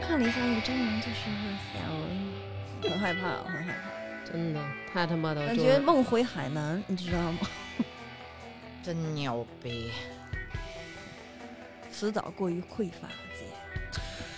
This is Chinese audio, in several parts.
看了一下那个真人，就是吓我，很害怕，很害怕，真的太他妈的感就觉梦回海南，你知道吗？真牛逼！迟早过于匮乏，姐。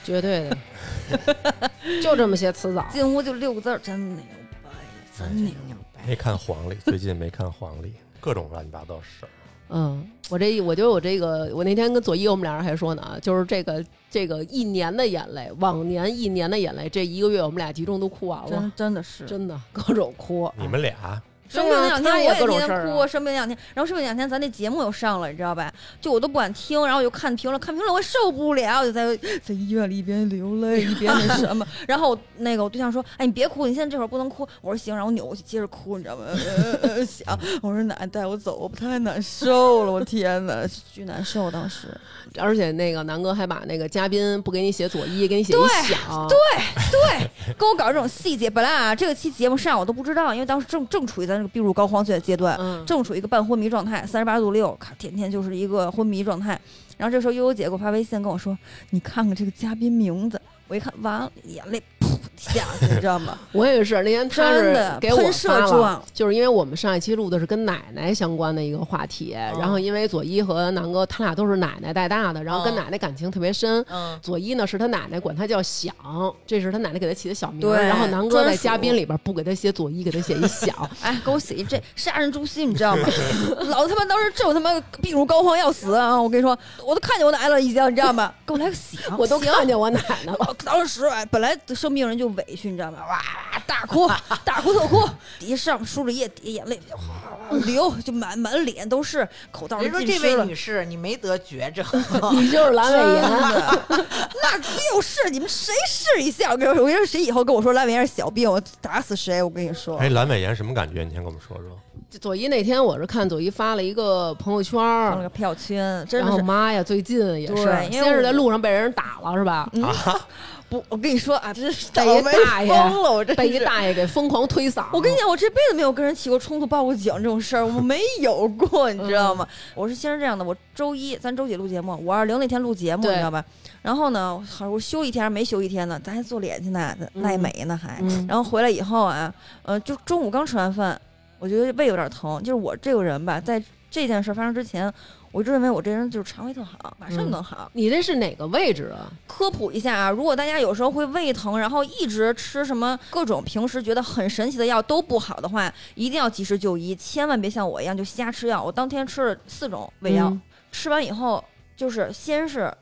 绝对 的，就这么些词藻。进屋就六个字儿，真牛掰，真牛。牛没掰！看黄 历，最近没看黄历，各种乱七八糟事儿。 嗯，我这我觉得我这个，我那天跟左一我们俩人还说呢啊，就是这个这个一年的眼泪，往年一年的眼泪，这一个月我们俩集中都哭完了真，真的是，真的各种哭。你们俩生病那两天我他也也各种天事儿天啊哭，生病那两天，然后生病那两天咱那节目又上了，你知道吧？就我都不敢听，然后我就看评论，看评论我受不了，我就在在医院里一边流泪一边那 什么。然后我那个我对象说：“哎，你别哭，你现在这会儿不能哭。”我说：“行。”然后我扭过去接着哭，你知道吗？呃呃呃想我说：“奶，带我走，我太难受了，我天哪，巨难受，当 时。而且那个南哥还把那个嘉宾不给你写左一，给你写一对响，对对，跟我搞这种细节。本来啊，这个期节目上我都不知道，因为当时正正处于咱这个病入膏肓岁的阶段，嗯正处于一个半昏迷状态，三十八度六，咔，天天就是一个昏迷状态。然后这时候悠悠姐给我发微信跟我说：“你看看这个嘉宾名字。”我一看，完了，眼泪噗下去，你知道吗？ 我也是那天他真是的给我喷发射了，状，就是因为我们上一期录的是跟奶奶相关的一个话题，哦然后因为左一和南哥他俩都是奶奶带大的，然后跟哦嗯奶奶感情特别深。嗯，左一呢是他奶奶管他叫响，这是他奶奶给他起的小名儿。对然后南哥在专属嘉宾里边不给他写左一，给他写一响。哎，给我写一这杀人诛心，你知道吗？ 老他妈当时这我他妈病入膏肓要死啊！我跟你说，我都看见我奶奶了，已经，你知道吗？ 给我来个响，我都哦行看见我奶奶了。我当时哎，本来生病人就委屈，你知道吗？哇哇大哭，大哭特哭，底下上面输着液，底下眼泪哗哗哗流，就满满脸都是，口罩都嗯人说浸这湿位了。女士，你没得绝 症，哦你就是阑尾炎，啊那就是你们谁试一下？我跟你说，我跟你说，谁以后跟我说阑尾炎是小病，我打死谁！我跟你说，哎，阑尾炎什么感觉？你先跟我们说说。左一那天我是看左一发了一个朋友圈儿，放了个票圈，真然后的是妈呀，最近也是，对因为先是我在路上被人打了是 吧？嗯不，我跟你说啊，真是倒被一霉大爷疯了，我真被一是。大爷给疯狂推搡。我跟你讲，我这辈子没有跟人起过冲突、报过警这种事儿，我没有过，你知道吗？我是先是这样的，我周一咱周几录节目？五二零那天录节目，你对知道吧？然后呢，好，我休一天还没休一天呢，咱还做脸去呢，赖美呢还。嗯然后回来以后啊，呃，就中午刚吃完饭，我觉得胃有点疼，就是我这个人吧，在这件事发生之前，我一直认为我这人就是肠胃特好，马上嗯能好。你这是哪个位置啊？科普一下啊，如果大家有时候会胃疼，然后一直吃什么各种平时觉得很神奇的药都不好的话，一定要及时就医，千万别像我一样就瞎吃药。我当天吃了四种胃药，嗯吃完以后就是先是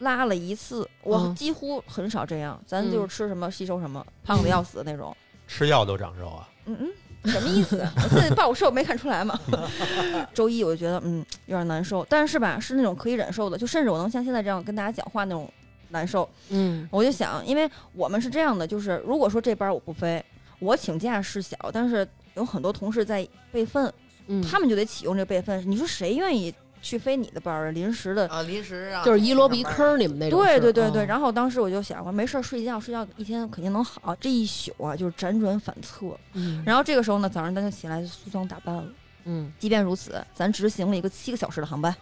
拉了一次，我嗯几乎很少这样，咱就是嗯吃什么吸收什么， 胖的要死的那种。吃药都长肉啊？嗯嗯。什么意思？我自己暴瘦没看出来吗？ 周一我就觉得嗯有点难受，但是吧是那种可以忍受的，就甚至我能像现在这样跟大家讲话那种难受，嗯我就想，因为我们是这样的，就是如果说这班我不飞，我请假事小，但是有很多同事在备份，嗯，他们就得启用这备份。你说谁愿意去飞你的班儿啊？临时的。啊，临时啊，就是一萝卜一坑，儿，你们那种是。对对嗯对对，哦然后当时我就想，我没事儿睡觉，睡觉一天肯定能好。这一宿啊，就是辗转反侧。嗯然后这个时候呢，早上咱就起来梳妆打扮了。嗯，即便如此，咱执行了一个七个小时的航班。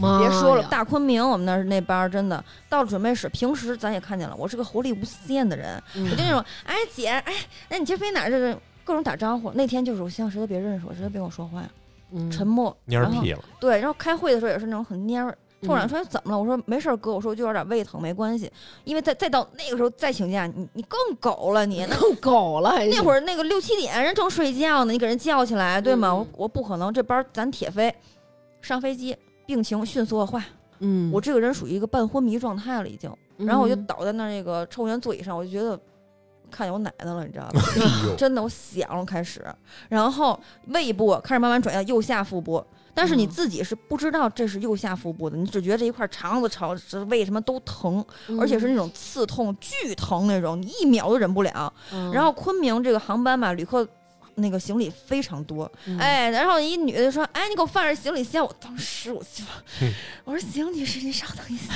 妈别哎呀说了，大昆明我们那儿那班儿真的到了准备室，平时咱也看见了，我是个活力无限的人，嗯我就那种，哎姐，哎，那你今儿飞哪儿？就是各种打招呼。那天就是我希望谁都别认识我，谁都别跟我说话，嗯沉默。蔫儿然后屁了，对，然后开会的时候也是那种很蔫儿。嗯突然说哎怎么了？我说没事儿，哥，我说我就有点胃疼，没关系。因为再再到那个时候再请假，你你更狗了你。那更嗯狗了，还那会儿那个六七点人正睡觉呢，你给人叫起来，对吗？嗯我我不可能，这班儿咱铁飞，上飞机病情迅速恶化，嗯，我这个人属于一个半昏迷状态了已经。然后我就嗯倒在那儿那个抽烟座椅上，我就觉得看见我奶奶了， 你知道吧？哎真的，我想了开始，然后胃部开始慢慢转向右下腹部，但是你嗯自己是不知道这是右下腹部的，你只觉得这一块肠子、肠子、胃什么都疼，嗯而且是那种刺痛、巨疼那种，你一秒都忍不了。嗯然后昆明这个航班嘛，旅客。那个行李非常多，嗯哎，然后一女的就说：“哎，你给我放点行李箱。”我当时我就， 我说：“行，女士，您稍等一下。”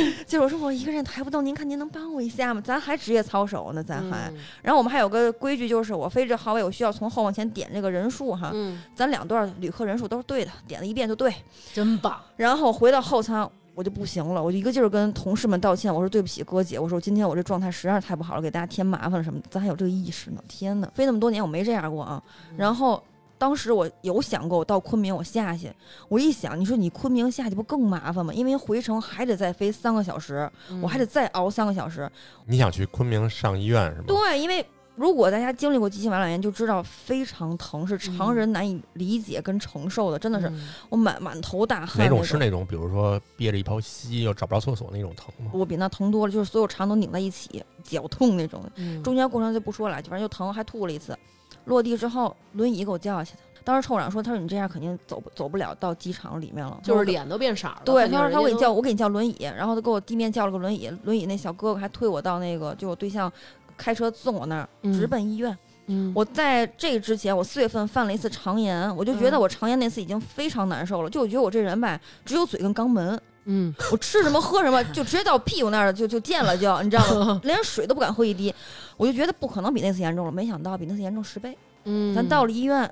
就是我说我一个人抬不动，您看您能帮我一下吗？咱还职业操守呢，咱还。嗯然后我们还有个规矩，就是我飞这号位，我需要从后往前点这个人数哈，嗯，咱两段旅客人数都是对的，点了一遍就对。真棒，然后我回到后舱，我我就不行了，我就一个劲儿跟同事们道歉，我说对不起哥姐，我说我今天我这状态实在是太不好了，给大家添麻烦了什么的，咱还有这个意识呢，天哪，飞那么多年我没这样过啊。然后当时我有想过，我到昆明我下去，我一想，你说你昆明下去不更麻烦吗？因为回程还得再飞三个小时，嗯我还得再熬三个小时，你想去昆明上医院是吗？对，啊因为如果大家经历过急性晚两炎，就知道非常疼，是常人难以理解跟承受的，真的是嗯我满满头大汗哪种。种是那种，比如说憋着一泡稀又找不着厕所那种疼吗？我比那疼多了，就是所有肠都拧在一起，绞痛那种。嗯中间过程就不说了，反正就疼，还吐了一次。落地之后，轮椅给我叫去的。当时臭长说：“他说你这样肯定走不走不了到机场里面了，就是脸。脸都变色儿了。对，看见他说他人家给你都叫，我给你叫轮椅，然后他给我地面叫了个轮椅，轮椅那小哥哥还推我到那个，就我对象开车送我那儿，直奔医院。嗯我在这之前，我四月份犯了一次肠炎，我就觉得嗯我肠炎那次已经非常难受了，就我觉得我这人吧，只有嘴跟肛门，嗯我吃什么喝什么，就直接到屁股那儿了就就见了就，你知道 吗？连水都不敢喝一滴，我就觉得不可能比那次严重了，没想到比那次严重十倍。嗯，咱到了医院。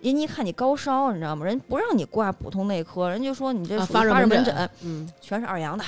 人家一看你高烧，你知道吗？人不让你挂普通内科，人就说你这啊属于发热热门门诊，，嗯全是二阳的。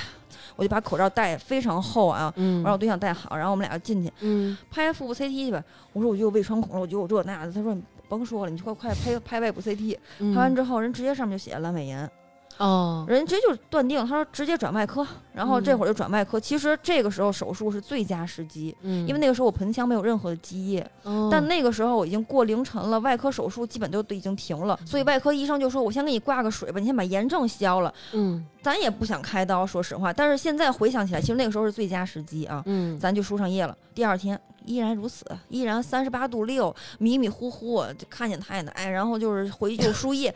我就把口罩戴非常厚啊，嗯，我让我对象戴好，然后我们俩就进去。嗯拍腹部 CT 去吧。我说我就有胃穿孔了，我觉得我这那的。他说你甭说了，你快快拍拍胃部阑尾 CT。拍嗯完之后，人直接上面就写阑尾炎，哦，人直接就断定，他说直接转外科，然后这嗯会儿就转外科。其实这个时候手术是最佳时机，因因为那个时候我盆腔没有任何的积液，那但那个时候我已经过凌晨了，外科手术基本都都已经停了，所以外科医生就说我先给你挂个水吧，你先把炎症消了。嗯咱也不想开刀，说实话，但是现在回想起来，其实那个时候是最佳时机啊。嗯，咱就输上液了。第二天依然如此，依然三十八度六，迷迷糊糊，就看见太奶，然后就是回去又输液，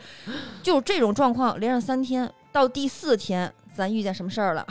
就是这种状况连上三天。到第四天，咱遇见什么事儿了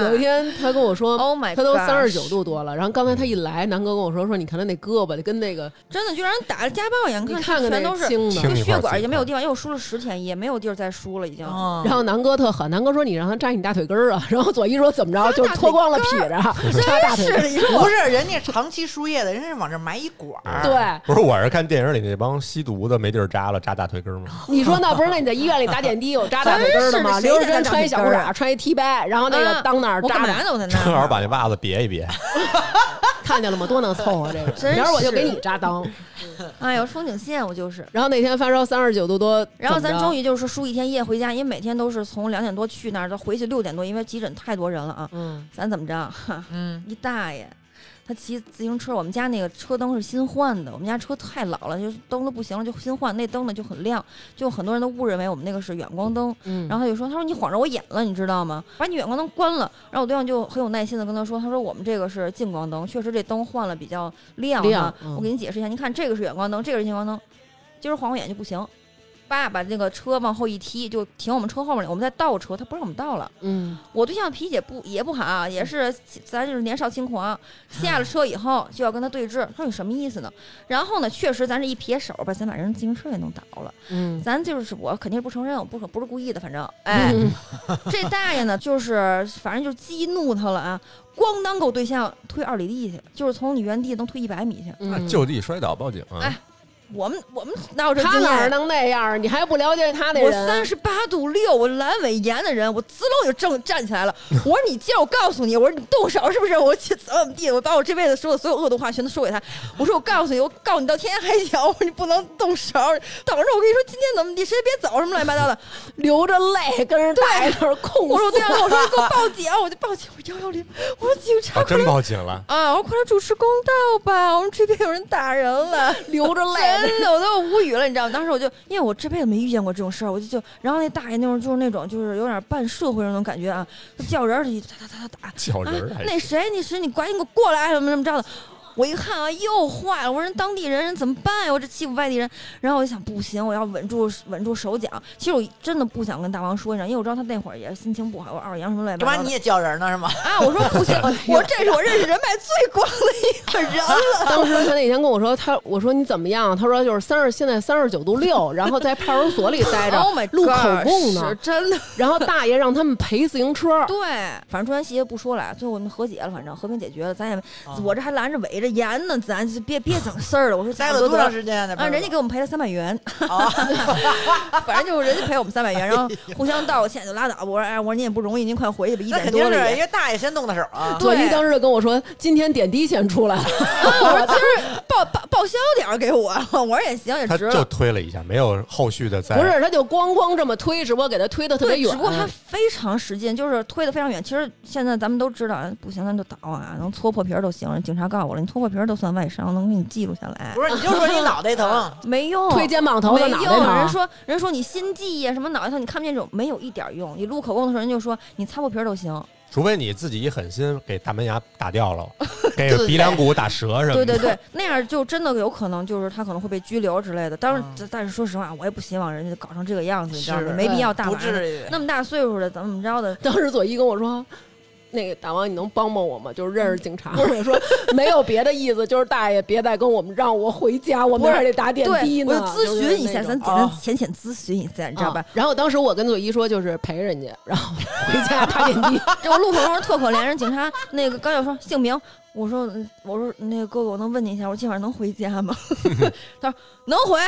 有一天他跟我说。 ？Oh my god！他都三十九，度多了，然后刚才他一来，南哥跟我说说，你看他那胳膊跟那个，真的就让人打了家暴眼，你看看看全都那是。青的青。就一块血儿管死已一经没有块啊儿地方，又输了十天液，没有地儿再输了，已经。嗯然后南哥特狠，南哥说你让他扎你大腿根儿啊， 然后左一说怎么着，就是脱光了劈着 扎大腿根儿。是，你说 不是人家长期输液的，人是往这埋一管儿。对，不是，我是看电影里那帮吸毒的没地儿扎了，扎大腿根儿吗？你说那不是？那你在医院里打点滴有扎大腿根儿的吗？真是的刘谁志在那珍扎穿一小裤腿根儿啊衩，穿一 T 呗，然后那个啊裆那儿我干嘛，扎着呢？我在那正儿好把那袜子别一别，看见了吗？多能凑合这个！ 真明儿我就是给你扎裆。哎呦，风景线我就是。然后那天发烧三十九度多，然后怎么咱着终于就是输一天液回家，因为每天都是从两点多去那儿，到回去六点多，因为急诊太多人了啊。嗯咱怎么着？哈，嗯，一大爷，他骑自行车，我们家那个车灯是新换的，我们家车太老了，就是灯都不行了，就新换，那灯呢就很亮，就很多人都误认为我们那个是远光灯。嗯，然后他就说：“他说你晃着我眼了，你知道吗？把你远光灯关了。”然后我对象就很有耐心的跟他说：“他说我们这个是近光灯，确实这灯换了比较亮啊。亮嗯我给你解释一下，你看这个是远光灯，这个是近光灯，今儿晃我眼就不行。”爸把那个车往后一踢，就停我们车后面了。我们在倒车，他不让我们倒了。嗯我对象脾气也不也不好啊，也是咱就是年少轻啊狂。下了车以后就要跟他对峙，他说你什么意思呢？然后呢，确实咱这一撇手吧，咱把人自行车给弄倒了。嗯，咱就是我肯定是不承认，我不可不是故意的，反 正 哎，嗯这大爷呢就是反正就是激怒他了啊，咣当给我对象推二里地去，就是从你原地能推一百米去。 嗯就地摔倒报警啊！哎我们我们哪有这他经哪儿验？能那样儿？你还不了解他那我人？啊三十八度六，我阑尾炎的人，我滋楞就正站起来了。我说你今儿我告诉你，我说你动手是不是？我去怎么怎么地，我把我这辈子说的所有恶毒话全都说给他。我说我告诉你，我告你到天涯海角，我说你不能动手。等着我跟你说今天怎么地，谁也别走什么乱七八糟的。流着哎泪跟人大爷那儿控诉。我说我对象跟我说你给我报警，我就报警，我幺幺零，我说警察啊，快来真报警了。 啊！我说快来主持公道吧，我们这边有人打人了，流着泪，真的我都无语了，你知道吗？当时我就因为我这辈子没遇见过这种事儿，我就就然后那大爷那种就是那种就是有点半社会那种感觉啊，就叫人儿去哒哒哒哒叫打，人啊儿，还那谁你谁你赶紧给我过来什么什么着的。我一看啊，又坏了！我说人当地人人怎么办呀？我这欺负外地人。然后我就想，不行，我要稳住稳住手脚。其实我真的不想跟大王说一声，因为我知道他那会儿也心情不好，我二阳什么乱七这八糟的玩意儿你。也叫人呢是 吗？啊，我说不行，我这是我认识人脉最广的一个人了。当时他那天跟我说，他我说你怎么样？他说就是三十，现在三十九度六，然后在派出所里待 着 Oh my，录 God，口供呢是。真的。 然后大爷让他们赔自行车，对，反正中间细节不说了，最后我们和解了，反正和平解决了，咱也没、啊我这还拦着围着，着盐呢，咱就别别整事儿了。我说 待差不多了多得了长时间啊？在啊，人家给我们赔了三百元，哦， 反正就是人家赔我们三百元，然后互相道个歉就拉倒。我说，哎，我说您也不容易，您快回去吧，一哎点那肯定多是了人也。家大爷先动的手啊。左一对当时就跟我说，今天点滴先出来了， 我说今儿报报报销点儿给我，我说也行，也他值就了。推了一下，没有后续的再不是，他就咣咣这么推，只不过给他推的特别对，远。嗯只不过他非常使劲，就是推得非常远。其实现在咱们都知道，不行，咱就倒啊，能搓破皮儿都行。警察告诉我了，你搓破皮儿都算外伤，能给你记录下来不。是，你就说你脑袋疼，没用，推肩膀头没的脑袋啊用。人疼，说人说你心悸呀，什么脑袋疼，你看不见这种，没有一点儿用。你录口供的时候，人就说你擦破皮儿都行。除非你自己一狠心给大门牙打掉 了，给对鼻梁骨打折什么对的。对对，那样就真的有可能就是他可能会被拘留之类的。当然，嗯但是说实话，我也不希望人家搞成这个样子，你知道是吗？没哎必要大不晚上至于。那么大岁数了，怎么怎么着的， 当时左一跟我说。那个大王，你能帮帮我吗？就是认识警嗯察。我说 没有别的意思，就是大爷别再跟我们让我回家，我不们是还得打点滴对，我呢。就咨询一下，就是那咱种简单哦浅浅咨询一下，你知道吧啊？然后当时我跟左一说，就是陪人家，然后回家打点滴。这我路口的时候特可怜，人警察那个高教授姓名，我说嗯我说那个哥哥，我能问你一下，我今晚能回家吗？ 他说能回。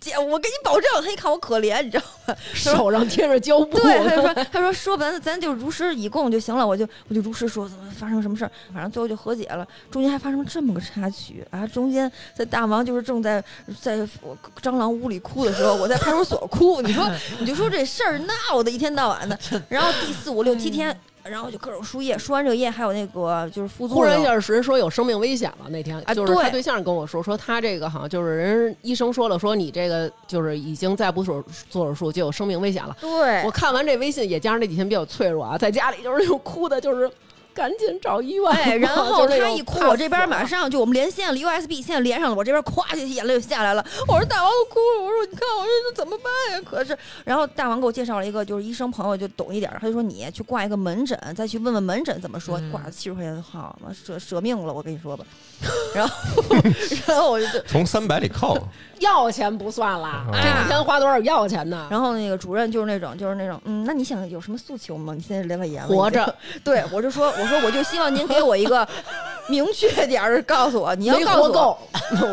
姐，我给你保证，他一看我可怜，你知道吗？手上贴着胶布，对，他就 说，他说说咱咱就如实以供就行了，我就我就如实说怎么发生什么事儿，反正最后就和解了。中间还发生这么个插曲啊！中间在大王就是正在在我蟑螂屋里哭的时候，我在派出所哭。你 说你就说这事儿闹的一天到晚的，然后第四五六嗯七天，然后就各种输液，输完这个液还有那个就是副忽作然一用。下，人说有生命危险了。那天啊就是他对对象跟我说，说他这个好像就是人医生说了，说你这个就是已经再不手做手术就有生命危险了。对我，看完这微信，也加上这几天比较脆弱啊，在家里就是那种哭的，就是赶紧找医 院吧。哎，然后就是那他种一哭怕，死我这边马了上就我们连线了，USB 线连上了，我这边咵就眼泪就下来了。我说大王，我哭了，我说你看我这怎么办呀？可是，然后大王给我介绍了一个就是医生朋友就懂一点儿，他就说你去挂一个门诊，再去问问门诊怎么说，嗯挂了七十块钱就好了，舍舍命了，我跟你说吧。然后，然后我就就从三百里 哎扣，药钱不算啦，啊嗯这几天花多少药钱呢？然后那个主任就是那种，就是那种，嗯，那你想有什么诉求吗？你现在阑尾炎了，活着已经。对，我就说，我说我就希望您给我一个明确点儿，告诉我，你要没告诉活我， 够，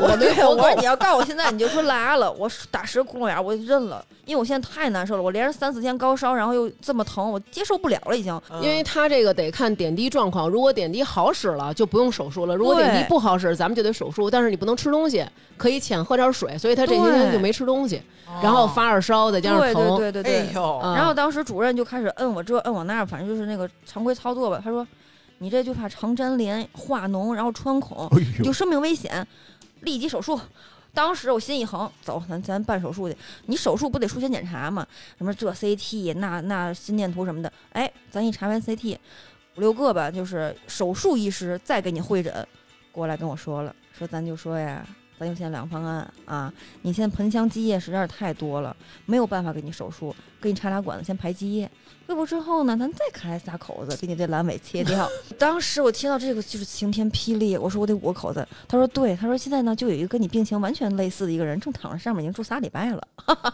我没对，活我说你够。要告诉我现在，你就说来了，我打十个窟窿眼儿，我就认了，因为我现在太难受了，我连着三四天高烧，然后又这么疼，我接受不了了已经。嗯因为他这个得看点滴状况，如果点滴好使了就不用手术了，如果点滴对不好使，咱们就得手术。但是你不能吃东西，可以浅喝点水，所以他这些天对就没吃东西，然后哦发着烧，再加上对对疼，对对嗯哎对。呦，啊然后当时主任就开始摁我这摁我那儿，反正就是那个常规操作吧。他说：“你这就怕肠粘连、化脓，然后穿孔，哎你 呦就，生命危险，立即手术。当时我心一横，走，咱咱办手术去。你手术不得术前检查吗？什么这 CT 那那心电图什么的。哎，咱一查完 CT，五六个吧，就是手术医师再给你会诊，过来跟我说了，说咱就说呀，咱就现在两个方案啊，你现在盆腔积液实在是太多了，没有办法给你手术，给你插俩管子先排积液，恢复之后呢，咱再开仨口子，给你这阑尾切掉。当时我听到这个就是晴天霹雳，我说我得五个口子，他说对，他说现在呢就有一个跟你病情完全类似的一个人正躺着上面已经住仨礼拜了，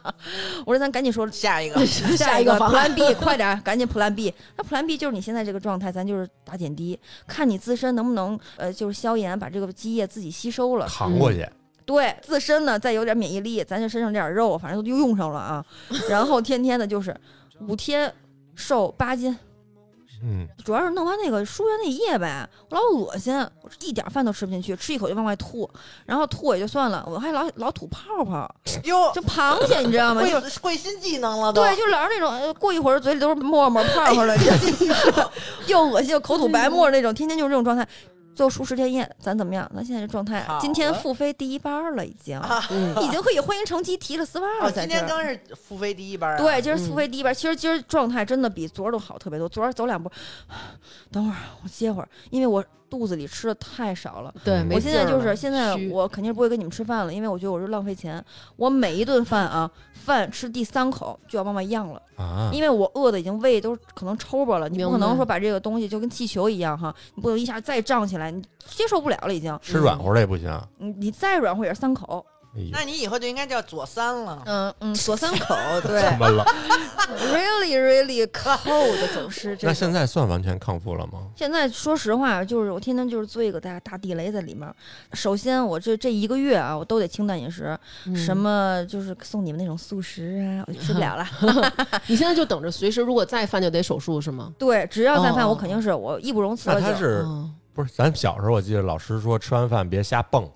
我说咱赶紧说下 一个下一一个方案 Plan B，快点儿，赶紧 Plan B。那 Plan B 就是你现在这个状态，咱就是打点滴，看你自身能不能呃，就是消炎，把这个积液自己吸收了。扛过去，对自身呢，再有点免疫力，咱这身上这点肉，反正都用上了啊。然后天天的就是五天瘦八斤，嗯，主要是弄完那个输液那液呗，我老恶心，我一点饭都吃不进去，吃一口就往外吐，然后吐也就算了，我还老老吐泡泡，哟，就螃蟹，你知 道吗？就会会新技能了都。对，就老是那种呃过一会儿嘴里都是沫沫哎泡泡了，又恶心又口吐白沫嗯那种，天天就是这种状态。最后输十天宴，咱怎么样？咱现在这状态好，今天了复飞第一班了，已经、 嗯，已经可以欢迎乘机提了丝袜 哦了，在今这天儿。刚是付费第一班啊。对，今儿嗯复飞第一班，其实今儿状态真的比昨儿都好特别多。昨儿走两步，等会儿我歇会儿，因为我肚子里吃的太少了。对，没我现在劲儿就是了现在虚，我肯定不会跟你们吃饭了，因为我觉得我是浪费钱。我每一顿饭啊，饭吃第三口就要往外漾了。啊，因为我饿的已经胃都可能抽巴了，你不可明白能说把这个东西就跟气球一样哈，你不能一下再胀起来，你接受不了了已经。吃软乎的也不行，你你再软乎也是三口，哎呦那你以后就应该叫左三了。嗯嗯，左三口， 哦对 怎 么了？ ，really really cold 走失。这那个现在算完全康复了吗？现在说实话，啊就是我天天就是做一个大大地雷在里面儿。首先，我这这一个月啊，我都得清淡饮食，嗯什？么就是送你们那种素食啊，我就吃不 了了。你现在就等着随时，如果再犯就得手术是吗？对，只要再哦犯，哦我肯定是我义不容辞那了他就是嗯不是咱小时候我记得老师说吃完饭别瞎蹦，啊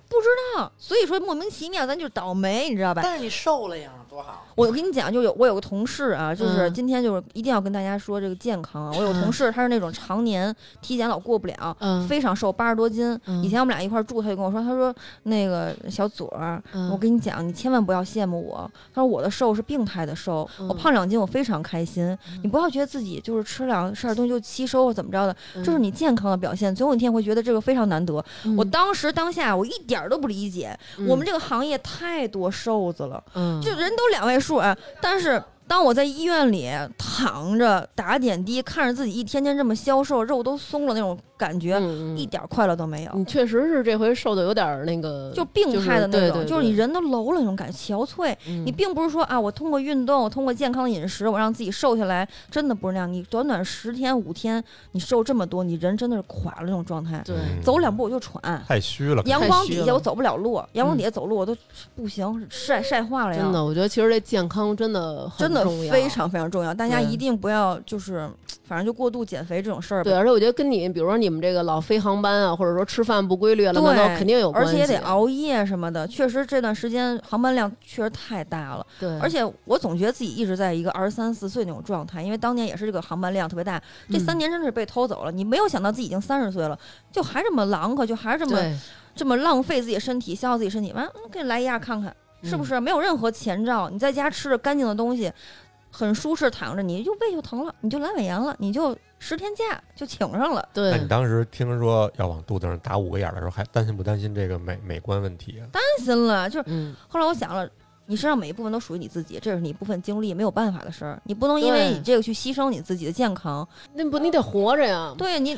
所以说莫名其妙，咱就是倒霉，你知道吧？但是你瘦了呀，多好！我跟你讲，就有我有个同事啊，就是嗯今天就是一定要跟大家说这个健康啊。我有个嗯同事，他是那种常年体检老过不了，嗯，非常瘦，八十多斤。嗯以前我们俩一块儿住，他就跟我说，他说那个小左儿，嗯我跟你讲，你千万不要羡慕我。他说我的瘦是病态的瘦，嗯我胖两斤我非常开心。你不要觉得自己就是吃两吃点东西就吸收或怎么着的，这是你健康的表现。总有一天会觉得这个非常难得。嗯我当时当下我一点儿都不理解，嗯我们这个行业太多瘦子了，嗯就人都两位数啊。但是当我在医院里躺着打点滴，看着自己一天天这么消瘦，肉都松了那种感觉，嗯嗯嗯一点儿快乐都没有。你确实是这回瘦的有点儿那个，就病态的那种，就就是是、对对你对人都楼了那种感觉，憔悴。嗯你并不是说啊，我通过运动，通过健康的饮食，我让自己瘦下来，真的不是那样。你短短十天五天，你瘦这么多，你人真的是垮了那种状态，对，嗯走两步我就喘。太虚了。阳光底虚下了嗯我走不了路，阳光底下走路我都不行，晒晒化了真呀。的，我觉得其实这健康真的很真的重要非常非常重要，大家对一定不要就是，反正就过度减肥这种事儿吧对，。而且我觉得跟你，比如说你们这个老飞航班啊，或者说吃饭不规律了，对那肯定有关而系，且也得熬夜什么的，确实这段时间航班量确实太大了。对，而且我总觉得自己一直在一个二十三四岁那种状态，因为当年也是这个航班量特别大，这三嗯年真是被偷走了。你没有想到自己已经三十岁了，就还这么狼可，就还这么对这么浪费自己身体，消耗自己身体。完，嗯给你来一下看看，是不嗯是、没有任何前兆？你在家吃着干净的东西，很舒适躺着，你就胃就疼了，你就阑尾炎了，你就十天假就请上了。对那你当时听说要往肚子上打五个眼儿的时候，还担心不担心这个美美观问题啊？担心了，就是嗯，后来我想了。你身上每一部分都属于你自己，这是你一部分经历，没有办法的事儿。你不能因为对你这个去牺牲你自己的健康，那不你得活着呀。对你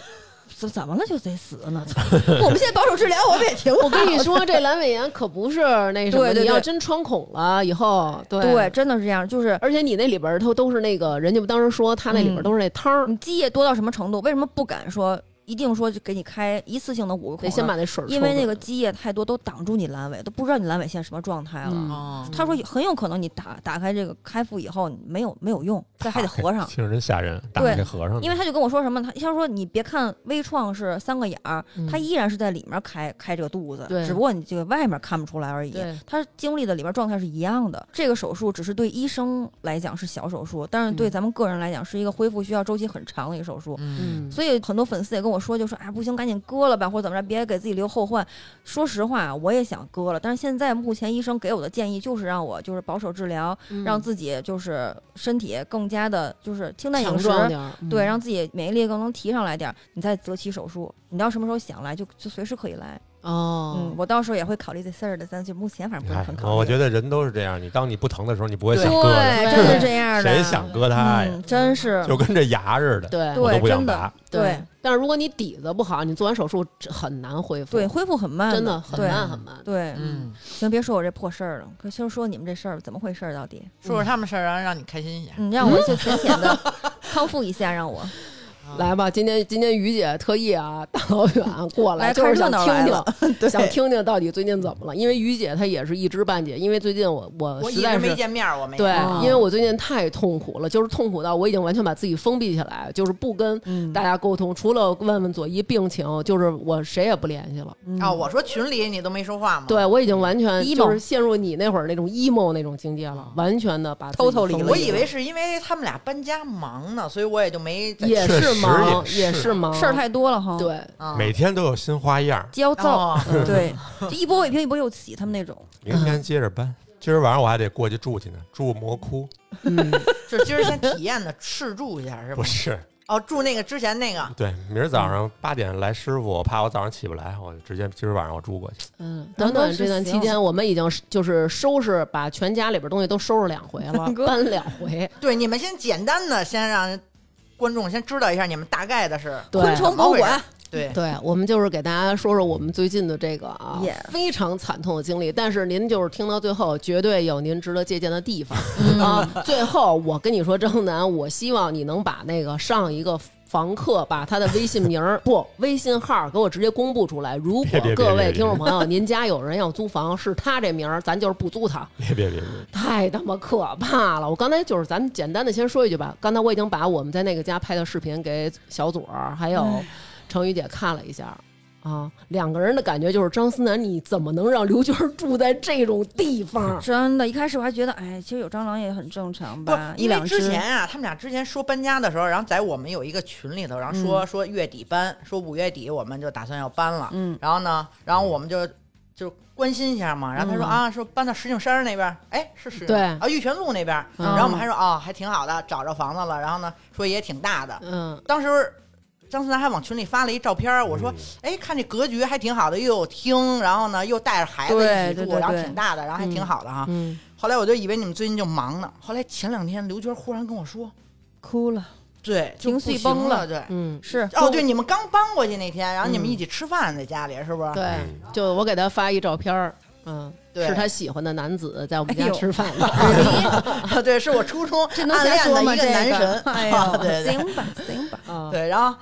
怎怎么了就得死呢？ 我们现在保守治疗，我们也挺好。我跟你说， 这阑尾炎可不是那什么，对对你要对真穿孔了以后，对对，，真的是这样，就是而且你那里边儿都都是那个，人家当时说他那里边儿嗯都是那汤儿，你积液多到什么程度？为什么不敢说一定说就给你开一次性的五个得孔先呢？把那水儿抽因为那走个积液太多，都挡住你阑尾，都不知道你阑尾现在什么状态了。嗯哦，他说有很有可能你打打开这个开腹以后你没有没有用，再还得哎合上。 听着真吓人，打对开合上呢，因为他就跟我说什么，他他说你别看微创是三个眼儿，嗯他依然是在里面开开这个肚子对，只不过你这个外面看不出来而已对。他经历的里面状态是一样的。这个手术只是对医生来讲是小手术，但是对嗯咱们个人来讲是一个恢复需要周期很长的一个手术。嗯，嗯，所以很多粉丝也跟我说，就说啊，不行，赶紧割了吧，或者怎么着，别给自己留后患。说实话，我也想割了，但是现在目前医生给我的建议就是让我就是保守治疗，嗯让自己就是身体更加的就是清淡饮强食，壮点儿，嗯对，让自己免疫力更能提上来点儿，你再择期手术。你到什么时候想来就就随时可以来。嗯哦，，我到时候也会考虑这事儿的，但是目前反正不是哎很，考虑。我觉得人都是这样，你当你不疼的时候，你不会对想割的，对，真是这样的。谁想割它呀？嗯，真是就跟这牙似的，对我都对不想真的拔。对但是如果你底子不好，你做完手术这很难恢复，对，恢复很慢，真的很对慢很慢。对，嗯，行，别说我这破事儿了，可先说你们这事儿怎么回事儿到底？说说他们事儿，啊让让你开心一下。嗯，让我就浅浅的康复一下，让我来吧，今天今天于姐特意啊，大老远过来就是想看热闹来 听了听，想听听到底最近怎么了。因为于姐她也是一知半解，因为最近我我我实一在直是没见面儿，我没对，啊因为我最近太痛苦了，就是痛苦到我已经完全把自己封闭起来，就是不跟大家沟通，除了问问左一病情，就是我谁也不联系了。嗯嗯啊，我说群里你都没说话吗？，嗯对我已经完全 emo 就是陷入你那会儿那种 emo 那种境界了，嗯完全的把自己 Totally 封闭我起来以为是因为他们俩搬家忙呢，所以我也就没在也确是实忙，也也是是忙，事儿太多了哈。，对。嗯啊每天都有新花样，焦躁，哦对，就一波未平一波又起，他们那种。明天接着搬。今儿晚上我还得过去住去呢，住魔窟嗯，就是今儿先体验的试住一下是吧不？是？哦，住那个之前那个对，明儿早上八点来师傅，我怕我早上起不来，我就直接今儿晚上我住过去。嗯，短短这段期间，我们已经是就是收拾，把全家里边东西都收拾两回了，哥搬两回。对，你们先简单的先让观众先知道一下你们大概的是对，啊昆虫博物馆，对，对，我们就是给大家说说我们最近的这个啊 Yeah 非常惨痛的经历，但是您就是听到最后，绝对有您值得借鉴的地方、啊。最后，我跟你说，郑楠，我希望你能把那个上一个。房客把他的微信名儿不微信号儿给我直接公布出来。如果别别别各别位别听众朋友，您家有人要租房，是他这名儿，咱就是不租他。别别别别，太他妈可怕了！我刚才就是咱们简单的先说一句吧，刚才我已经把我们在那个家拍的视频给小左儿还有哎程宇姐看了一下。啊，两个人的感觉就是张思楠，你怎么能让刘娟儿住在这种 地方？真的，一开始我还觉得，哎，其实有蟑螂也很正常不吧，，一因为两只。之前啊，他们俩之前说搬家的时候，然后在我们有一个群里头，然后说、说月底搬，说五月底我们就打算要搬了。嗯，然后呢，然后我们就就关心一下嘛。然嗯后他说、啊，说搬到石景山那边儿，哎，是石景对啊，玉泉路那边儿。嗯然后我们还说啊，还挺好的，找着房子了。然后呢，说也挺大的。嗯，当时张思楠还往群里发了一照片儿，我嗯说，哎，看这格局还挺好的，又有厅，然后呢又带着孩子对一起对住，对然后对挺大的，然后还挺好的哈。嗯后来我就以为你们最近就忙呢，后来前两天刘娟忽然跟我说，哭了，对，就情不绪行崩了，了对。嗯，是哦，对，你们刚搬过去那天，然后你们嗯一起吃饭在家里，是不是？对，哎就我给他发一照片儿，嗯，对是他喜欢的男子在我们哎家呦 吃饭呢。对， 对，是我初中暗恋的一男神， 哎 对呦，对行吧，行吧，啊，对，然后，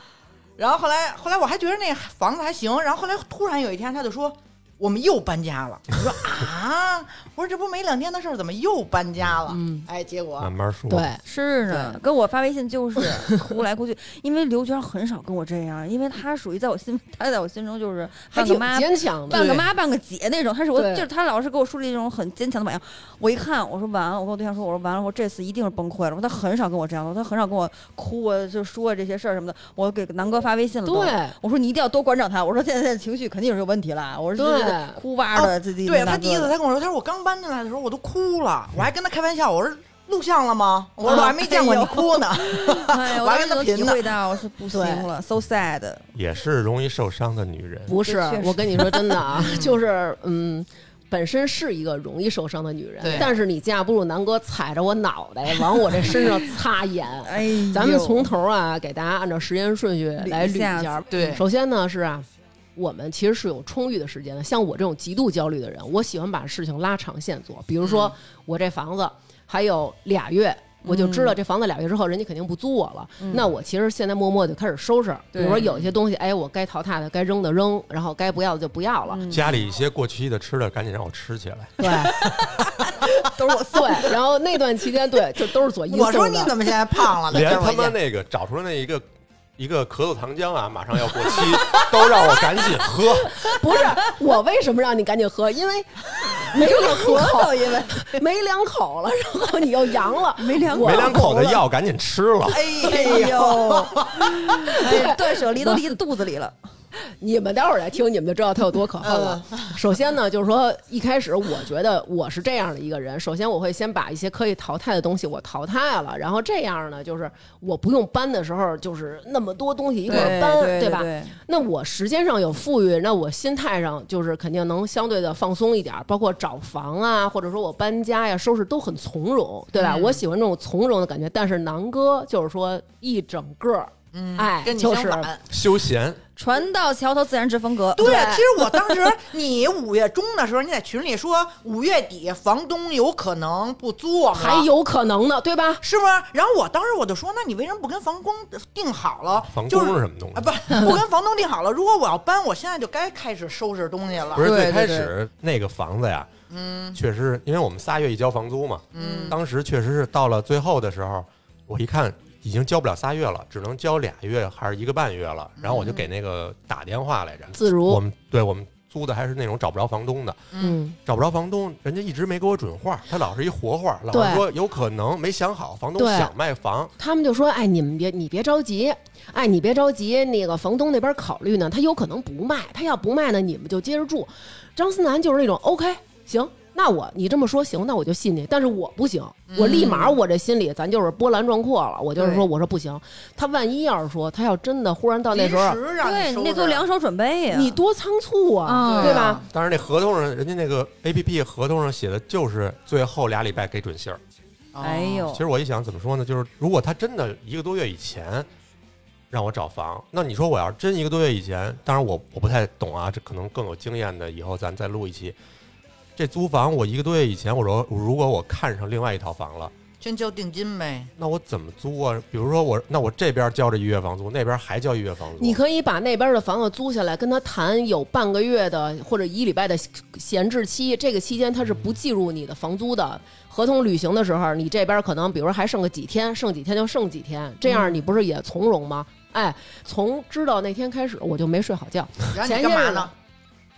然后后来，后来我还觉得那房子还行，然后后来突然有一天他就说。我们又搬家了，我说 啊，我说这不没两天的事儿，怎么又搬家了？嗯哎，结果慢慢说。对，是呢，跟我发微信就是 哭来哭去，因为刘娟很少跟我这样，因为她属于在我心，她在我心中就是还半个挺妈。坚强的。半个妈半个姐那种，她是我对就是她老是给我树立这种很坚强的榜样。我一看，我说完了，我跟我对象说，我说完了，我这次一定是崩溃了。我说她很少跟我这样，她很少跟我哭啊，就说这些事儿什么的。我给南哥发微信了，对，，我说你一定要多关照她。我说现在情绪肯定是有问题了，我说对这是哭哇的自己。对他第一次，他跟我说，他说我刚搬进来的时候我都哭了，我还跟他开玩笑，我说录像了吗？我说我还没见过你哭呢。 哎呀，我我当还跟时她能贫体呢会到，我说不行了，so sad。也是容易受伤的女人。不是确实，我跟你说真的啊， 就是嗯。本身是一个容易受伤的女人对，但是你架不住南哥踩着我脑袋往我这身上擦盐。哎，咱们从头啊，给大家按照时间顺序来捋捋一下一下。对首先呢是啊，我们其实是有充裕的时间的。像我这种极度焦虑的人，我喜欢把事情拉长线做。比如嗯说，我这房子还有俩月。我就嗯知道这房子俩月之后，人家肯定不租我了。那我其实现在默默就开始收拾，比对如说有一些东西，哎，我该淘汰的该扔的扔，然后该不要的就不要了。嗯家里一些过期的吃的，赶紧让我吃起来。对， 都是我送。对，然后那段期间，对，就都是左一送的。我说你怎么现在胖了呢？连这我他妈一那个找出来那一个一个咳嗽糖浆啊，马上要过期，都让我赶紧喝。 不是我为什么让你赶紧喝？因为没两口，因为没两口了，然后你又阳了，没两没两口的药赶紧吃了。 哎哎呦，呦，哎断舍离都离肚子里了。你们待会儿来听，你们就知道它有多可恨了。嗯 首先呢，就是说一开始我觉得我是这样的一个人，首先我会先把一些可以淘汰的东西我淘汰了，然后这样呢，就是我不用搬的时候，就是那么多东西一块儿搬，对吧？那我时间上有富裕，那我心态上就是肯定能相对的放松一点儿，包括找房啊，或者说我搬家呀、收拾都很从容，对吧？嗯我喜欢这种从容的感觉。但是南哥就是说一整个儿，哎，跟你就相是反。休闲，船到桥头自然直风格。对，其实我当时你五月中的时候，你在群里说五月底房东有可能不租我们了还有可能的，对吧？是不是？然后我当时我就说，那你为什么不跟房东定好了？房就东是是什么东西啊，不不 跟房东定好了。如果我要搬，我现在就该开始收拾东西了。不是对最开对始那个房子呀，嗯，确实，因为我们仨月一交房租嘛，嗯，当时确实是到了最后的时候，我一看已经交不了仨月了，只能交俩月还是一个半月了，然后我就给那个打电话来着，自如我们对我们租的还是那种找不着房东的，嗯，找不着房东，人家一直没给我准话，他老是一活话，老是对说有可能没想好，房东对想卖房，他们就说：“哎，你们别，你别着急，哎，你别着急，那个房东那边考虑呢，他有可能不卖，他要不卖呢，你们就接着住。”张思楠就是那种 OK，行，那我你这么说行，那我就信你，但是我不行，我立马嗯我这心里咱就是波澜壮阔了，我就是说，对我说不行，他万一要是说他要真的忽然到那临时候，时让对，收你得拾做两手准备呀。你多仓促啊，啊对对吧啊？但是那合同上，人家那个 A P P 合同上写的就是最后俩礼拜给准信儿。哎哦呦其，实我一想，怎么说呢？就是如果他真的一个多月以前让我找房。那你说我要真一个多月以前，当然我我不太懂啊，这可能更有经验的，以后咱再录一期。这租房我一个多月以前，我说如果我看上另外一套房了，先交定金 呗。那我怎么租啊？比如说我那我这边交着一月房租，那边还交一月房租，你可以把那边的房子租下来，跟他谈有半个月的或者一礼拜的闲置期，这个期间他是不计入你的房租的。合同履行的时候，你这边可能比如还剩个几天，剩几天就剩几天，这样你不是也从容吗？哎，从知道那天开始，我就没睡好觉然后前你些干嘛日子呢？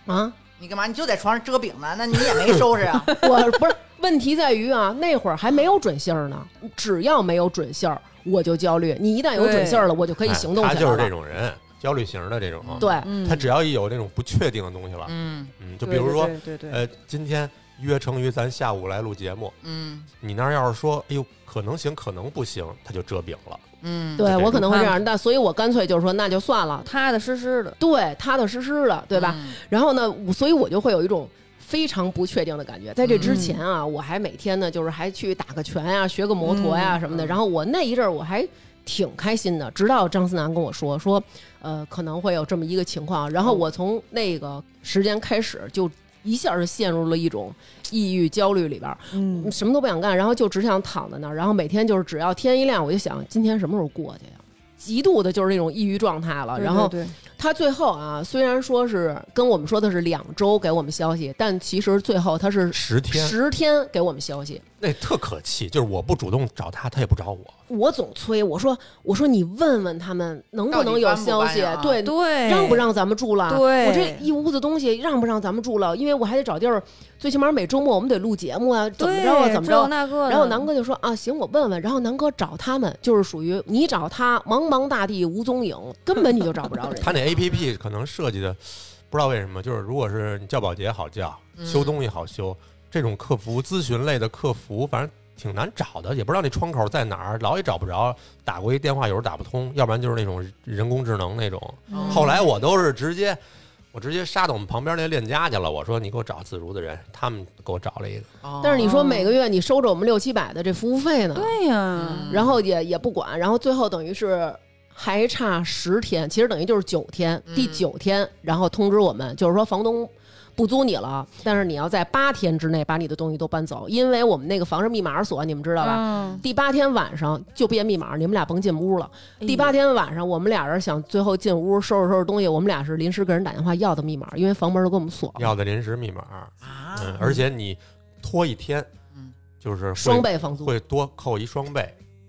啊！你干嘛？你就在床上遮饼呢？那你也没收拾啊？ 我不是问题在于 啊，那会儿还没有准信儿呢，只要没有准信儿，我就焦虑。你一旦有准信儿了，我就可以哎行动起来了。他就是这种人，焦虑型的这种啊。嗯对，嗯他只要一有那种不确定的东西了，嗯嗯，就比如说，对对对对呃，今天约成于咱下午来录节目，嗯你那儿要是说，哎呦，可能行，可能不行，他就遮饼了。嗯，对这我种可能会这样，但所以我干脆就是说，那就算了，踏踏实实的，对，踏踏实实的，对吧？嗯？然后呢，我所以我就会有一种非常不确定的感觉。在这之前啊，我还每天呢，就是还去打个拳呀、学个摩托呀、什么的。然后我那一阵儿我还挺开心的，直到张思楠跟我说说，呃，可能会有这么一个情况。然后我从那个时间开始就。一下就陷入了一种抑郁焦虑里边儿，嗯，什么都不想干，然后就只想躺在那儿，然后每天就是只要天一亮，我就想今天什么时候过去呀？极度的就是那种抑郁状态了，对然后对对他最后啊，虽然说是跟我们说的是两周给我们消息，但其实最后他是十天，十天给我们消息。那特可气，就是我不主动找他，他也不找我。我总催我说我说你问问他们能不能有消息，到底搬不搬呀对，对，让不让咱们住了？对我这一屋子东西让不让咱们住了？因为我还得找地儿，最起码每周末我们得录节目啊，怎么着啊，对怎么这着个？那个的，然后南哥就说啊，行，我问问。然后南哥找他们，就是属于你找他，茫茫大地无踪影，根本你就找不着人。他那 A P P 可能设计的，不知道为什么，就是如果是你叫保洁好叫，嗯修东西好修，这种客服咨询类的客服，反正挺难找的，也不知道那窗口在哪儿，老也找不着。打过一电话，有时候打不通，要不然就是那种人工智能那种。哦嗯后来我都是直接，我直接杀到我们旁边那链家去了。我说你给我找自如的人，他们给我找了一个。哦但是你说每个月你收着我们六七百的这服务费呢？对呀、嗯然后也也不管，然后最后等于是还差十天，其实等于就是九天，嗯第九天，然后通知我们，就是说房东不租你了，但是你要在八天之内把你的东西都搬走，因为我们那个房是密码锁，你们知道吧？嗯第八天晚上就变密码，你们俩甭进屋了。哎第八天晚上，我们俩人想最后进屋收拾收拾东西，我们俩是临时给人打电话要的密码，因为房门都给我们锁了，要的临时密码，嗯，啊，而且你拖一天，嗯就是会双倍房租，会多扣一双倍，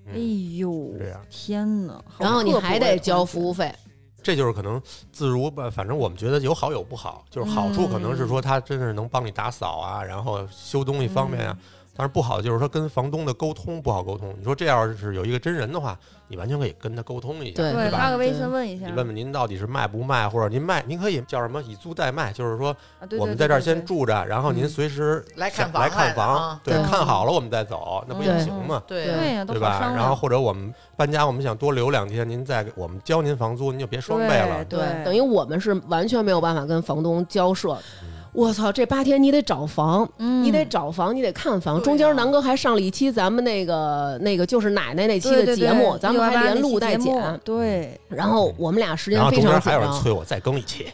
哎嗯，呦是这样，天哪！好然后你刻薄还的得同交学服务，费。这就是可能自如吧，反正我们觉得有好有不好，就是好处可能嗯是说它真是能帮你打扫啊，然后修东西方便啊，嗯但是不好的就是说跟房东的沟通不好沟通。你说这要是有一个真人的话，你完全可以跟他沟通一下，对对，吧？发个微对信问一下，你问问您到底是卖不卖，或者您卖，您可以叫什么以租代卖，就是说啊对我对们对在这儿对先对住着，然后您嗯随时来想看房来看来了房啊，对，对看好了我们再走，那不也对行吗？对，对呀、都对好啊吧商？量然后或者我们搬家，我们想多留两天，您再给我们交您房租，您就别双倍了。对等于我们是完全没有办法跟房东交涉。嗯我操，这八天你得找房，嗯你得找房，你得看房。对啊中间南哥还上了一期咱们那个那个就是奶奶那期对的对节对目，咱们118还连那期录带节目剪。对，然后我们俩时然间后非中常紧间还有人张，催我再更一期，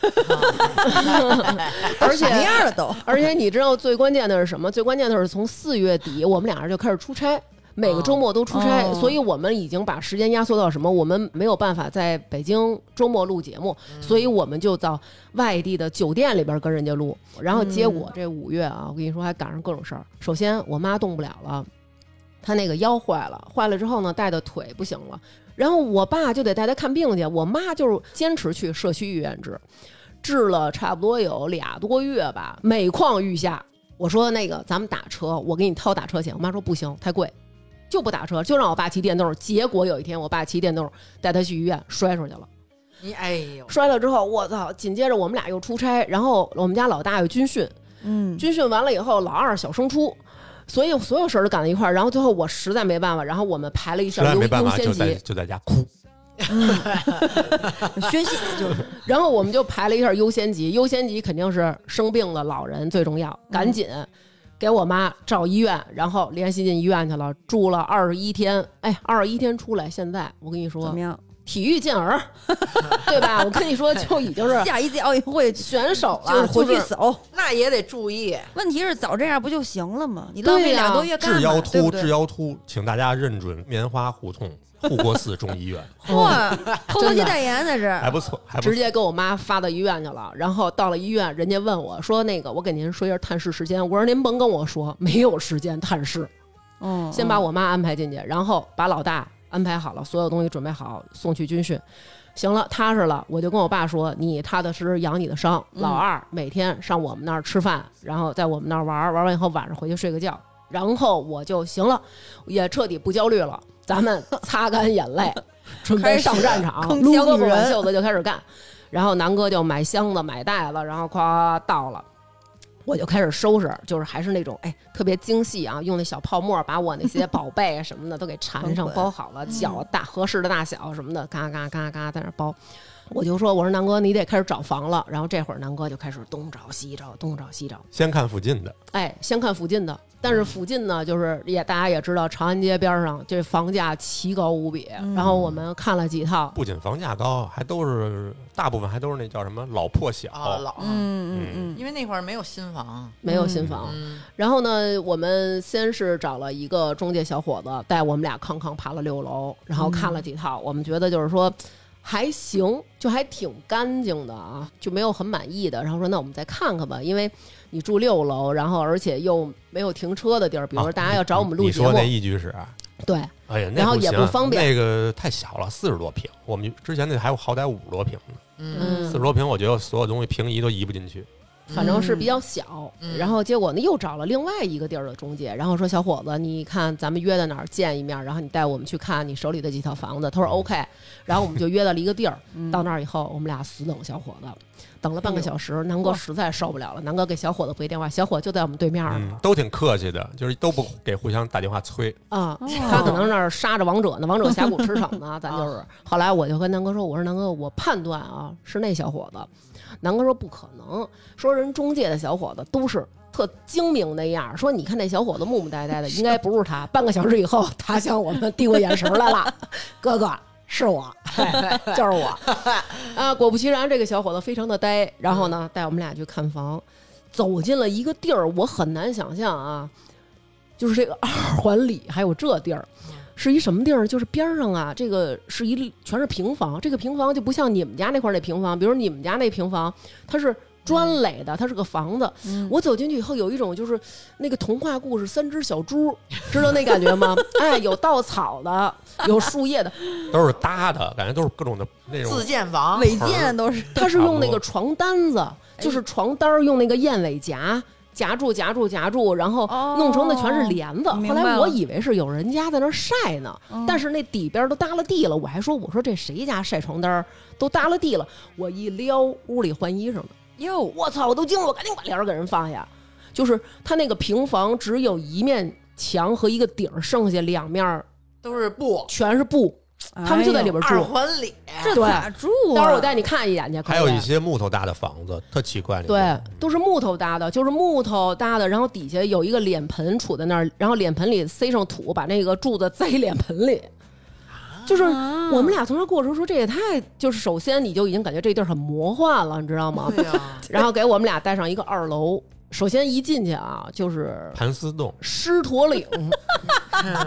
嗯嗯而且什么样了都？而且你知道最关键的是什么？最关键的是从四月底我们俩人就开始出差。每个周末都出差，哦所以我们已经把时间压缩到什么？我们没有办法在北京周末录节目，嗯所以我们就到外地的酒店里边跟人家录。然后结果这五月啊，我跟你说还赶上各种事儿。首先我妈动不了了，她那个腰坏了，坏了之后呢，带的腿不行了。然后我爸就得带她看病去，我妈就是坚持去社区医院治，治了差不多有俩多月吧，每况愈下。我说那个咱们打车，我给你掏打车钱。我妈说不行，太贵，就不打车，就让我爸骑电动。结果有一天我爸骑电动带她去医院摔出去了，你哎呦，摔了之后我操，紧接着我们俩又出差，然后我们家老大有军训，嗯， 军训完了以后老二小升初。所以所有事儿都赶在一块儿，然后最后我实在没办法，然后我们排了一实下在优没办优法就先在级，就在家哭。嗯 宣泄就是然后我们就排了一下优先级，优先级肯定是生病了老人最重要，嗯赶紧给我妈找医院，然后联系进医院去了，住了二十一天，哎，二十一天出来，现在我跟你怎说么样？体育 健儿，对吧？我跟你说，就已经是下一届奥运会选手就了，是回 就去是走。那也得注意。啊问题是早这样不就行了吗？你浪费对呀俩多月干嘛？治腰对突，不治对？腰突，请大家认准棉花胡同护国寺中医 院， 哇，偷偷真去的代言在这还儿，不错，还不直错。接给我妈发到医院去了。然后到了医院，人家问我说：“那个，我给您说一下探视时间。”我说：“您甭跟我说，没有时间探视，嗯，先把我妈安排进去，然后把老大安排好了，所有东西准备好，送去军训。”行了，踏实了，我就跟我爸说：“你踏踏实实养你的伤。老嗯二每天上我们那儿吃饭，然后在我们那儿玩儿，玩完以后晚上回去睡个觉。然后我就行了，也彻底不焦虑了。咱们擦干眼泪，准备上战场。铿锵撸胳女膊人挽袖子就开始干。然后南哥就买箱子、买袋子，然后夸到了，我就开始收拾，就是还是那种哎特别精细啊，用那小泡沫把我那些宝贝啊什么的都给缠上崩溃、包好了，脚大合适的大小什么的，嘎嘎嘎嘎在那包。我就说，我说南哥，你得开始找房了。然后这会儿南哥就开始东找西找，东找西找，先看附近的，哎，先看附近的。但是附近呢，就是也大家也知道，长安街边上这房价奇高无比。然后我们看了几套，不仅房价高，还都是大部分还都是那叫什么老破小，啊，老，嗯嗯嗯，因为那会儿没有新哦房，没有新房。嗯，然后呢，我们先是找了一个中介小伙子带我们俩康康爬了六楼，然后看了几套，我们觉得就是说还行，就还挺干净的啊，就没有很满意的。然后说那我们再看看吧，因为你住六楼，然后而且又没有停车的地儿，比如说啊大家要找我们录你节目，说那一居室啊，对，哎呀，那然后不也行不方便那个太小了，四十多平。我们之前那还有好歹五十多平呢，嗯四十多平，我觉得所有东西平移都移不进去。反正是比较小。嗯然后结果呢，又找了另外一个地儿的中介，然后说小伙子，你看咱们约在哪儿见一面，然后你带我们去看你手里的几套房子。他说 OK，然后我们就约到了一个地儿。嗯到那儿以后，我们俩死等小伙子，等了半个小时，南哥实在受不了了，南哥给小伙子拨一电话，小伙就在我们对面儿嗯呢，都挺客气的，就是都不给互相打电话催。啊。哦他可能那儿杀着王者呢，王者峡谷驰骋呢，咱就是。后来我就跟南哥说，我说南哥，我判断啊是那小伙子。南哥说不可能，说人中介的小伙子都是特精明那样儿，说你看那小伙子木木呆呆的，应该不是他。半个小时以后，他向我们递过眼神儿来了，哥哥。是我，就是我，啊！果不其然，这个小伙子非常的呆，然后呢，带我们俩去看房，走进了一个地儿，我很难想象啊，就是这个二环里还有这地儿，嗯是一什么地儿？就是边儿上啊，这个是一全是平房，这个平房就不像你们家那块儿那平房，比如你们家那平房，它是砖垒的，它是个房嗯子。我走进去以后，有一种就是那个童话故事《三只小猪》，知道那感觉吗？ 哎，有稻草的，有树叶 的，都是搭的，感觉都是各种的那种自建嗯房，违建都是它是用那差不个多床单哎子，就是床单儿用那个燕尾夹。夹住，夹住，夹住，然后哦弄成的全是帘子。明后白来我了以为是有人家在那儿晒呢，哦但是那底边儿都耷了地了。我还说，我说这谁家晒床单儿都耷了地了。我一撩，屋里换衣裳呢。哟，我操！我都惊了，我赶紧把帘儿给人放下。就是他那个平房只有一面墙和一个顶儿，剩下两面儿都是布，全是布，他们就哎在里边住。二环里，这咋住啊？待会儿我带你看一眼去。可还有以一些木头搭的房子，特奇怪。那对种，都是木头搭的，就是木头搭的，然后底下有一个脸盆杵在那儿，然后脸盆里塞上土，把那个柱子栽 脸盆里。啊就是我们俩从这儿过的时候说，这也太就是首先你就已经感觉这地儿很魔幻了，你知道吗？对啊呀， 然后给我们俩带上一个二楼，首先一进去啊，就是盘丝洞，狮驼 岭，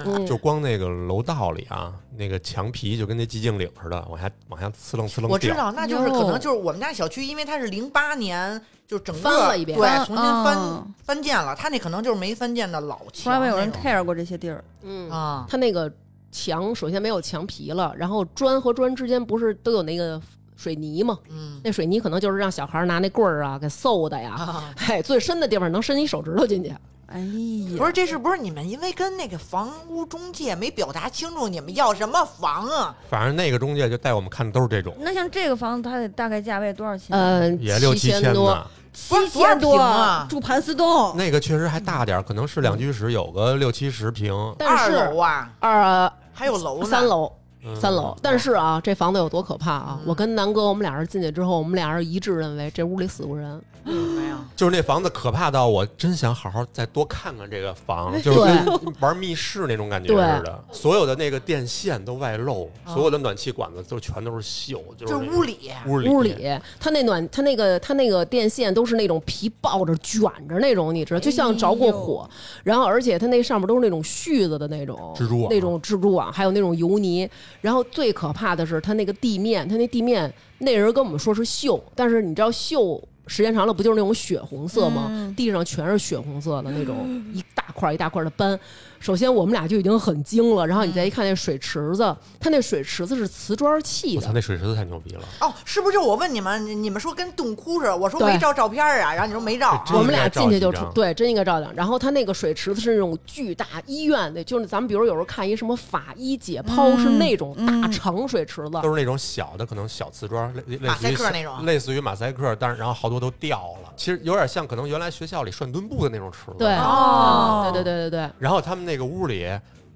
嗯就光那个楼道里啊，那个墙皮就跟那寂静岭似的，往下往下呲楞呲楞我知掉。道，那就是哟可能就是我们家小区，因为它是零八年就整个翻了一遍啊对，重新翻嗯翻建了，它那可能就是没翻建的老墙，从来没有人 care 过这些地儿，嗯啊，它那个墙首先没有墙皮了，然后砖和砖之间不是都有那个水泥吗？嗯那水泥可能就是让小孩儿拿那棍儿啊给搜的 呀，啊，嘿，最深的地方能伸你手指头 进去。哎呀，不是，这是不是你们因为跟那个房屋中介没表达清楚你们要什么房啊？反正那个中介就带我们看的都是这种，那像这个房子，它得大概价位多少钱？呃，也六七千多，呢。七不是多少千多，平啊住盘丝洞，那个确实还大点儿，可能是两居室，有个六七十平。但二楼是啊，二还有楼呢，三楼。嗯三楼，但是啊，这房子嗯有多可怕啊！我跟南哥，我们俩人进去之后，我们俩人一致认为这屋里死过人，为什么呀，呀？就是那房子可怕到我真想好好再多看看这个房，就是跟 玩密室那种感觉似的。所有的那个电线都外露，啊所有的暖气管子就全都是锈，就就是是那屋里，屋里屋里，它那暖，它那个它那个电线都是那种皮抱着卷着那种，你知道，就像着过火。然后，而且它那上面都是那种絮子的那种蜘蛛网那种蜘蛛网，还有那种油泥。然后最可怕的是它那个地面，它那地面那人跟我们说是锈，但是你知道锈。时间长了不就是那种血红色吗？地上全是血红色的那种， 一大块一大块的斑。首先我们俩就已经很惊了，然后你再一看那水池子，它那水池子是瓷砖砌我的操，，那水池子太牛逼了！哦，是不是？我问你们，你你们说跟洞窟似的，我说对没照照片啊，然后你说没照，这我们俩应该照进去就几出张对，真应该照亮。然后他那个水池子是那种巨大医院的，就是咱们比如有时候看一什么法医解嗯剖、是那种大长水池子，都是那种小的，可能小瓷砖，类类类马似赛于克那种啊类似于马赛克，但是然后好多都掉了，其实有点像可能原来学校里涮墩布的那种池子。对，哦嗯对对对对对，然后他们那个屋里，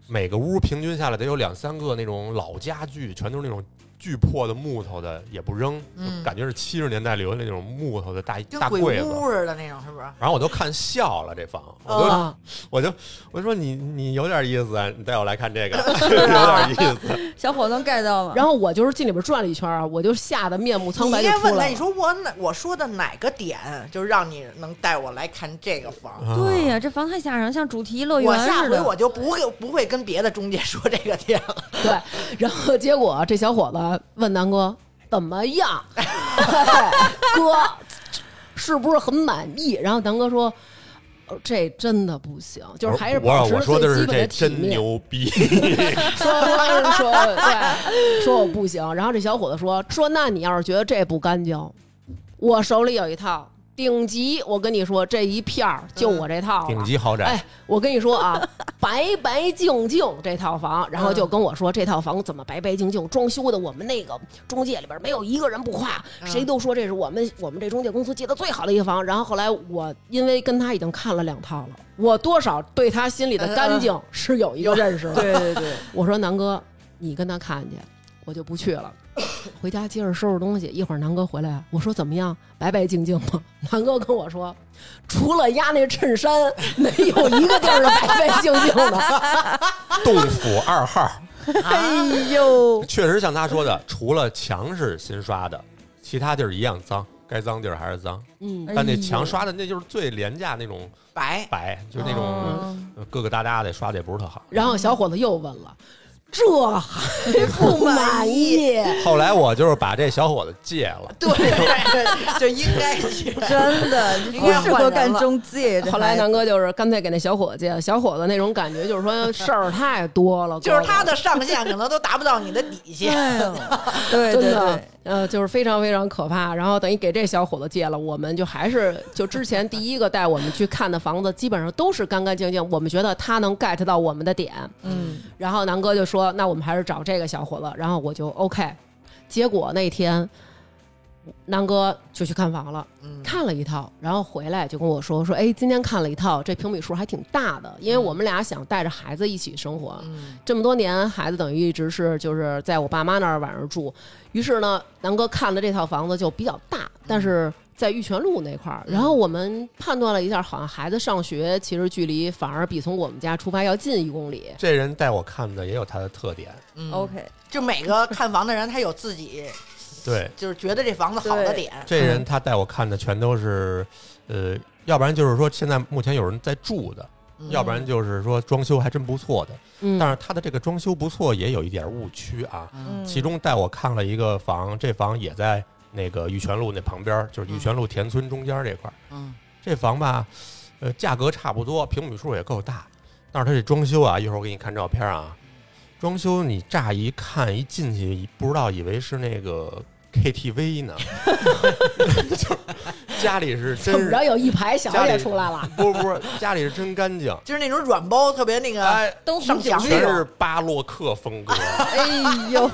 每个屋平均下来得有两三个那种老家具，全都是那种巨破的木头的，也不扔，嗯就感觉是七十年代留下那种木头的大跟大鬼柜子。屋似的那种，是不是？然后我都看笑了，这房，嗯我都、啊，我就我说你你有点意思，啊，你带我来看这个， 有点意思。小伙子能 get 到吗？然后我就是进里边转了一圈啊，我就吓得面目苍你白就应该出问他，来你了。说我哪我说的哪个点，就让你能带我来看这个哦房？对呀、啊这房太吓人了，像主题乐我园下似回的。我就不会不会跟别的中介说这个点了。对，然后结果这小伙子问南哥怎么样， 哥是不是很满意？然后南哥说。呃这真的不行， 就是还是我保持我说的最是基本这的体真面。牛 逼，说 说说对，说我不行。然后这小伙子说说，那你要是觉得这不干净，我手里有一套顶级，我跟你说这一片儿就嗯我这套了顶级豪宅。哎，我跟你说啊，白白净净这套房，然后嗯就跟我说这套房怎么白白净净装修的，我们那个中介里边没有一个人不夸，嗯谁都说这是我们我们这中介公司接的最好的一个房。然后后来我因为跟他已经看了两套了，我多少对他心里的嗯干净是有一个认识的。对对 对，我说南哥，你跟他看去，我就不去了。回家接着收拾东西，一会儿南哥回来，我说怎么样，白白净净吗？ 南哥跟我说，除了压那衬衫，没有一个地儿是白白净净的。 洞府二号，哎呦，确实像他说的，除了墙是新刷的，其他地儿一样脏，该脏地儿还是脏。嗯，但哎那墙刷的那就是最廉价那种白白，就是那种哦呃疙疙瘩瘩的，刷的也不是特好。然后小伙子又问了，这还不满意？后来我就是把这小伙子戒了，对， 就应该去。 真 的应不该适换合人干了中介。这后来孩子南哥就是干脆给那小伙子介，小伙子那种感觉就是说事儿太多了，就是哥哥他的上限可能都达不到你的底线，哎呦， 对真对的对，，呃，就是非常非常可怕。然后等于给这小伙子戒了，我们就还是就之前第一个带我们去看的房子，基本上都是干干净净。我们觉得他能 get 到我们的点，嗯，然后南哥就说：“那我们还是找这个小伙子。”然后我就 OK。结果那天，南哥就去看房了，嗯看了一套，然后回来就跟我说：“说哎，今天看了一套，这平米数还挺大的，因为我们俩想带着孩子一起生活。嗯这么多年，孩子等于一直是就是在我爸妈那儿晚上住。于是呢，南哥看的这套房子就比较大，但是。”在玉泉路那块儿，嗯然后我们判断了一下，好像孩子上学其实距离反而比从我们家出发要近一公里。这人带我看的也有他的特点， OK，嗯就每个看房的人他有自己对，就是觉得这房子好的点，这人他带我看的全都是，呃，要不然就是说现在目前有人在住的，要不然就是说装修还真不错的，嗯但是他的这个装修不错也有一点误区啊，嗯其中带我看了一个房，这房也在那个玉泉路那旁边儿，就是玉泉路田村中间这块儿。嗯，这房吧，呃，价格差不多，平米数也够大，但是它这装修啊，一会儿我给你看照片啊，装修你乍一看一进去，不知道以为是那个 KTV 呢， 就是家里是怎真么是着有一排小家姐里出来了？不是不是，家里是真干 净，就是那种软包特别那个啊哎，灯上红酒墙绿全那是种，巴洛克风格， 哎 呦，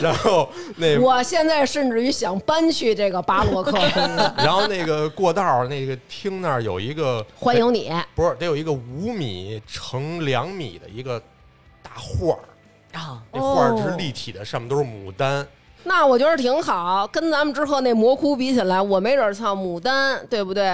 然后那我现在甚至于想搬去这个巴洛克 风格。然后那个过道儿那个厅那儿有一个欢迎你，不是得有一个五米乘两米的一个大画儿，啊那画儿哦是立体的，上面都是牡丹。那我觉得挺好，跟咱们之后那魔窟比起来，我没准儿操牡丹，对不对？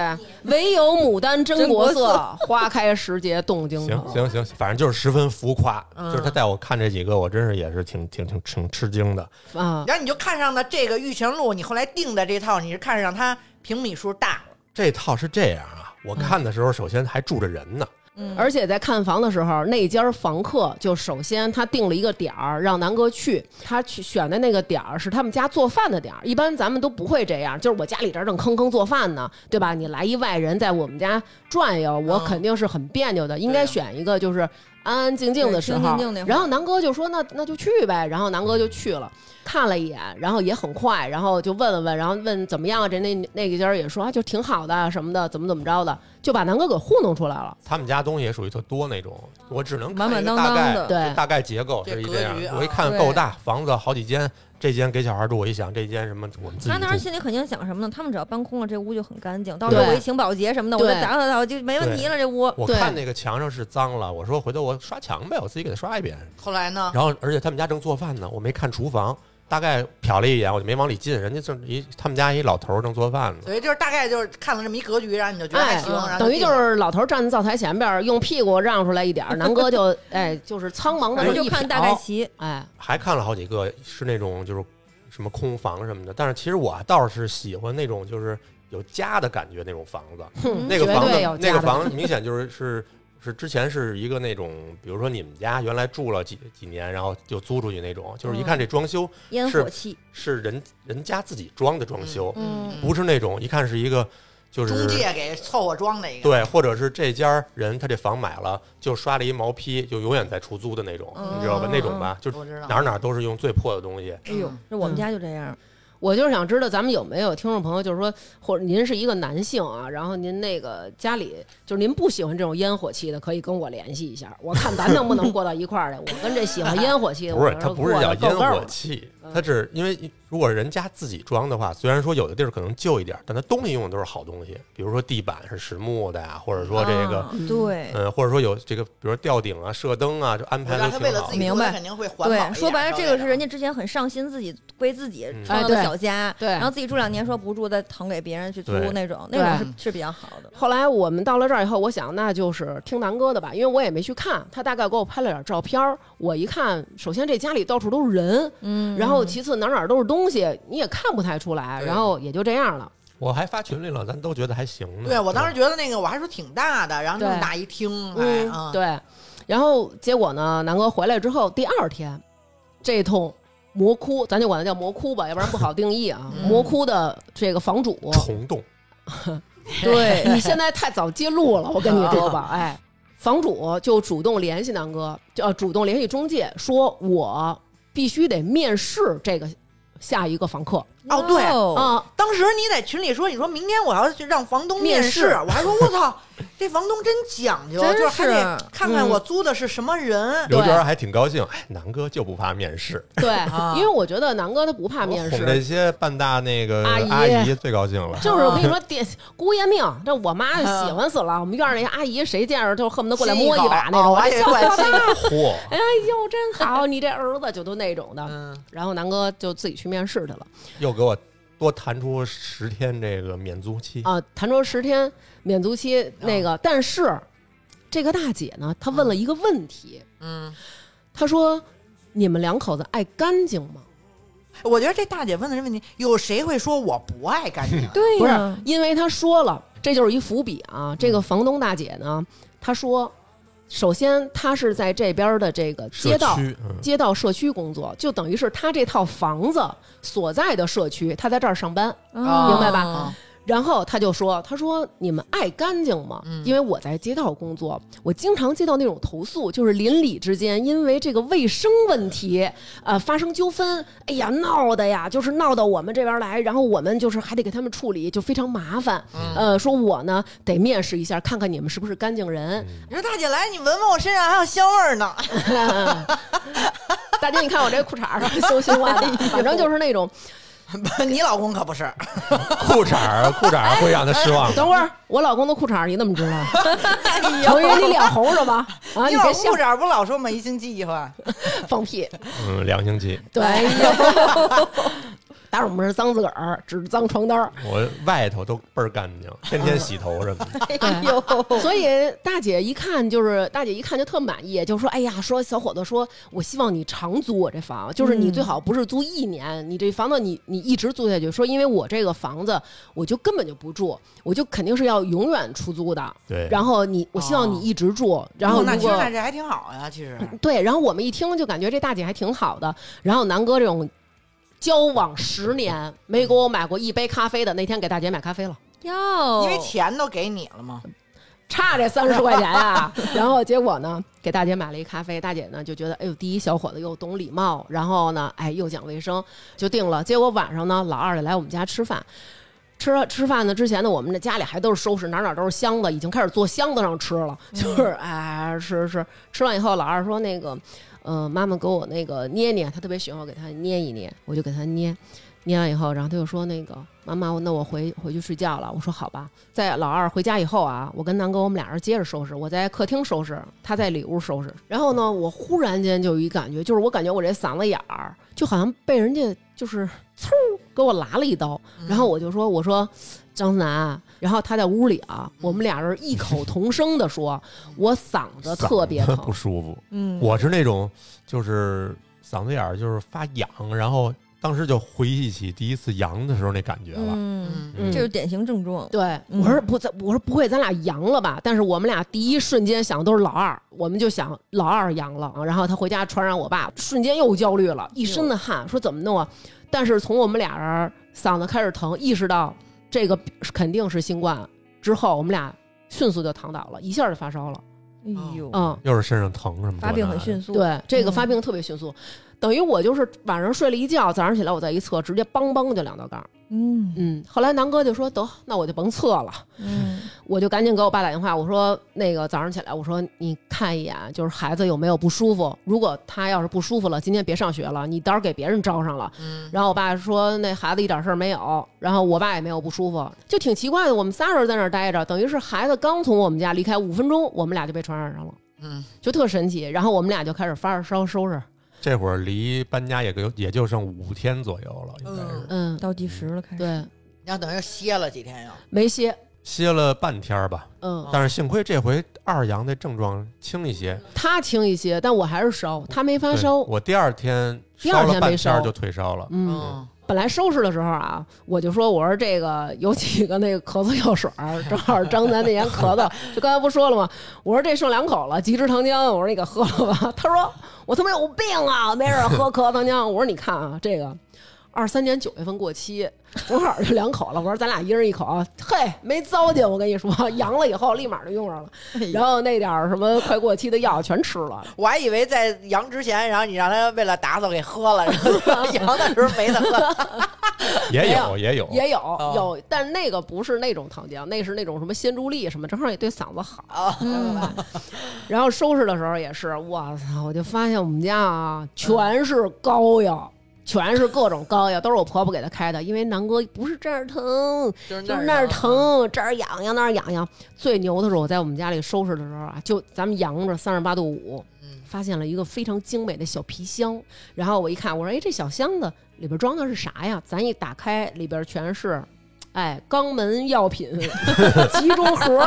唯有牡丹真国真国色，花开时节动京行哦城。行行，反正就是十分浮夸，嗯就是他带我看这几个，我真是也是挺挺挺挺吃惊的。啊，然后你就看上了这个玉泉路，你后来定的这套，你是看上它平米数大了，这套是这样啊，我看的时候首先还住着人呢，嗯而且在看房的时候，那家房客就首先他定了一个点儿让南哥去，他去选的那个点儿是他们家做饭的点儿。一般咱们都不会这样，就是我家里这儿正吭吭做饭呢，对吧？你来一外人在我们家转悠，我嗯肯定是很别扭的。应对该呀选一个就是安安静静的对时清候静静那会。儿然后南哥就说：“那那就去呗。”然后南哥就去了。看了一眼，然后也很快，然后就问了问，然后问怎么样啊？这那那个家儿也说啊，就挺好的啊什么的，怎么怎么着的，就把南哥给糊弄出来了。他们家东西也属于特多那种，我只能看满满一个当大概当的对就大概结构是一这样这格局。啊我一看够大，房子好几间，这间给小孩住，我一想这间什么我们自己他当时住。心里肯定想什么呢？他们只要搬空了，这屋就很干净。到时候我一请保洁什么的，我就对打扫打扫就没问题了。这屋我对看那个墙上是脏了，我说回头我刷墙呗，我自己给它刷一遍。后来啊呢？然后而且他们家正做饭呢，我没看厨房，大概瞟了一眼，我就没往里进。人家正一他们家一老头儿正做饭呢，所以就是大概就是看了这么一格局，然后哎你就觉得还行，嗯然后哎等于定就了是老头站在灶台前边儿，用屁股让出来 一点儿，南哥就哎，就是苍茫的反正就一看瞟大概齐。哎，还看了好几个是那种就是什么空房什么的，但是其实我倒是喜欢那种就是有家的感觉那种房子。 嗯哼那个房绝子对有，那家个的房子明显就是 是是之前是一个那种，比如说你们家原来住了几几年，然后就租出去那种，就是一看这装修烟火气，是人人家自己装的装修，嗯不是那种一看是一个就中是介给凑合装的一个，对，或者是这家人他这房买了就刷了一毛坯，就永远在出租的那种，嗯你知道吧？那种吧，就哦我知道哪儿哪儿都是用最破的东西。哎嗯呦，这我们家就这样。我就是想知道咱们有没有听众朋友，就是说，或者您是一个男性啊，然后您那个家里就是您不喜欢这种烟火气的，可以跟我联系一下，我看咱能不能过到一块儿去。我跟这喜欢烟火气的， 不是，我它说哎不是过得叫烟够够火了气嗯，它只因为如果人家自己装的话，虽然说有的地儿可能旧一点，但它东西用的都是好东西，比如说地板是实木的呀，或者说这个，哦啊对嗯，或者说有这个，比如说吊顶啊、射灯啊，就安我排知道的挺他好为了自己的。明住他白肯定会环保一对点。，说白了，这个是人家家之前很上心自己归自己嗯创造哎的对小家，对然后自己住两年说不住，再腾给别人去租对那种，那种对是是比较好的。后来我们到了这儿以后，我想那就是听南哥的吧，因为我也没去看，他大概给我拍了点照片儿。我一看，首先这家里到处都是人，嗯，然后其次哪儿哪儿都是东西，你也看不太出来，对然后也就这样了。我还发群里了，咱都觉得还行呢。对我当时觉得那个我还说挺大的，然后这么对大一厅，哎嗯，啊，。对。然后结果呢，南哥回来之后第二天，这通魔窟，咱就管它叫魔窟吧，要不然不好定义啊嗯魔窟的这个房主，虫洞，对， 你现在太早揭露了，我跟你说 吧，哎，房主就主动联系南哥，就呃主动联系中介，说我必须得面试这个下一个房客哦对啊、哦当时你在群里说，你说明天我要去让房东面面我还说我操，这房东真讲究，真就是还得是看看嗯我租的是什么人。刘娟还挺高兴，哎，南哥就不怕面试，对啊，因为我觉得南哥他不怕我面哄这试。些半大那个阿姨阿姨最高兴 了。就是我跟你说，爹姑爷命，这我妈喜欢死了。我们院儿那些阿姨，谁见着就恨不得过来摸一把那哦种。我哎还以为呦，过来亲一口嚯， 哎呦，真好，你这儿子就都那种的。嗯，然后南哥就自己去面试去了。又给我多弹出十天这个免租期。啊，谈说十天免租期那个，但是这个大姐呢，她问了一个问题，嗯，她说：“你们两口子爱干净吗我觉得这大姐问的这问题，有谁会说我不爱干净？啊对？”不是哎呀，，因为她说了，这就是一伏笔啊。这个房东大姐呢，她说，首先她是在这边的这个街道社。区，嗯街道社区工作，就等于是她这套房子所在的社区，她在这儿上班，哦明白吧啊然后他就说：“他说你们爱干净吗？因为我在街道工作，我经常接到那种投诉，就是邻里之间因为这个卫生问题，呃，发生纠纷。哎呀，闹的呀，就是闹到我们这边来，然后我们就是还得给他们处理，就非常麻烦。呃，说我呢得面试一下，看看你们是不是干净人。你说大姐来，你闻闻我身上还有香味儿呢。啊大姐，你看我这裤衩儿修修完了，反正就是那种。你老公可不是，啊裤衩儿裤衩儿会让他失望的。等会儿，我老公的裤衩儿你怎么知道？成人你脸红了吧？啊，哎你你老别公笑裤，衩不老说每一星期一换，放屁！嗯，两星期，对，哎呦 打肿门脏自个儿，只脏床单儿。我外头都倍儿干净，天天洗头什么的。嗯哎呦，所以大姐一看就是大姐一看就特满意，就说：“哎呀，说小伙子说，我希望你长租我这房，就是嗯你最好不是租一年，你这房子你你一直租下去。说因为我这个房子我就根本就不住，我就肯定是要永远出租的。对然后你我希望你一直住，然后哦那如其实果那这还挺好呀，其实对，然后我们一听就感觉这大姐还挺好的。然后南哥这种交往十年没给我买过一杯咖啡的，那天给大姐买咖啡了。”哟，哦因为钱都给你了嘛，差这三十块钱啊！ 然后结果呢，给大姐买了一咖啡，大姐呢就觉得，哎呦，第一小伙子又懂礼貌，然后呢，哎又讲卫生，就定了。结果晚上呢，老二就来我们家吃饭。吃了吃饭呢之前呢，我们这家里还都是收拾，哪哪都是箱子，已经开始坐箱子上吃了。就是哎，吃吃吃完以后，老二说那个，呃，妈妈给我那个捏捏，他特别喜欢我给他捏一捏，我就给他捏。捏完以后，然后他就说：“那个妈妈，那我回回去睡觉了。”我说：“好吧。”在老二回家以后啊，我跟南哥我们俩人接着收拾，我在客厅收拾，他在里屋收拾。然后呢，我忽然间就有一感觉，就是我感觉我这嗓子眼儿就好像被人家就是嗖给我拉了一刀。嗯然后我就说：“我说张思南啊。”然后他在屋里啊，我们俩人异口同声的说：“我嗓子特别疼嗓子， 不舒服。嗯，我是那种就是嗓子眼儿就是发痒，然后当时就回忆起第一次阳的时候那感觉了。嗯，嗯，嗯这是典型症状。对，嗯我说不，咱我说不会，咱俩阳了吧？但是我们俩第一瞬间想都是老二，我们就想老二阳了啊。然后他回家传染我爸，瞬间又焦虑了，一身的汗，说怎么弄啊？但是从我们俩人嗓子开始疼，意识到这个肯定是新冠之后，我们俩迅速就躺倒了，一下就发烧了。哎呦，嗯，又是身上疼什么的，发病很迅速。，对，这个发病特别迅速，等于我就是晚上睡了一觉，早上起来我再一测，直接梆梆就两道杠。嗯嗯，后来南哥就说得，那我就甭测了。嗯，我就赶紧给我爸打电话，我说那个早上起来，我说你看一眼，就是孩子有没有不舒服。如果他要是不舒服了，今天别上学了，你到时候给别人招上了。嗯然后我爸说那孩子一点事儿没有，然后我爸也没有不舒服，就挺奇怪的。我们仨人在那儿待着，等于是孩子刚从我们家离开五分钟，我们俩就被传染上了，嗯，就特神奇。然后我们俩就开始发着烧收拾，这会儿离搬家也就也就剩五天左右了，应该是、嗯，倒计时了，开始。对，然后等于歇了几天又，没歇，歇了半天儿吧。嗯，哦但是幸亏这回二阳的症状轻一些，他轻一些，但我还是烧，他没发对烧，我第二天第二烧了天没半天儿烧就退烧了。嗯。嗯本来收拾的时候啊，我就说我说这个有几个那个咳嗽药水儿，正好张楠那年咳嗽， 就刚才不说了吗？我说这剩两口了，极致糖浆，我说你给喝了吧。他说我他妈有病啊，没事儿喝咳嗽糖浆。我说你看啊，这个二三年九月份过期，正好就两口了。我说咱俩一人一口啊，嘿，没糟践，我跟你说， 阳了以后立马就用上了，然后那点儿什么快过期的药全吃了。我还以为在阳之前，然后你让他为了打扫给喝 了，然后阳的时候没得喝。也没有有也有，也有、有，但是那个不是那种糖浆，那是那种什么鲜竹沥什么，正好也对嗓子好。嗯，然后收拾的时候也是，我操！我就发现我们家啊，全是膏药，全是各种膏药，都是我婆婆给她开的。因为南哥不是这儿疼，就是就是嗯那儿，疼，这儿痒痒，那儿痒痒。最牛的是我在我们家里收拾的时候啊，就咱们阳着三十八度五，嗯发现了一个非常精美的小皮箱。然后我一看，我说：“哎，这小箱子里边装的是啥呀？”咱一打开，里边全是。哎，肛门药品 集中盒，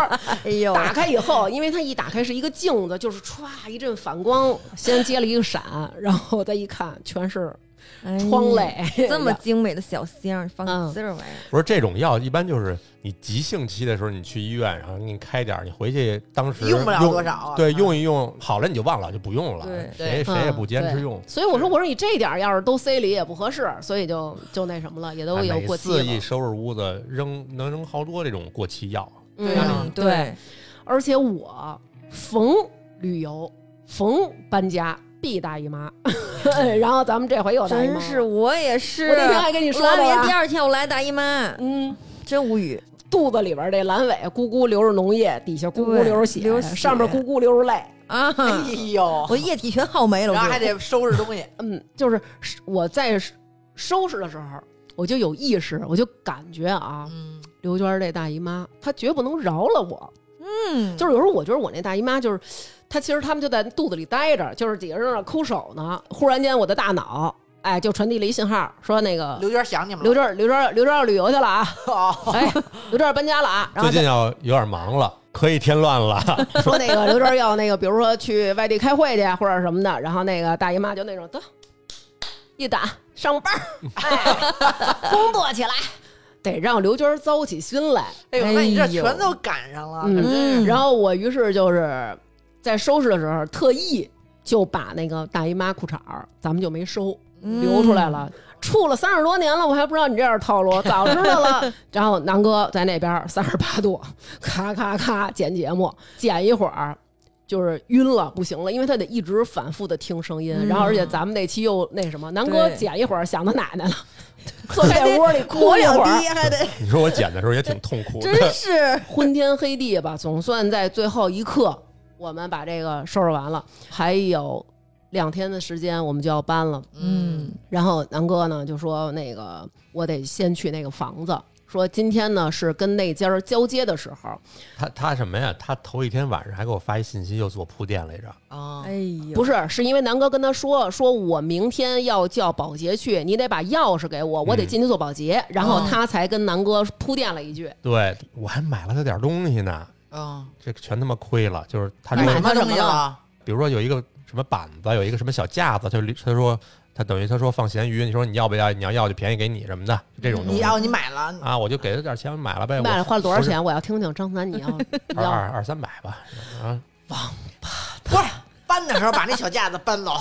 哎呦，打开以后，因为它一打开是一个镜子，就是歘一阵反光，先接了一个闪，然后再一看全是哎窗类，这么精美的小箱，放嗯这玩意儿，不是这种药，一般就是你急性期的时候，你去医院，然后给你开点儿，你回去当时用不了多少啊对，嗯用一用好了你就忘了，就不用了，对对谁谁也不坚持用。所以我说，我说你这点儿要是都塞里也不合适，所以就就那什么了，也都哎有每过期次一了。收拾屋子扔能扔好多这种过期药，嗯嗯，对，而且我逢旅游、逢搬家必大姨 妈，然后咱们这回又大姨真妈了，是我也是。我那天还跟你说来呢年吧第二天我来大姨妈，嗯。真无语。肚子里边这阑尾咕咕流着脓液，底下咕咕对流着血，流血上面咕咕流着泪，啊！哎呦，我液体全耗没了，然我后这还得收拾东西，嗯，就是我在收拾的时候，我就有意识，我就感觉啊，嗯，刘娟儿这大姨妈，她绝不能饶了我。嗯，就是有时候我觉得我那大姨妈就是，她其实他们就在肚子里待着，就是几个人在那儿抠手呢。忽然间，我的大脑哎就传递了一信号，说那个刘娟想你们刘了，娟儿，刘娟儿，刘娟儿要旅游去了啊！哦哎，刘娟儿搬家了啊！然后最近要有点忙了，可以添乱了。就说那个刘娟儿要那个，比如说去外地开会去或者什么的，然后那个大姨妈就那种得一打上班儿，哎，工作起来，得让刘娟儿糟起心来。哎呦，那你这哎呦全都赶上了，嗯可真是然后我于是就是在收拾的时候，特意就把那个大姨妈裤衩儿咱们就没收，嗯留出来了。处了三十多年了，我还不知道你这样 套路，早知道了。然后南哥在那边三十八度，咔咔咔剪节目，剪一会儿就是晕了，不行了，因为他得一直反复的听声音，嗯然后而且咱们那期又那什么，南哥对剪一会儿想他奶奶了，坐被窝里哭我一两会儿，滴还得， 你说我剪的时候也挺痛 苦真的，是昏天黑地吧，总算在最后一刻，我们把这个收拾完了，还有两天的时间，我们就要搬了。嗯，然后南哥呢就说：“那个我得先去那个房子，说今天呢是跟那家儿交接的时候，他他什么呀？他头一天晚上还给我发一信息，又做铺垫来着。嗯啊，呀不是是因为南哥跟他说，说我明天要叫保洁去，你得把钥匙给我，我嗯得进去做保洁。然哦后他才跟南哥铺垫了一句，对我还买了他点东西呢，啊，这全他妈亏了。就是他哎买说什他么什东么西了了？比如说有一个什么板子，有一个什么小架子，他就他说他等于他说放咸鱼，你说你要不要？你要要就便宜给你什么的这种东你哦西要你买了，啊，我就给他点钱买了呗，卖了我花了多少不是钱？我要听听张楠， 你要你二要二二三百吧啊，不是搬的时候把那小架子搬走，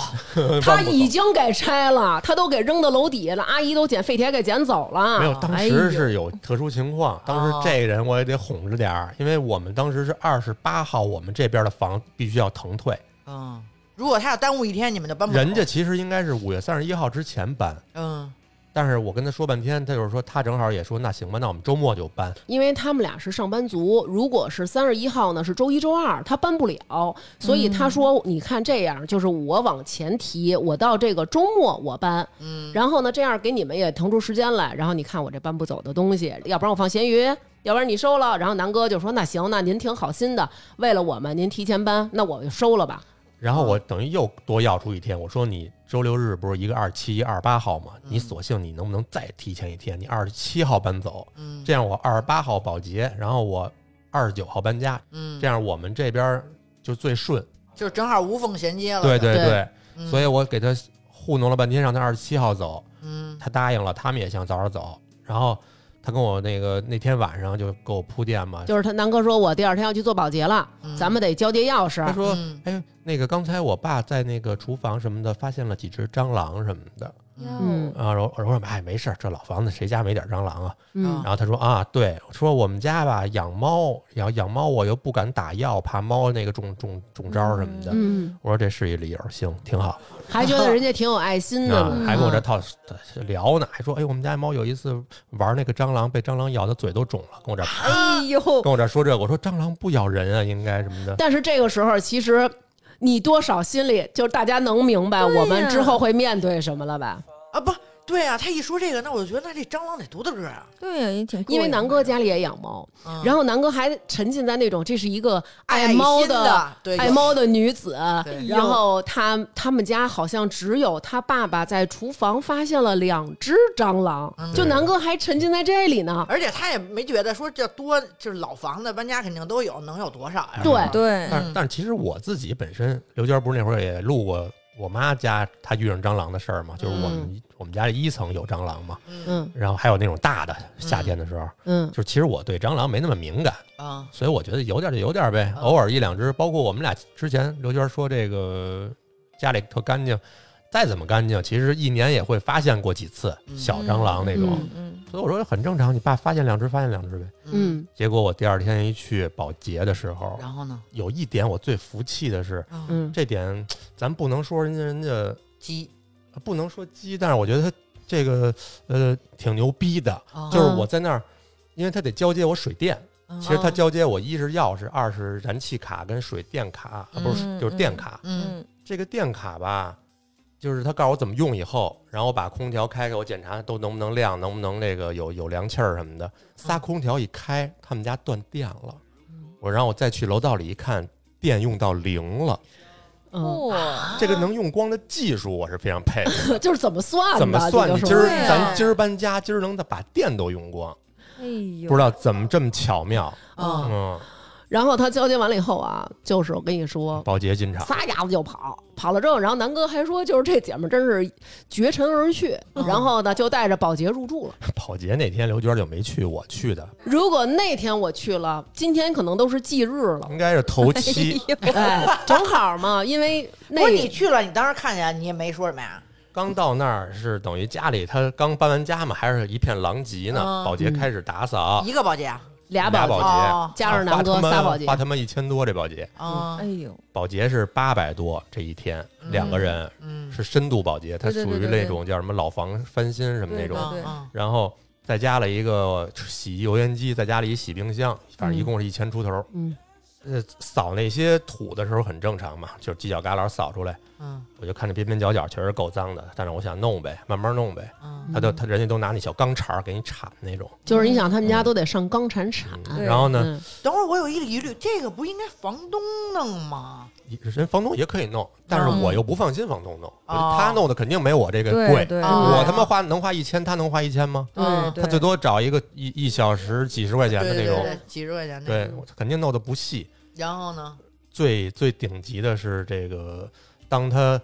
他已经给拆了，他都给扔到楼底下了，阿姨都捡废铁给捡走了。没有，当哎呦时是有特殊情况，当哦时这人我也得哄着点儿，因为我们当时是二十八号，我们这边的房必须要腾退，嗯，如果他要耽误一天，你们就搬不走人家，其实应该是五月三十一号之前搬，嗯，但是我跟他说半天，他就是说他正好也说那行吧，那我们周末就搬，因为他们俩是上班族，如果是三十一号呢，是周一周二，他搬不了，所以他说：“你看这样，就是我往前提，我到这个周末我搬，嗯，然后呢，这样给你们也腾出时间来，然后你看我这搬不走的东西，要不然我放咸鱼，要不然你收了。”然后南哥就说：“那行，那您挺好心的，为了我们您提前搬，那我就收了吧。然后我啊等于又多要出一天，我说你周六日不是一个二七一二八号吗？嗯你索性你能不能再提前一天，你二十七号搬走，嗯这样我二十八号保洁，然后我二十九号搬家，嗯，这样我们这边就最顺。就正好无缝衔接了，对对对对，嗯所以我给他糊弄了半天，让他二十七号走，嗯他答应了，他们也想早点走。然后他跟我那个那天晚上就给我铺垫嘛”，就是他南哥说：“我第二天要去做保洁了，嗯咱们得交接钥匙。”他说嗯：“哎，那个刚才我爸在那个厨房什么的发现了几只蟑螂什么的嗯啊。”然后我说：“哎，没事儿，这老房子谁家没点蟑螂啊？”嗯然后他说：“啊，对，说我们家吧养猫，养养猫我又不敢打药，怕猫那个中中中招什么的。嗯，我说：“这是一理由，行，挺好。”还觉得人家挺有爱心的啊呢，，还跟我这套聊呢，还说哎，我们家猫有一次玩那个蟑螂，被蟑螂咬的嘴都肿了，跟我这哎呦，跟我这说这个，我说蟑螂不咬人啊，应该什么的。但是这个时候，其实你多少心里就是大家能明白对呀我们之后会面对什么了吧？啊不对啊，他一说这个，那我就觉得那这蟑螂得多大个儿啊？对呀，也挺因为南难哥家里也养猫，嗯然后南哥还沉浸在那种这是一个爱心猫的，对，爱有猫的女子对，然后他他们家好像只有他爸爸在厨房发现了两只蟑螂，就南哥还沉浸在这里呢。而且他也没觉得说这多，就是老房子搬家肯定都有，能有多少呀？对对，但是但是其实我自己本身，刘娟不是那会儿也录过我妈家她遇上蟑螂的事儿嘛，就是我们、我们家一层有蟑螂嘛，嗯然后还有那种大的，夏天的时候，嗯，就是其实我对蟑螂没那么敏感，啊，所以我觉得有点就有点呗，偶尔一两只。包括我们俩之前，刘娟说这个家里特干净，再怎么干净，其实一年也会发现过几次小蟑螂那种。嗯嗯，所以我说很正常，你爸发现两只，发现两只呗。嗯，结果我第二天一去保洁的时候，然后呢？有一点我最服气的是，啊，嗯，这点咱不能说人家人家鸡不能说鸡，但是我觉得他这个呃挺牛逼的，哦啊就是我在那儿，因为他得交接我水电。嗯其实它交接我一是钥匙，二是燃气卡跟水电卡，啊、不是嗯就是电卡。嗯嗯这个电卡吧，就是他告诉我怎么用以后，然后我把空调开开，我检查都能不能亮，能不能那个有有凉气儿什么的。仨空调一开，他们家断电了。嗯我让我再去楼道里一看，电用到零了。嗯，哇，这个能用光的技术，我是非常佩服的。就是怎么算的？怎么算？这你就今是儿对啊咱今儿搬家，今儿能把电都用光，哎呦，不知道怎么这么巧妙。啊。嗯，然后他交接完了以后啊，就是我跟你说，嗯保洁进场，撒丫子就跑，跑了之后，然后南哥还说，就是这姐们儿真是绝尘而去，嗯然后呢就带着保洁入住了。保洁那天刘娟就没去，我去的，如果那天我去了，今天可能都是忌日 了，应该是头七。哎，正好嘛，因为不那是你去了，你当时看见你也没说什么呀？刚到那儿是等于家里他刚搬完家嘛，还是一片狼藉呢。嗯保洁开始打扫，一个保洁啊，俩俩保保洁洁啊哦加上南哥花他妈仨保洁花他妈一千多这保洁，嗯啊哎呦，保洁是八百多这一天，两个人嗯，是深度保洁，他对对属对于对对那种叫什么老房翻新什么那对种的，嗯嗯然后再加了一个洗油烟机，再加了一洗冰箱，反正一共是一千出头。嗯，呃，扫那些土的时候很正常嘛，就是犄角旮旯扫出来，嗯我就看着边边角角确实够脏的，但是我想弄呗，慢慢弄呗。嗯他都他人家都拿那小钢铲儿给你铲那种，就是你想他们家都得上钢铲铲，对然后呢，嗯等会儿我有一个疑虑，这个不应该房东弄吗？人房东也可以弄，但是我又不放心房东弄，我哦就他弄的肯定没我这个对贵。对，啊我他妈花能花一千，他能花一千吗？对对，他最多找一个一一小时几十块钱的对那对种，对，几十块钱那对种。我肯定弄得不细。然后呢？最最顶级的是这个，当他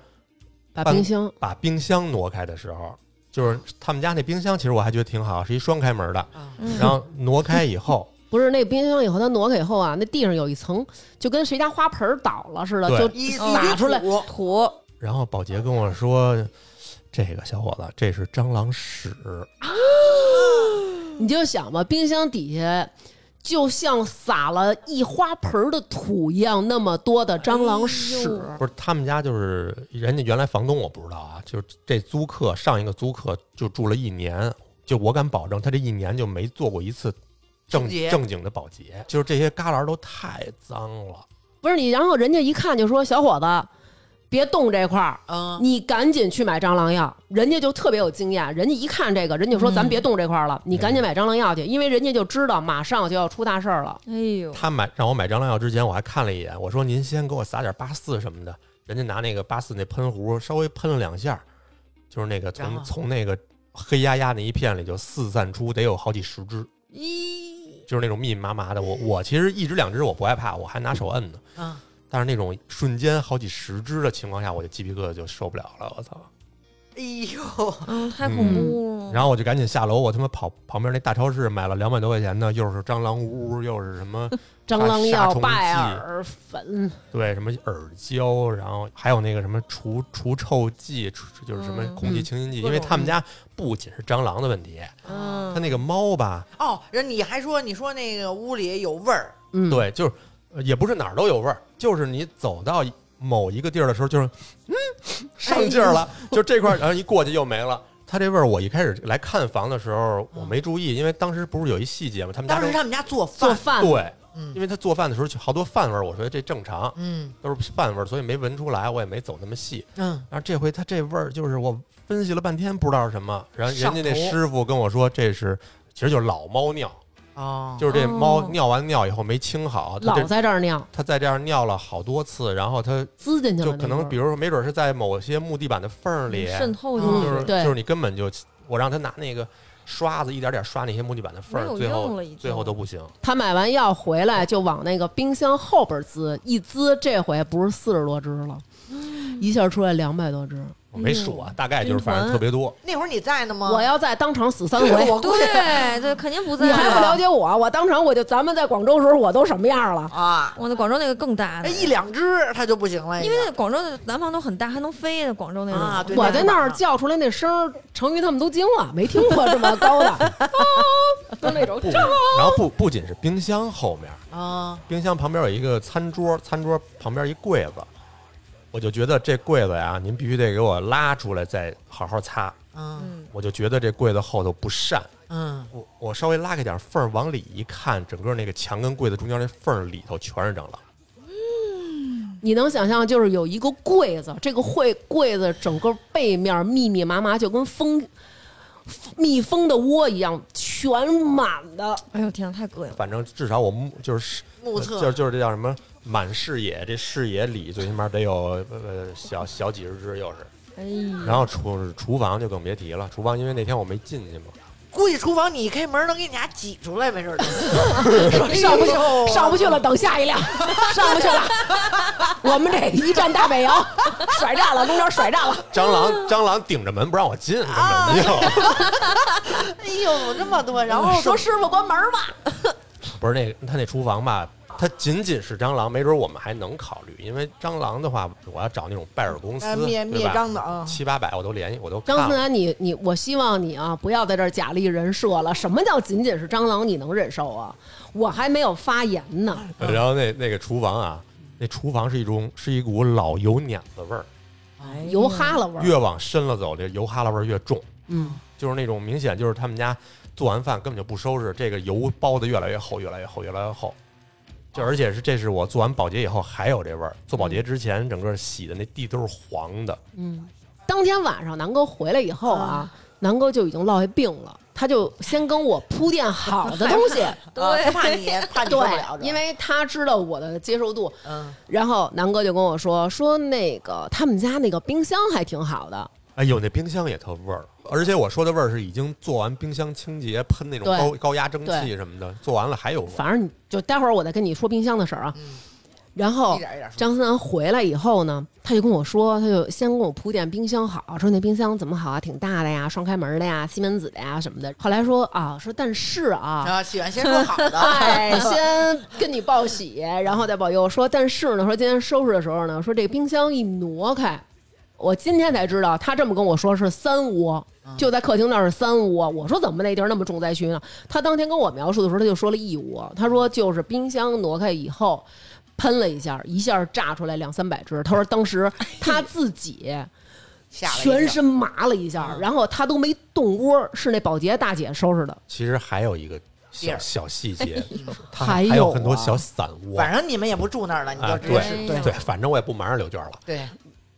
把办冰箱把冰箱挪开的时候，就是他们家那冰箱，其实我还觉得挺好，是一双开门的。啊，嗯然后挪开以后，不是那冰箱以后，他挪开以后啊，那地上有一层就跟谁家花盆儿倒了似的，对就一撒出来一股土然后保洁跟我说：“这个小伙子，这是蟑螂屎。你就想吧，冰箱底下就像撒了一花盆儿的土一样，那么多的蟑螂屎。哎不是他们家就是人家原来房东我不知道啊，就是这租客上一个租客就住了一年，就我敢保证他这一年就没做过一次正清洁正经的保洁，就是这些旮旯都太脏了。不是你，然后人家一看就说：“小伙子，别动这块儿，嗯，你赶紧去买蟑螂药。”人家就特别有经验，人家一看这个，人就说：“咱别动这块儿了，你赶嗯紧买蟑螂药去，因为人家就知道马上就要出大事儿了。呦，哎嗯呦，他买让我买蟑螂药之前，我还看了一眼，我说您先给我撒点八四什么的，人家拿那个八四那喷壶稍微喷了两下，就是那个然后从从那个黑压压那一片里就四散出得有好几十只，一就是那种密密麻麻的。我我其实一只两只我不害怕，我还拿手摁呢。嗯，但是那种瞬间好几十只的情况下，我就鸡皮疙瘩就受不了了，我操！哎呦，嗯，太恐怖了。然后我就赶紧下楼，我他妈跑旁边那大超市买了两百多块钱的，又是蟑螂屋，又是什么蟑螂杀药、虫剂啊拜耳粉，对，什么耳胶，然后还有那个什么除除臭剂，除就是什么嗯空气清新剂。嗯因为他们家不仅是蟑螂的问题，嗯，他那个猫吧，哦，人你还说你说那个屋里有味儿，嗯，，对，就是呃也不是哪儿都有味儿，就是你走到某一个地儿的时候，就是嗯上劲儿了，就这块儿，然后一过去又没了。他这味儿，我一开始来看房的时候我没注意，因为当时不是有一细节嘛，他们家当都时他们家做饭，做饭对，嗯因为他做饭的时候就好多饭味儿，我觉得这正常，嗯都是饭味儿，所以没闻出来，我也没走那么细。嗯，然后这回他这味儿就是我分析了半天不知道是什么，然后人家上那头师傅跟我说这是其实就是老猫尿，哦，就是这猫哦尿完尿以后没清好，它老这在这儿尿，它再这样尿了好多次，然后它滋进去了那就会儿，可能比如说没准是在某些木地板的缝儿里，渗透嗯进就去是嗯对就是你根本就我让他拿那个刷子一点点刷那些木地板的没缝儿，有最用后了已经最后都不行，他买完药回来就往那个冰箱后边滋，一滋这回不是四十多只了，一下出来两百多只。我没数啊，大概就是反正特别多。那会儿你在呢吗？我要再当场死三对回，我估计哦对对，肯定不在。你还不了解我？我当场我就咱们在广州时候我都什么样 了？啊，我那广州那个更大哎那的，一两只它就不行了，哎因为那广州的南方都很大，还能飞的。广州那种啊对我在那儿叫出来那声儿，成语他们都惊了，没听过这么高 的，就那种不，然后不不仅是冰箱后面，啊，冰箱旁边有一个餐桌，餐桌旁边一柜子，我就觉得这柜子呀，您必须得给我拉出来再好好擦。嗯嗯，我就觉得这柜子后头不善，嗯，我我稍微拉开点缝儿往里一看，整个那个墙跟柜子中间那缝儿里头全是蟑螂。你能想象，就是有一个柜子，这个柜柜子整个背面密密麻麻，就跟蜂蜜蜂的窝一样，全满的。哎呦天啊，太膈应了！反正至少我目就是目测就是就是这叫什么满视野，这视野里最起码得有呃小小几十只，又是。哎嗯呀，然后厨厨房就更别提了，厨房因为那天我没进去嘛，估计厨房你一开门能给你家挤出来没事儿。上不去，上不去了，等下一辆，哎 上不去了。 我们这一站大北 洋，甩站了，中间甩 站了。蟑螂蟑螂顶着门不让我进，根本啊就哎呦，这么多，然后说师傅关门吧，不是那他那厨房吧。它仅仅是蟑螂，没准我们还能考虑，因为蟑螂的话，我要找那种拜耳公司，呃灭对灭吧？蟑的啊，七八百我都联系，我都看张思了。楠，你你，我希望你啊，不要在这儿假立人设了。什么叫仅仅是蟑螂你能忍受啊？我还没有发言呢。然后那那个厨房啊，那厨房是一种是一股老油碾子味儿，油哈喇味儿，越往深了走，这油哈喇味儿越重，嗯，就是那种明显就是他们家做完饭根本就不收拾，这个油包的越来越厚，越来越厚，越来越厚。就而且是这是我做完保洁以后还有这味儿，做保洁之前整个洗的那地都是黄的，当天晚上南哥回来以后啊，南哥就已经落下病了，他就先跟我铺垫好的 东西，啊他怕你怕你受不了，对，因为他知道我的接受度，嗯，然后南哥就跟我说说那个他们家那个冰箱还挺好的，哎呦那冰箱也特味儿，而且我说的味儿是已经做完冰箱清洁喷那种对高高压蒸对汽什么的，做完了还有味儿。反正你就待会儿我再跟你说冰箱的事儿啊。然后嗯一点一点说张思楠回来以后呢，他就跟我说，他就先跟我铺垫冰箱好，说那冰箱怎么好啊，挺大的呀，双开门的呀，西门子的呀什么的。后来说啊，说但是啊，啊，喜欢先说好的， 哎，先跟你报喜，然后再报忧。说，但是呢，说今天收拾的时候呢，说这个冰箱一挪开，我今天才知道他这么跟我说是三窝，就在客厅那儿是三窝。我说怎么那地儿那么重灾区呢？他当天跟我描述的时候，他就说了一窝，他说就是冰箱挪开以后。喷了一下，一下炸出来两三百只。他说当时他自己吓了一全跳身麻了一下，然后他都没动窝，是那保洁大姐收拾的。其实还有一个地小儿小细节，它哎还嗯还有有很多啊小散窝。反正你们也不住那儿了，你就啊，直接对是对对，反正我也不瞒着刘娟了。对，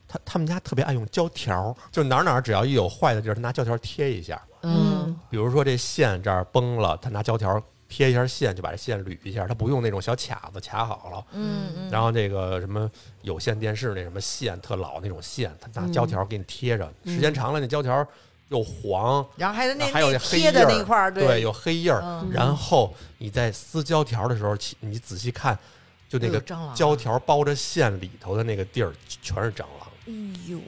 他他们家特别爱用胶条儿，就哪儿哪儿只要一有坏的地儿，他拿胶条儿贴一下。嗯比如说这线这儿崩了，他拿胶条儿贴一下线，就把这线捋一下。他不用那种小卡子卡好了。嗯嗯，然后这个什么有线电视那什么线特老那种线，他嗯拿胶条儿给你贴着，时间长了那胶条儿又黄，然后还有嗯那啊还有那黑贴的印儿那块儿，对，，有黑印儿。嗯然后你在撕胶条的时候，其你仔细看，就那有个蟑螂啊胶条包着线里头的那个地儿全是蟑螂。哎呦，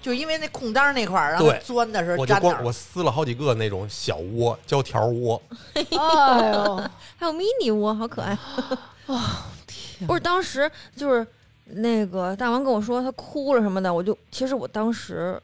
就因为那空当那块儿，然后对钻的时候我就粘光的，我撕了好几个那种小窝，胶条窝， 哎呦，还有迷你窝，好可爱！啊 不是当时就是那个大王跟我说他哭了什么的，我就其实我当时。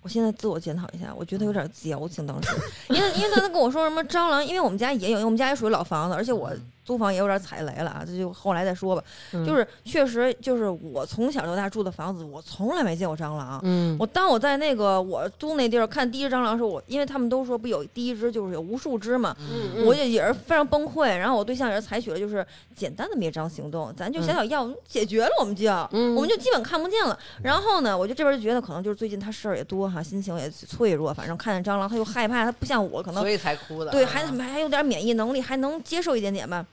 我现在自我检讨一下，我觉得有点矫情。当时，因为因为他跟我说什么蟑螂，因为我们家也有，因为我们家也属于老房子，而且我租房也有点踩雷了啊，这就后来再说吧。嗯就是确实，就是我从小到大住的房子，我从来没见过蟑螂。嗯，我当我在那个我租那地儿看第一只蟑螂的时候，我因为他们都说不有第一只就是有无数只嘛，嗯我也也是非常崩溃。然后我对象也是采取了就是简单的灭蟑行动，咱就嗯小小药解决了，我们就嗯我们就基本看不见了。然后呢，我就这边就觉得可能就是最近他事儿也多哈，心情也脆弱，反正看见蟑螂他又害怕，他不像我可能所以才哭的，对，啊还还有点免疫能力，还能接受一点点吧。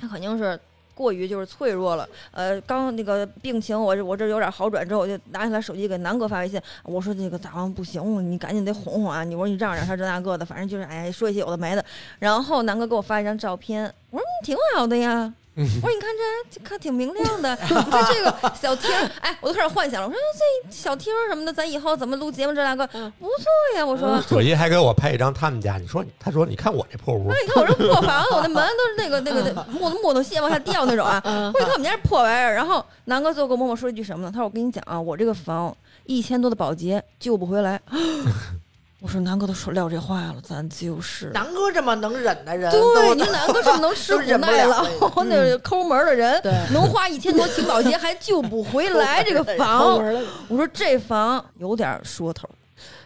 他肯定是过于就是脆弱了。呃，刚那个病情我这我这有点好转之后，我就拿起来手机给南哥发微信，我说这个大王不行，你赶紧得哄哄啊！你我说你让让他这那个的，反正就是哎说一些有的没的。然后南哥给我发一张照片，我说嗯挺好的呀。我说你看这这看挺明亮的， 你看这个小厅儿，哎，我都开始幻想了。我说这小厅儿什么的，咱以后怎么录节目这那个嗯不错呀？我说左一还给我拍一张他们家，你说你，他说你看我这破屋我，说你看我这破房子，我那门都是那个那个木木头屑往下掉那种啊。嗯我说你看我们家这破玩意儿。然后南哥最后跟我默默说一句什么呢？他说我跟你讲啊，我这个房一千多的保洁救不 回来。我说南哥都说撂这话了，咱就是。南哥这么能忍的人，对，我你南哥是 能吃苦都忍不耐了嗯劳了， 那是抠门儿的人，对能花一千多 请保洁还救不回来这个抠房。我说这房有点说头，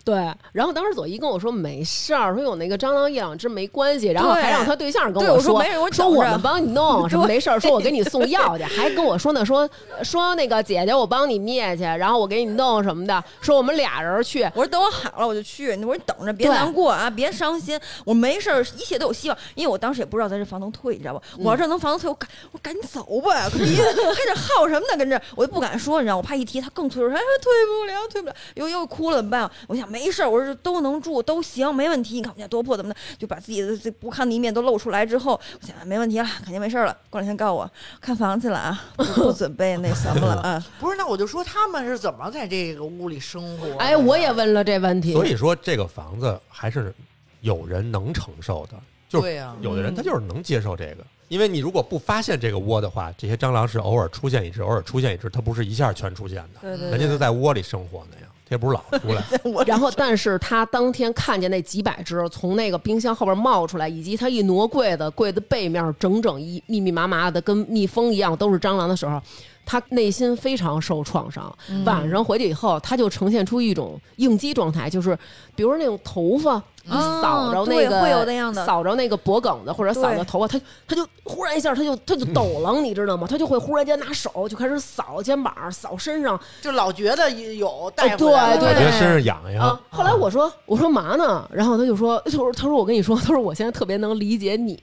对，然后当时左一跟我说没事儿，说有那个蟑螂一两只没关系，然后还让他对象跟对，我说没人，我说等我着们帮你弄，什么对没事儿，说我给你送药 去，还跟我说呢，说说那个姐姐我帮你灭去，然后我给你弄什么的，说我们俩人去，我说等我好了我就去，我说你等着，别对难过啊，别伤心，我没事儿，一切都有希望。因为我当时也不知道咱这房能退，你知道吧？我嗯要是能房能退，我赶我赶紧走吧，可 别还得耗什么呢？跟这儿我就不敢说，你知道，我怕一提他更脆弱，说哎退不了，退不了，又又哭了怎么办？啊我想没事儿，我说都能住都行，没问题。你看我们家多破怎么的，就把自己的这不堪的一面都露出来之后，我想没问题了，肯定没事儿了。过两天告诉我看房去了啊，不不准备那什么了啊。不是，那我就说他们是怎么在这个屋里生活的呀？哎，我也问了这问题，所以说这个房子还是有人能承受的，就是对呀，有的嗯人他就是能接受这个。因为你如果不发现这个窝的话，这些蟑螂是偶尔出现一只，偶尔出现一只，它不是一下全出现的，对对人家都在窝里生活呢呀，它也不是老出 来。我然后，但是他当天看见那几百只从那个冰箱后边冒出来，以及他一挪柜子，柜子背面整整一密密麻麻的，跟蜜蜂一样都是蟑螂的时候，他内心非常受创伤。嗯晚上回去以后，他就呈现出一种应激状态，就是比如那种头发。你啊扫着那个，对会有那样的扫着那个脖梗子或者扫着对头发，他他就忽然一下，他就他就抖楞，你知道吗？他就会忽然间拿手就开始扫肩膀、扫身上，就老觉得有带哦对回来了我对觉得身上痒痒啊。，后来我说我说嘛呢？然后他就说，他说他说我跟你说，他说我现在特别能理解你，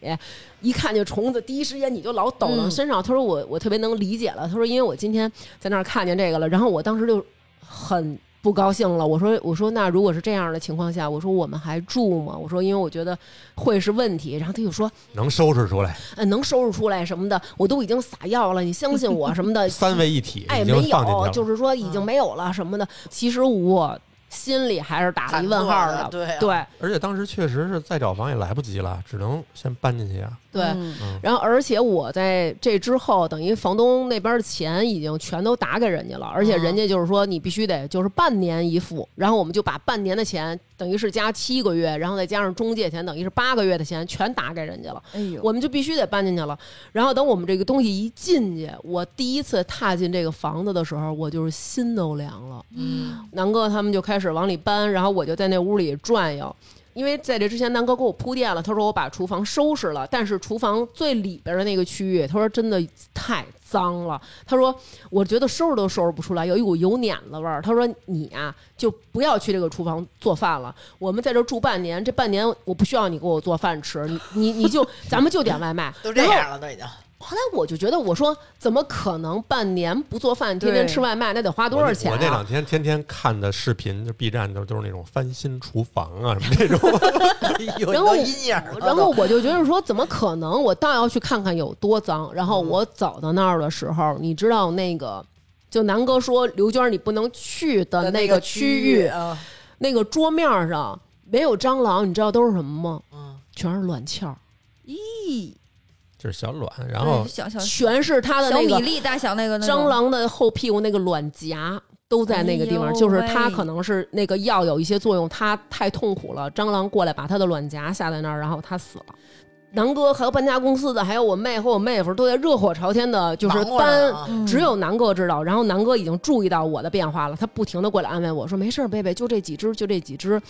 一看见虫子第一时间你就老抖到嗯身上。他说我我特别能理解了。他说因为我今天在那儿看见这个了，然后我当时就很。不高兴了，我说我说那如果是这样的情况下，我说我们还住吗？我说因为我觉得会是问题。然后他就说，能收拾出来，呃，能收拾出来什么的，我都已经撒药了，你相信我什么的。三位一体，哎，已没经放进去有，了。就是说已嗯经没有了什么的。其实我心里还是打了一问号忐忑的对啊对而且当时确实是再找房也来不及了，只能先搬进去啊。 对嗯然后，而且我在这之后，等于房东那边的钱已经全都打给人家了，而且嗯人家就是说你必须得就是半年一付，然后我们就把半年的钱等于是加七个月，然后再加上中介钱，等于是八个月的钱全打给人家了。哎呦，我们就必须得搬进去了。然后等我们这个东西一进去，我第一次踏进这个房子的时候，我就是心都凉了。嗯，南哥他们就开始往里搬，然后我就在那屋里转悠。因为在这之前，南哥给我铺垫了，他说我把厨房收拾了，但是厨房最里边的那个区域，他说真的太脏了。他说我觉得收拾都收拾不出来，有一股油碾子味儿。他说你啊，就不要去这个厨房做饭了。我们在这儿住半年，这半年我不需要你给我做饭吃，你你你 就咱们就点外卖。都这然后样了，都已经。后来我就觉得，我说怎么可能半年不做饭，天天对吃外卖，那得花多少钱、啊我那？我那两天天天看的视频，就 B 站都都是那种翻新厨房啊什么 这种。 哎呦，然后都阴影儿了都然后我就觉得说，怎么可能？我倒要去看看有多脏。然后我走到那儿的时候，你知道那个，就南哥说刘娟儿你不能去的那个区域，啊，那个桌面上没有蟑螂，你知道都是什么吗？嗯，全是卵壳儿，咦，就是小卵，然后对小小全是它的小那米个粒大小那个那种蟑螂的后屁股那个卵夹都在那个地哎方，呦就是它喂可能是那个药有一些作用，它太痛苦了，蟑螂过来把它的卵夹下在那儿，然后它死了。南哥还有搬家公司的，还有我妹和我妹夫都在热火朝天的，就是忙活着搬呢啊。嗯只有南哥知道，然后南哥已经注意到我的变化了，他不停的过来安慰我说：“没事儿，贝贝，就这几只，就这几只。”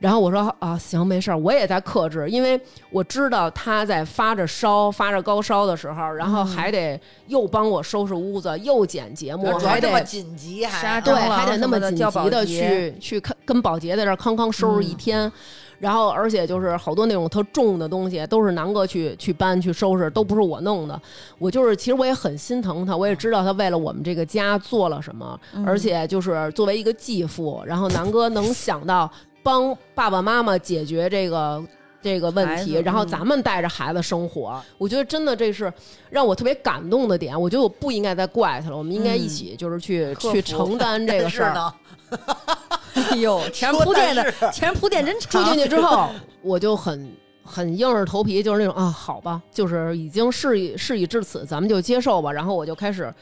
然后我说：“啊，行，没事儿，我也在克制，因为我知道他在发着烧、发着高烧的时候，然后嗯还得又帮我收拾屋子，又剪节目，呃主要嗯还这么得紧急杀还啊对，蟑螂还得那么紧啊什急么的的叫嗯去去看跟保洁在这儿康康收拾一天。然后，而且就是好多那种特重的东西，都是南哥去去搬去收拾，都不是我弄的。我就是，其实我也很心疼他，我也知道他为了我们这个家做了什么。嗯而且就是作为一个继父，然后南哥能想到帮爸爸妈妈解决这个这个问题，孩子然后嗯咱们带着孩子生活，我觉得真的这是让我特别感动的点。我觉得我不应该再怪他了，我们应该一起就是去、嗯克去服承担这但个是 事儿。 呢，哎 呦，前面铺垫的，前面铺垫真住长。进去之后，我就很很硬着头皮，就是那种啊，好吧，就是已经事已事已至此，咱们就接受吧。然后我就开始。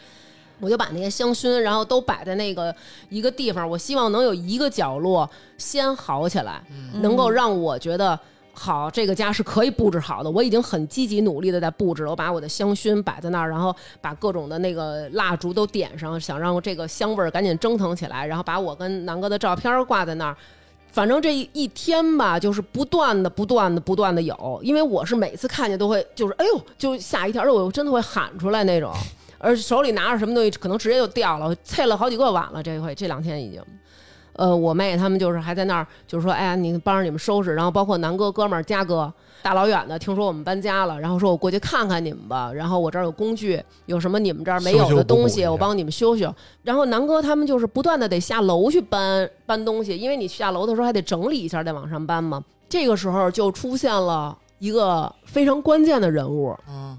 我就把那些香薰，然后都摆在那个一个嗯地方，我希望能有一个角落先好起来，能够让我觉得好，这个家是可以布置好的，我已经很积极努力的在布置了，我把我的香薰摆在那儿，然后把各种的那个蜡烛都点上，想让这个香味儿赶紧蒸腾起来，然后把我跟南哥的照片挂在那儿。反正这一天吧，就是不断的、不断的、不断的有，因为我是每次看见都会，就是哎呦，就吓一跳，而且我真的会喊出来那种，而手里拿着什么东西，可能直接就掉了，我碎了好几个碗了。这回这两天已经，呃，我妹他们就是还在那儿，就是说，哎呀，你帮着你们收拾，然后包括南哥哥们儿、佳哥，大老远的，听说我们搬家了，然后说我过去看看你们吧，然后我这儿有工具，有什么你们这儿没有修修的补补东一西，下我帮你们修修。然后南哥他们就是不断的得下楼去搬搬东西，因为你下楼的时候还得整理一下再往上搬嘛。这个时候就出现了一个非常关键的人物，嗯，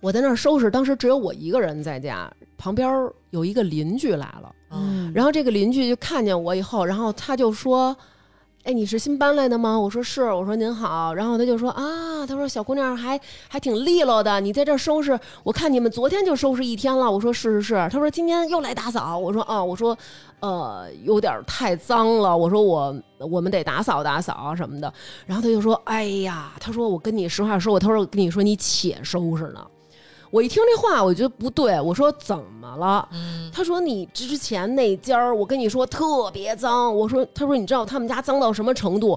我在那儿收拾，当时只有我一个人在家，旁边儿有一个邻居来了，嗯，然后这个邻居就看见我以后，然后他就说：“哎，你是新搬来的吗？”我说：“是。”我说：“您好。”然后他就说：“啊，他说小姑娘还还挺利落的，你在这儿收拾，我看你们昨天就收拾一天了。”我说：“是是是。”他说：“今天又来打扫。”我说：“啊，我说，呃，有点儿太脏了。”我说我：“我们得打扫打扫什么的。”然后他就说：“哎呀，他说我跟你实话说，我他说我跟你说你且收拾呢。”我一听这话，我觉得不对，我说怎么了？他说你之前那家儿，我跟你说特别脏。我说，他说你知道他们家脏到什么程度？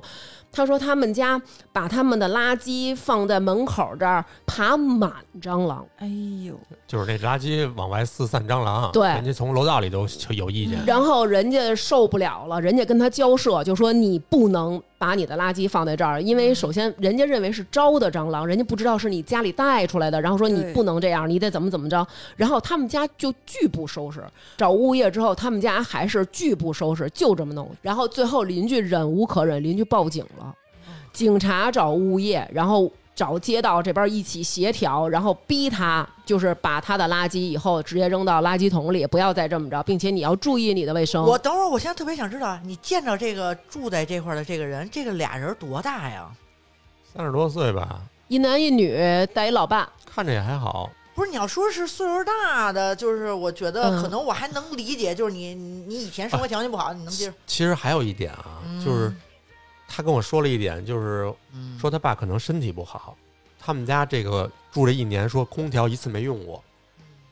他说他们家把他们的垃圾放在门口这儿，爬满蟑螂。哎呦，就是那垃圾往外四散蟑螂，对嗯人家从楼道里都就有意见，然后人家受不了了，人家跟他交涉，就说你不能把你的垃圾放在这儿，因为首先人家认为是招的蟑螂，人家不知道是你家里带出来的，然后说你对不能这样，你得怎么怎么着。然后他们家就拒不收拾，找物业之后，他们家还是拒不收拾，就这么弄。然后最后邻居忍无可忍，邻居报警了，警察找物业，然后。找街道这边一起协调，然后逼他就是把他的垃圾以后直接扔到垃圾桶里，不要再这么着，并且你要注意你的卫生。我等会儿，我现在特别想知道，你见着这个住在这块儿的这个人，这个俩人多大呀？三十多岁吧，一男一女带一老伴，看着也还好，不是你要说是岁数大的，就是我觉嗯啊得可能我还能理解，就是你你你以前生活条件不好，你能接受。其实还有一点啊，嗯就是他跟我说了一点，就是嗯说他爸可能身体不好，他们家这个住了一年，说空调一次没用过，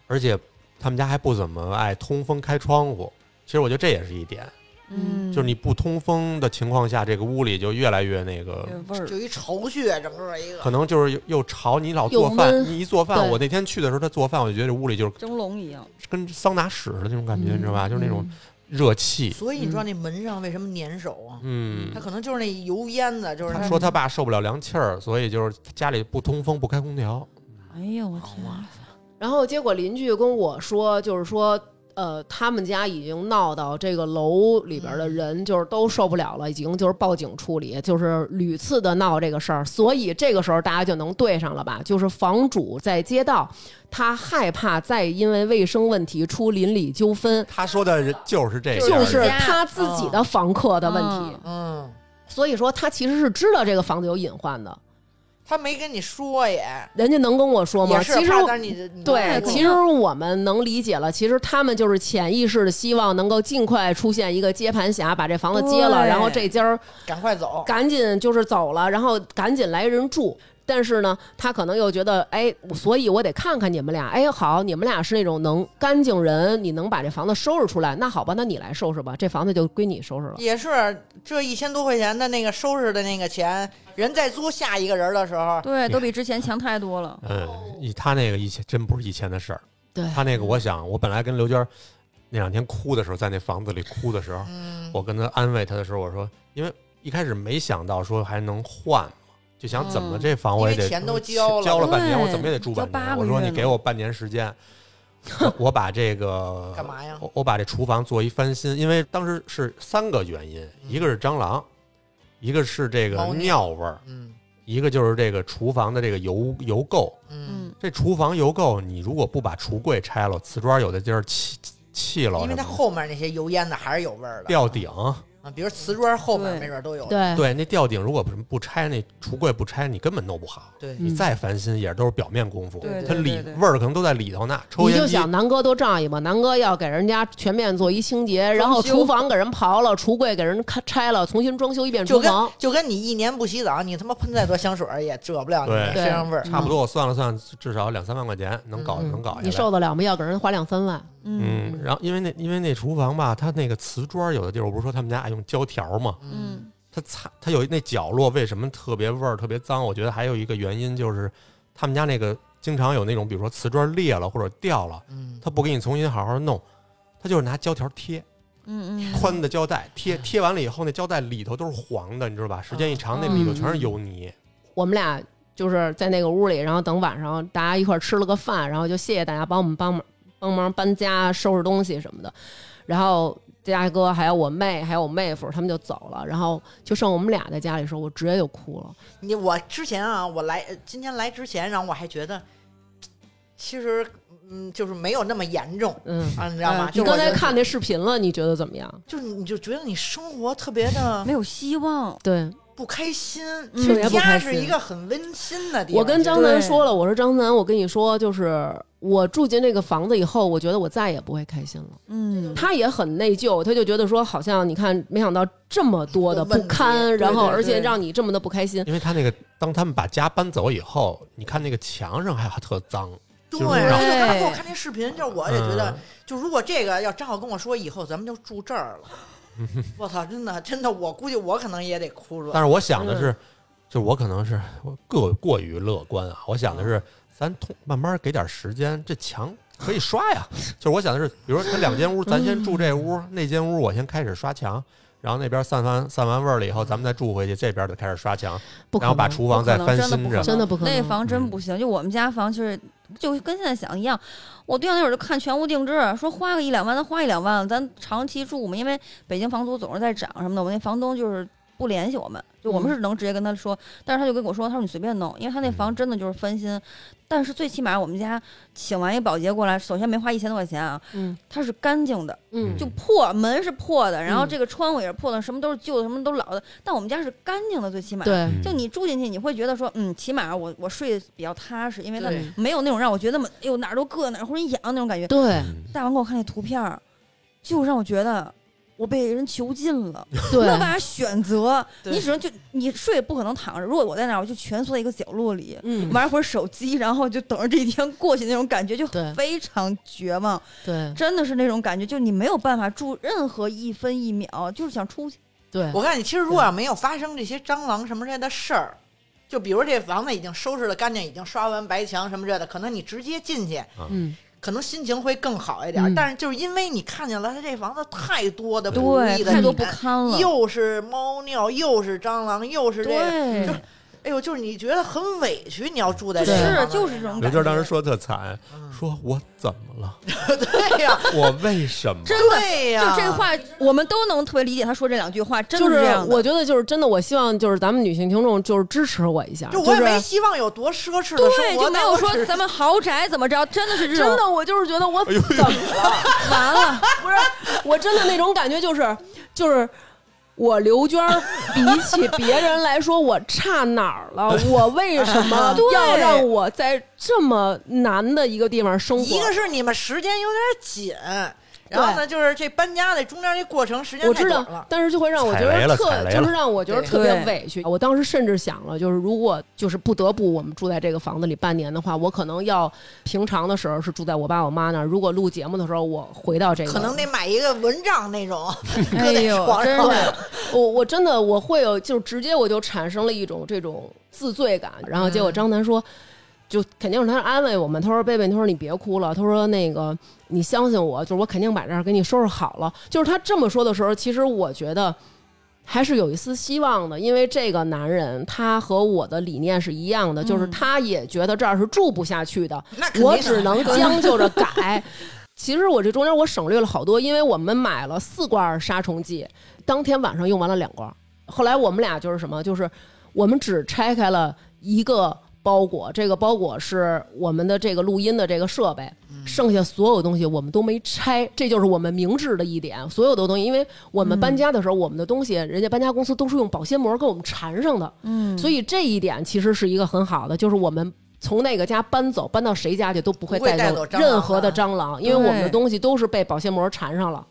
而且他们家还不怎么爱通风开窗户。其实我觉得这也是一点，嗯，就是你不通风的情况下，这个屋里就越来越那个，这味儿，就一巢穴，整个一可个。能就是又又吵你老又做饭，闷你一做饭，对我那天去的时候他做饭，我就觉得这屋里就是蒸笼一样，跟桑拿室的那种感觉，你知道吧？就是那种热气。所以你知道嗯那门上为什么粘手啊？嗯他，可能就是那油烟子，就是他啊它说他爸受不了凉气儿，所以就是家里不通风不开空调。哎呦我好天啊，然后结果邻居跟我说，就是说，呃，他们家已经闹到这个楼里边嗯的人就是都受不了了，已经就是报警处理，就是屡次的闹这个事儿，所以这个时候大家就能对上了吧？就是房主在街道，他害怕再因为卫生问题出邻里纠纷，他说的人就是这样，就就是是他自己的房客的问题，嗯，所以说他其实是知道这个房子有隐患的。他没跟你说也，人家能跟我说吗？也是其实怕，但是你嗯你对，你其实我们能理解了。其实他们就是潜意识的希望能够尽快出现一个接盘侠，把这房子接了，对然后这家儿赶快走。赶紧就是走了，然后赶紧来人住。但是呢，他可能又觉得，哎，所以我得看看你们俩。哎，好，你们俩是那种能干净人，你能把这房子收拾出来，那好吧，那你来收拾吧，这房子就归你收拾了。也是这一千多块钱的那个收拾的那个钱，人再租下一个人的时候，啊对，都比之前强太多了，嗯，以他那个以前真不是以前的事儿，对他那个我想，我本来跟刘娟儿那两天哭的时候，在那房子里哭的时候，嗯，我跟她安慰她的时候，我说，因为一开始没想到说还能换嘛，就想怎么嗯这房我也哦因为得钱都交了交了半年，对我怎么也得住半交八年。个我说月你呢给我半年 时间，我我把这个干嘛呀我我把这厨房做一翻新，因为当时是三个原因，一个是蟑螂，一个是这个嗯猫尿尿味儿，嗯一个就是这个厨房的这个油油垢。嗯，嗯，这厨房油垢，你如果不把橱柜拆了，瓷砖有的地儿砌砌了，因为它后面那些油烟子还是有味儿的，吊顶，啊，比如瓷砖后面对没准都有。对对，那吊顶如果不不拆，那橱柜不拆，你根本弄不好。对你再烦心也都是表面功夫，嗯对对它对里对味儿可能都在里头呢。抽你烟就机想南哥多仗义吧，南哥要给人家全面做一清洁，然后厨房给人刨了，橱柜给人开拆了，重新装修一遍就厨跟房。就跟你一年不洗澡，你他妈喷再多香水儿也遮不了你对身上味儿。差不多，我算了算，至少两三万块钱能搞能搞嗯你下来。受得了吗？要给人花两三万，嗯嗯，然后因为那因为那厨房吧，它那个瓷砖有的地儿，我不是说他们家爱用胶条嘛，嗯，它擦它有一那角落为什么特别味儿特别脏？我觉得还有一个原因就是他们家那个经常有那种，比如说瓷砖裂了或者掉了，嗯，他不给你重新好好弄，他就是拿胶条贴。嗯嗯，宽的胶带贴贴完了以后，那胶带里头都是黄的，你嗯知道吧？时间一长，那里头全是油泥。我们俩就是在那个屋里，然后等晚上大家一块儿吃了个饭，然后就谢谢大家帮我们帮忙帮忙搬家、收拾东西什么的。然后佳哥还有我妹还有我妹夫他们就走了，然后就剩我们俩在家里的时候，我直接就哭了。嗯你我之前啊，我来呃今天来之前，然后我还觉得，其实嗯，就是没有那么严重嗯，啊，你知道吗？哎就你是我刚才觉得看那视频了，你觉得怎么样？就是你就觉得你生活特别的没有希望，对不开心，嗯其特实别不家开是心一个很温馨的地方。我跟张就是楠说了，我说张楠，我跟你说，就是我住进这个房子以后，我觉得我再也不会开心了。嗯，他也很内疚，他就觉得说，好像你看，没想到这么多的问不题堪，然后对对而且对让你这么的不开心。因为他那个，当他们把家搬走以后，你看那个墙上还还特脏，对，就是然后就对他给我看那视频，就是我也觉得嗯，就如果这个要正好跟我说以后咱们就住这儿了， 我操，真的真的，我估计我可能也得哭出来。但是我想的是，嗯就是我可能是过过于乐观啊。我想嗯的是，咱通慢慢给点时间，这墙可以 刷呀。就是我想的是，比如说这两间屋，咱先住这屋，那间屋我先开始刷墙。然后那边散完散完味儿了以后，咱们再住回去，这边就开始刷墙，不可然后能，把厨房再翻新着。真的不可能那房真不行，就我们家房就是就跟现在想一样，我对象那会儿就看全屋定制，说花个一两万，咱花一两万，咱长期住嘛，因为北京房租总是在涨什么的，我那房东就是。不联系我们，就我们嗯是能直接跟他说，但是他就跟我说，他说你随便弄，因为他那嗯房真的就是翻新，但是最起码我们家请完一保洁过来，首先没花一千多块钱啊，嗯它是干净的，嗯，就破门是破的，然后嗯这个窗户也是破的，什么都是旧的，什么都是老的，但我们家是干净的，最起码，对嗯就你住进去，你会觉得说，嗯，起码我我睡比较踏实，因为它对没有那种让我觉得，哎呦哪儿都硌哪儿浑身痒那种感觉。对嗯大王给我看那图片儿，就让我觉得我被人囚禁了， 没有办对，法选择，对你只能就你睡不可能躺着。如果我在那儿，我就蜷缩在一个角落里。嗯，玩会儿手机，然后就等着这一天过去，那种感觉就对非常绝望，对真的是那种感觉，就你没有办法住任何一分一秒，就是想出去。对，我告诉你，其实如果要没有发生这些蟑螂什么之类的事儿，就比如这房子已经收拾的干净，已经刷完白墙什么之类的，可能你直接进去，嗯，可能心情会更好一点。嗯但是就是因为你看见了它这房子太多的不如意对，的太多点不堪了。又是猫尿，又是蟑螂，又是这个，对，哎呦，就是你觉得很委屈，你要住在这对个是房子就里是这种 刘感觉。娟当时说特惨，说我怎么了？对呀、我为什么？真的，对呀、就这话我们都能特别理解他说这两句话，真的就是这样的。我觉得就是真的，我希望就是咱们女性听众就是支持我一下，就就我也是没希望有多奢侈的对，生活，就没但有我说只是咱们豪宅怎么着，真的是啊这种真的，我就是觉得哎我呦怎么了？完 了，不是，我真的那种感觉就是，就是我刘娟儿比起别人来说，我差哪儿 了？我为什么对要让我在这么难的一个地方生活？一个是你们时间有点紧，然后呢，就是这搬家的中间这过程时间我太知短道了，。但是就会让我觉踩雷得了特踩，雷了就是让我觉得对特别对委屈。我当时甚至想了，就是如果就是不得不我们住在这个房子里半年的话，我可能要平常的时候是住在我爸我妈那儿，如果录节目的时候我回到这个，可能得买一个蚊帐那种，哎搁在呦床真上。是 我我真的我会有，就是直接我就产生了一种这种自罪感。然后结果张楠说，就肯定是他安慰我们，他说：“贝贝，他说你别哭了，他说那个你相信我，就是我肯定把这儿给你收拾好了。”就是他这么说的时候，其实我觉得。还是有一丝希望的，因为这个男人他和我的理念是一样的，就是他也觉得这儿是住不下去的，那肯定我的只能将就着改。 其实我这中间我省略了好多，因为我们买了四罐杀虫剂，当天晚上用完了两罐。后来我们俩就是什么，就是我们只拆开了一个包裹，这个包裹是我们的这个录音的这个设备，嗯剩下所有东西我们都没拆，这就是我们明智的一点。所有的东西，因为我们搬家的时候，我们的东西人家搬家公司都是用保鲜膜给我们缠上的，嗯，所以这一点其实是一个很好的，就是我们。从那个家搬走，搬到谁家去都不会不会带走走蟑螂啊任何的的蟑螂，因为我们的对东西都是被保鲜膜缠上了，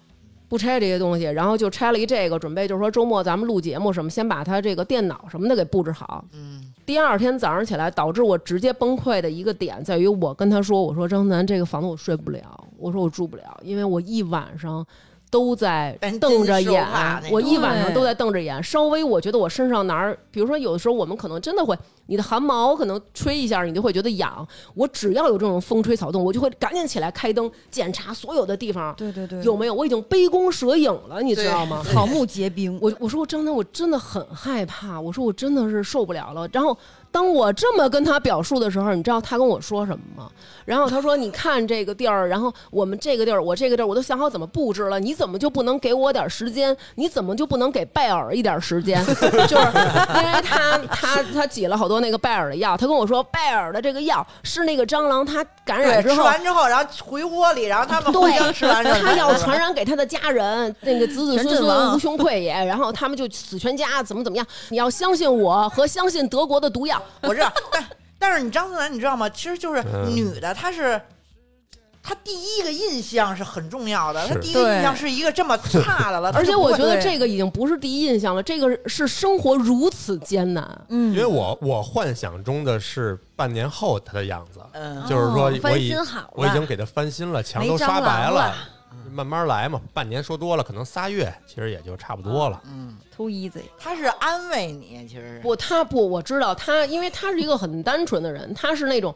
不拆这些东西，然后就拆了一这个，准备就是说周末咱们录节目什么，先把他这个电脑什么的给布置好。嗯，第二天早上起来，导致我直接崩溃的一个点在于，我跟他说：“我说张楠，这个房子我睡不了，我说我住不了，因为我一晚上都在担惊瞪着受眼怕那，种我一晚上对都在瞪着眼。稍微我觉得我身上哪儿，比如说有的时候我们可能真的会，你的汗毛可能吹一下，你就会觉得痒。我只要有这种风吹草动，我就会赶紧起来开灯检查所有的地方对对对，有没有。我已经杯弓蛇影了，你知对道吗？草木皆兵，我我说我真的我真的很害怕，我说我真的是受不了了。然后当我这么跟他表述的时候，你知道他跟我说什么吗？然后他说：“你看这个地儿，然后我们这个地儿，我这个地儿我都想好怎么布置了，你怎么就不能给我点时间？你怎么就不能给拜耳一点时间？ 就是因为他他他挤了好多那个拜耳的药，他跟我说拜耳的这个药是那个蟑螂它感染之对，吃后。”完之后，然后回窝里，然后他们互相对， 吃完之后，他要传染给他的家人，那个子子嗯孙全阵亡孙无穷匮也，然后他们就死全家，怎么怎么样？你要相信我和相信德国的毒药，我知道，但但是你张思楠，你知道吗？其实就是嗯女的，她是。她第一个印象是很重要的，是她第一个印象是一个这 么差的了，而且我觉得对这个已经不是第一印象了，这个是生活如此艰难。嗯因为我我幻想中的是半年后他的样子，嗯，就是说哦我翻已新好了，我已经给他翻新了，墙都刷白了，慢慢来嘛。半年说多了，可能仨月，其实也就差不多了。 too easy，她是安慰你，其实是不，他不，我知道他，因为他是一个很单纯的人，他是那种。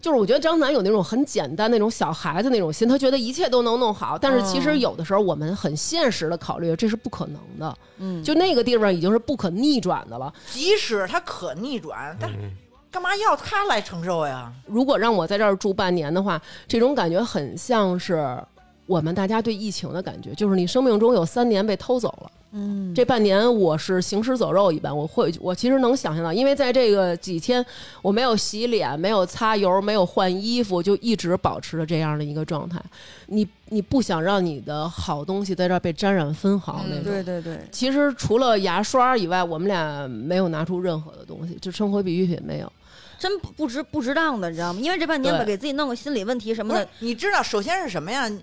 就是我觉得张楠有那种很简单那种小孩子那种心，他觉得一切都能弄好，但是其嗯实有的时候我们很现实的考虑，这是不可能的。嗯，就那个地方已经是不可逆转的了。即使她可逆转，但嗯，干嘛要她来承受呀？如果让我在这儿住半年的话，这种感觉很像是我们大家对疫情的感觉，就是你生命中有三年被偷走了。嗯，这半年我是行尸走肉一般，我会我其实能想象到，因为在这个几天我没有洗脸，没有擦油，没有换衣服，就一直保持着这样的一个状态。你你不想让你的好东西在这儿被沾染分毫那种。对对对，其实除了牙刷以外，我们俩没有拿出任何的东西，就生活必需品没有。真不不值不值当的，你知道吗？因为这半年对吧，给自己弄个心理问题什么不是的，，你知道，首先是什么呀？你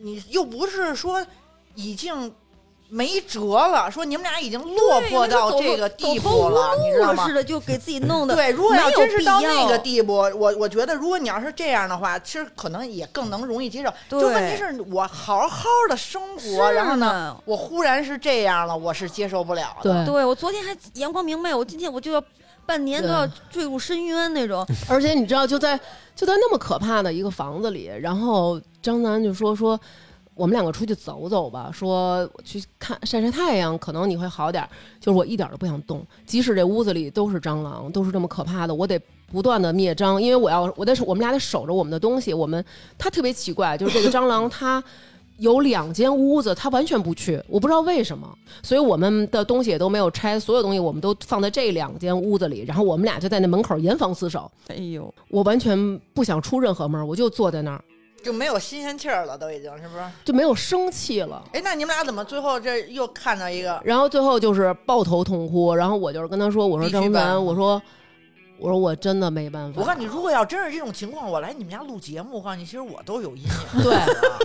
你又不是说已经没辙了，说你们俩已经落对魄那就到走这投个地走步投无了，你知路道了吗似？的，就给自己弄的。对，如果要没有真是必到那要个地步，我我觉得，如果你要是这样的话，其实可能也更能容易接受。就对问题是我好好的生活，是啊然后呢，呢？我忽然是这样了，我是接受不了的。对对我昨天还阳光明媚，我今天我就要半年都要坠入深渊那种。 而且你知道，就在就在那么可怕的一个房子里，然后张楠就说说。我们两个出去走走吧，说去看晒晒太阳，可能你会好点儿。就是我一点儿都不想动，即使这屋子里都是蟑螂，都是这么可怕的，我得不断的灭蟑，因为我要我得我们俩得守着我们的东西。我们它特别奇怪，就是这个蟑螂它有两间屋子，它完全不去，我不知道为什么。所以我们的东西也都没有拆，所有东西我们都放在这两间屋子里，然后我们俩就在那门口严防死守。哎呦，我完全不想出任何门儿，我就坐在那儿，就没有新鲜气儿了，都已经是不是？就没有生气了。哎，那你们俩怎么最后这又看到一个？然后最后就是抱头痛哭，然后我就是跟他说：“我说必须张楠，办我说我说我真的没办法。”我告诉你，如果要真是这种情况，我来你们家录节目，我告诉你，其实我都有阴影。 对，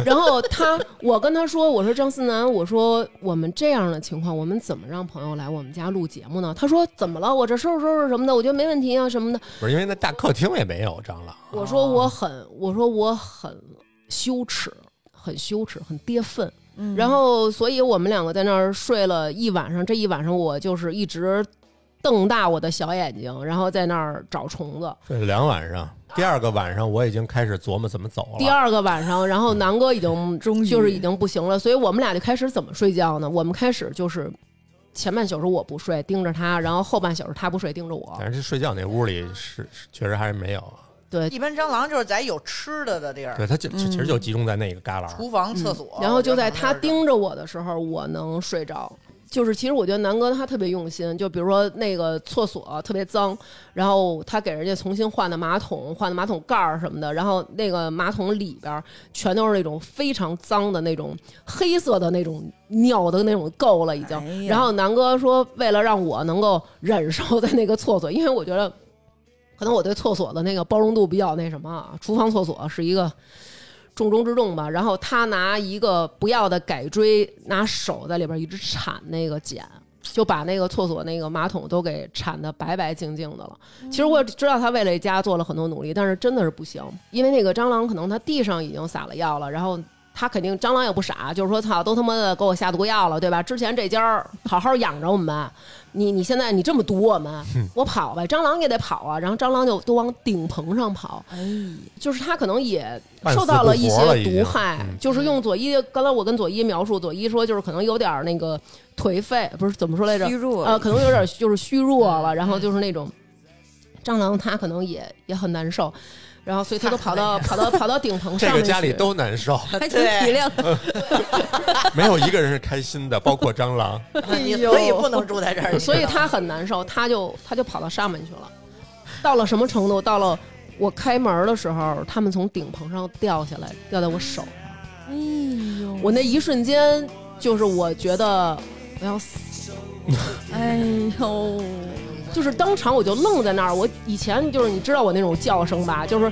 然后他，我跟他说，我说张思楠，我说我们这样的情况，我们怎么让朋友来我们家录节目呢？他说怎么了？我这收拾收拾什么的，我觉得没问题啊什么的。不是因为那大客厅也没有蟑螂，我说我很，我说我很羞耻，很羞耻，很跌份。嗯然后，所以我们两个在那儿睡了一晚上。这一晚上，我就是一直瞪大我的小眼睛，然后在那儿找虫子。睡了两晚上。第二个晚上我已经开始琢磨怎么走了。第二个晚上，然后南哥已经嗯 终于就是已经不行了，所以我们俩就开始怎么睡觉呢？我们开始就是前半小时我不睡，盯着他，然后后半小时他不睡，盯着我反。正是睡觉那屋里是是确实还是没有，对，一般蟑螂就是在有吃的的地儿，对，它就其实就集中在那个旮旯。厨房、厕所。嗯然后就我觉在得可能他是盯着我的时候，我能睡着。就是其实我觉得南哥他特别用心，就比如说那个厕所特别脏，然后他给人家重新换的马桶、换的马桶盖儿什么的，然后那个马桶里边儿全都是那种非常脏的那种黑色的那种尿的那种垢了已经。哎呀然后南哥说，为了让我能够忍受在那个厕所，因为我觉得。可能我对厕所的那个包容度比较那什么啊，厨房厕所是一个重中之重吧。然后他拿一个不要的改锥，拿手在里边一直铲那个碱，就把那个厕所那个马桶都给铲得白白净净的了。其实我嗯知道他为了家做了很多努力，但是真的是不行，因为那个蟑螂可能它地上已经撒了药了，然后。他肯定蟑螂也不傻，就是说，操，都他妈的给我下毒药了，对吧？之前这家儿好好养着我们，你你现在你这么毒我们，我跑呗，蟑螂也得跑啊。然后蟑螂就都往顶棚上跑，哎，就是他可能也半死受到了一不活了已些毒经害，嗯就是用左一，刚才我跟左一描述，左一说就是可能有点儿那个颓废，不是怎么说来着虚？弱呃，可能有点儿就是虚弱了，然后就是那种蟑螂，它可能也也很难受，然后所以它都跑到跑到跑到 顶棚这上个面家里去。都难受，还挺体谅的。 没有一个人是开心的，包括蟑螂。你哎呦所以不能住在这儿，你知道 所吗以他很难受，他就他就跑到上面去了。到了什么程度？到了我开门的时候，他们从顶棚上掉下来，掉在我手上。哎呦，我那一瞬间，就是我觉得我要死， 哎呦，就是当场我就愣在那儿。我以前就是你知道我那种叫声吧，就是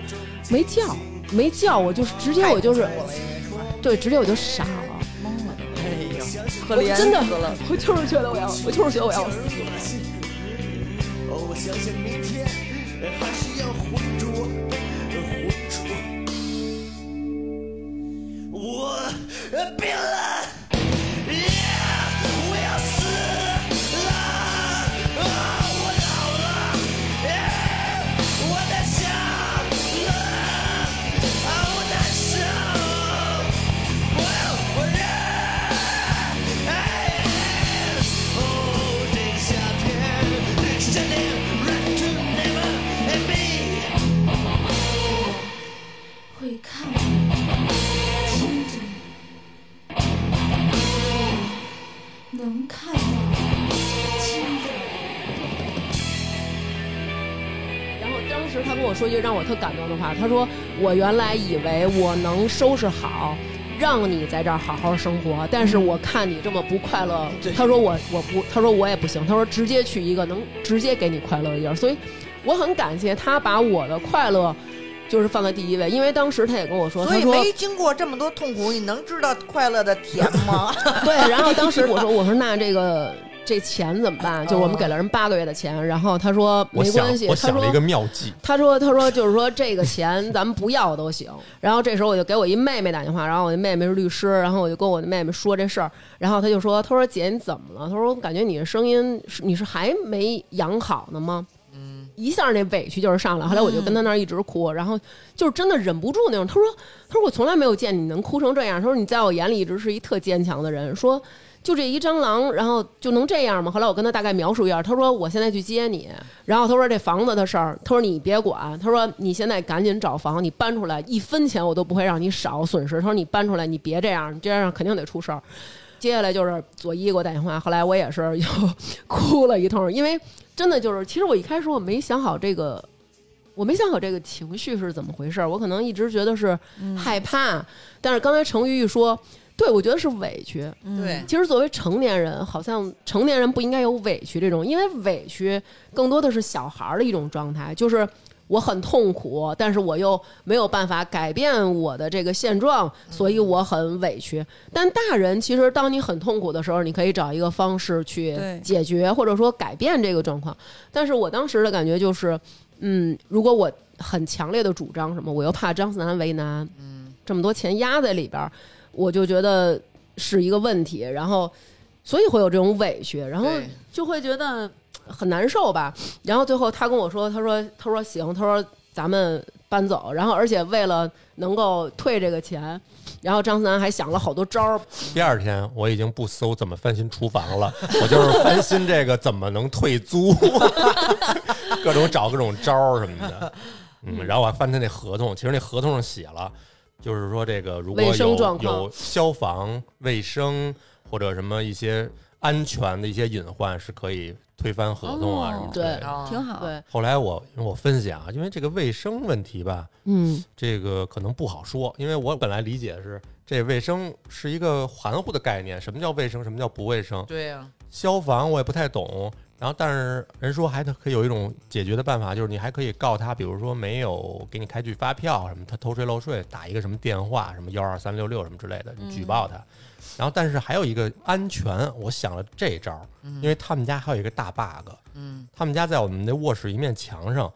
没叫，没叫，我就是直接我就是太恐怖了应该说对，直接我就傻了。哎呦，可我怜真的死了。，我就是觉得我要，我就是觉得我要死。哦，我相信明天还是要活着，活着。我病了，耶我要死了，啊，我老了，耶我在想啊，啊，我难受，我我热，哎。Oh, this happened. Standing right to never and me. 会看我，听着你，能看我，听着你。然后当时他跟我说一句让我特感动的话，他说：“我原来以为我能收拾好，让你在这儿好好生活，但是我看你这么不快乐，他说我我不，他说我也不行，他说直接去一个能直接给你快乐的地儿，所以我很感谢他把我的快乐。”就是放在第一位，因为当时他也跟我说，所他以说没经过这么多痛苦，你能知道快乐的甜 吗？对， 然后当时我说我说那这个这钱怎么办？就是我们给了人八个月的钱，然后他说我没想关系，，我他想说了一个妙计，他说：“他说就是说这个钱咱们不要都行。”然后这时候我就给我一妹妹打电话，然后我的妹妹是律师，然后我就跟我的妹妹说这事儿，然后她就说：“她说姐你怎么了？她说我感觉你的声音是你是还没养好呢吗？”嗯，一下那委屈就是上来，后来我就跟她那儿一直哭，然后就是真的忍不住那种。她说：“她说我从来没有见你能哭成这样。”她说你在我眼里一直是一特坚强的人。说。就这一蟑螂，然后就能这样吗？后来我跟他大概描述一下，他说我现在去接你，然后他说这房子的事儿，他说你别管，他说你现在赶紧找房，你搬出来一分钱我都不会让你少损失。他说你搬出来，你别这样，你这样肯定得出事儿。接下来就是左一给我打电话，后来我也是又哭了一通，因为真的就是，其实我一开始我没想好这个，我没想好这个情绪是怎么回事儿，我可能一直觉得是害怕，但是刚才成瑜一说，对我觉得是委屈，对，其实作为成年人，好像成年人不应该有委屈这种，因为委屈更多的是小孩儿的一种状态，就是我很痛苦，但是我又没有办法改变我的这个现状，所以我很委屈。但大人其实，当你很痛苦的时候，你可以找一个方式去对解决，或者说改变这个状况。但是我当时的感觉就是，嗯，如果我很强烈的主张什么，我又怕张思楠为难，嗯，这么多钱压在里边儿，我就觉得是一个问题，然后所以会有这种委屈，然后对就会觉得很难受吧。然后最后他跟我说，他说他说行，他说咱们搬走，然后而且为了能够退这个钱，然后张思楠还想了好多招儿，第二天我已经不搜怎么翻新厨房了，我就是翻新这个怎么能 退租，各种找各种招儿什么的。嗯，然后我还翻他那合同，其实那合同上写了，就是说这个如果卫生有状况有消防、卫生或者什么一些安全的一些隐患是可以推翻合同啊哦什么之类对的。挺好。对，后来我因为我分析啊，因为这个卫生问题吧，嗯这个可能不好说，因为我本来理解是这卫生是一个含糊的概念，什么叫卫生，什么叫不卫生？对呀，消防我也不太懂。然后，但是人说还可以有一种解决的办法，就是你还可以告他，比如说没有给你开具发票什么，他偷税漏税，打一个什么电话，什么幺二三六六什么之类的，你举报他。然后，但是还有一个安全，我想了这招儿，因为他们家还有一个大 bug，嗯，他们家在我们的卧室一面墙上，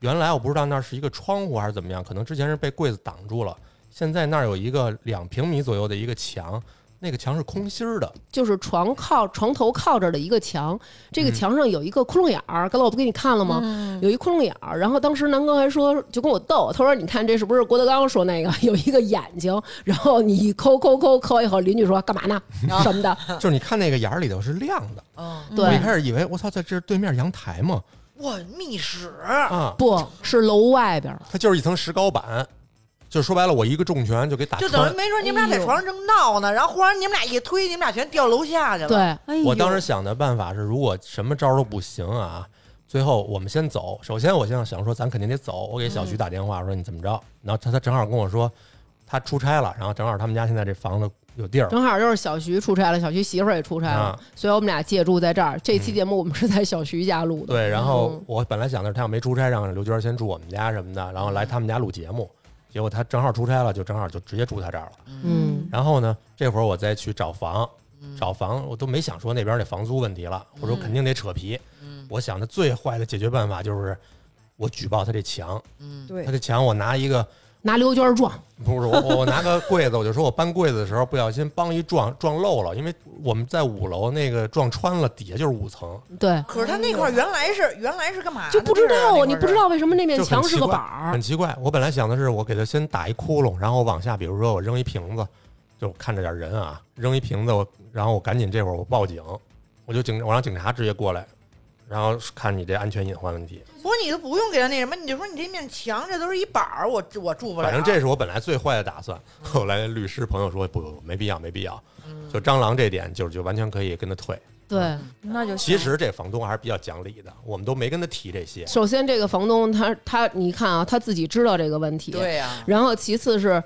原来我不知道那是一个窗户还是怎么样，可能之前是被柜子挡住了，现在那儿有一个两平米左右的一个墙，那个墙是空心儿的，就是床靠床头靠着的一个墙，这个嗯墙上有一个窟窿眼儿，刚才我不给你看了吗？嗯有一窟窿眼儿。然后当时南哥还说，就跟我逗，他说：“你看这是不是郭德纲说那个 有一个眼睛？然后你一抠抠抠抠完以后，邻居说干嘛呢？啊 什么的。就是你看那个眼儿里头是亮的。嗯，对我一开始以为我操，在这是对面阳台嘛，哇，密室，啊，不是楼外边儿，它就是一层石膏板，就说白了，我一个重拳就给打就等穿于。没准你们俩哎在呦床上正闹呢，然后忽然你们俩一推，你们俩全掉楼下去了。，对，哎呦我当时想的办法是，如果什么招儿都不行啊，最后我们先走。首先，我现在想说，咱肯定得走。我给小嗯徐打电话说你怎么着，然后他他正好跟我说他出差了，然后正好他们家现在这房子有地儿，正好就是小徐出差了，小徐媳妇儿也出差了，啊嗯所以我们俩借住在这儿。这期节目我们是在小徐家录的，对，然后嗯我本来想的是，他要没出差，让刘娟先住我们家什么的，然后来他们家录节目。结果他正好出差了，就正好就直接住他这儿了。嗯，然后呢，这会儿我再去找房，找房我都没想说那边那房租问题了，我说肯定得扯皮。我想的最坏的解决办法就是我举报他这墙，对他这墙我拿一个拿刘娟儿撞，不是我 我我拿个柜子，我就说我搬柜子的时候不小心帮一撞撞漏了，因为我们在五楼那个撞穿了，底下就是五层，对，可是他那块儿原来是原来啊是干嘛的？哎就不知道啊，啊，你不知道为什么那面就墙很是奇个怪，板儿很，奇怪。我本来想的是，我给他先打一窟窿，然后往下，比如说我扔一瓶子，就看着点人啊，扔一瓶子，我然后我赶紧这会儿我报警，我就警我让警察直接过来，然后看你这安全隐患问题。不是你都不用给他那什么，你就说你这面墙这都是一板儿，我我住不了。反啊正这是我本来最坏的打算。后来律师朋友说不不不，没必要，没必要。就蟑螂这点，就是就完全可以跟他退。嗯对。那就其行实这房东还是比较讲理的，我们都没跟他提这些。首先，这个房东他他，你看啊，他自己知道这个问题。。对呀，然后，其次是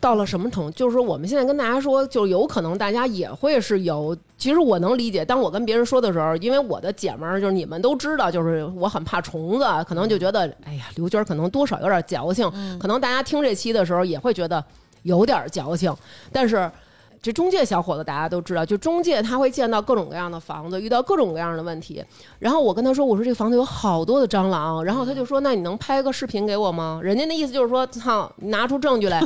到了什么程度，就是我们现在跟大家说，就是有可能大家也会是有。其实我能理解，当我跟别人说的时候，因为我的姐们儿就是你们都知道，就是我很怕虫子，可能就觉得，哎呀，刘娟儿可能多少有点矫情，可能大家听这期的时候也会觉得有点矫情，但是。这中介小伙子大家都知道，就中介他会见到各种各样的房子，遇到各种各样的问题。然后我跟他说，我说这房子有好多的蟑螂，然后他就说，那你能拍个视频给我吗？嗯人家那意思就是说，操，你拿出证 据来。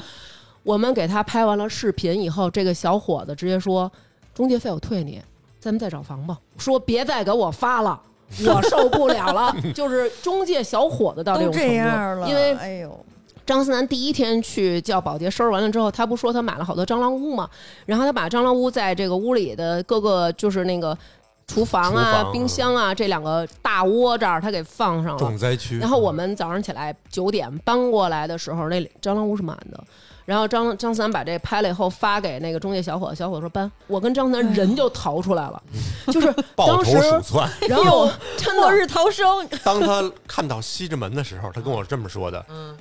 我们给他拍完了视频以后，这个小伙子直接说，中介费我退你，咱们再找房吧。说别再给我发了。我受不了了， 就是中介小伙子到这都种程度，这样了，因为哎呦，张思南第一天去叫保洁收拾完了之后，他不说他买了好多蟑螂屋嘛，然后他把蟑螂屋在这个屋里的各个就是那个厨房啊、厨房冰箱啊这两个大窝这儿，他给放上了重。灾区。嗯然后我们早上起来九点搬过来的时候，那里蟑螂屋是满的。然后张张三把这拍了以后发给那个中介小伙，小伙说搬。我跟张三人就逃出来了，就是哎抱当时头，鼠窜。然后真的末日逃生，当他看到西直门的时候，他跟我这么说的：“嗯，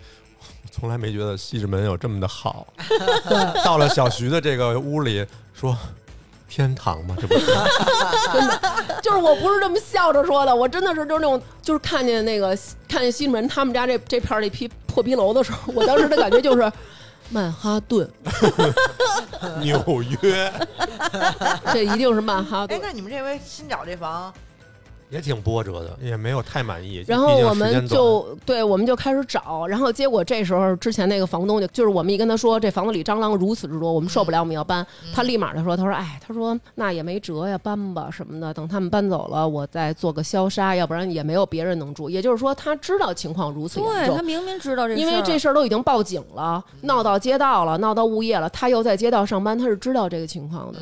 我从来没觉得西直门有这么 的好。到了小徐的这个屋里，说天堂吗？这不是 就是我不是这么笑着说的，我真的是就是那种，就是看见那个看见西直门他们家这这片儿那批破逼楼的时候，我当时的感觉就是。曼哈顿，纽约，这一定是曼哈哎顿，。那你们这回新找这房，也挺波折的，也没有太满意。然后毕竟我时们间短就对，我们就开始找，然后结果这时候之前那个房东就就是我们一跟他说这房子里蟑螂如此之多，我们受不了，我们要搬。他立马就说，他说哎，他说那也没辙呀，搬吧什么的，等他们搬走了，我再做个消杀，要不然也没有别人能住。也就是说，他知道情况如此严 对重他，明明知道这事儿，嗯因为这事儿都已经报警了，闹到街嗯道了，闹到物业了，他又在街道上班，他是知道这个情况的。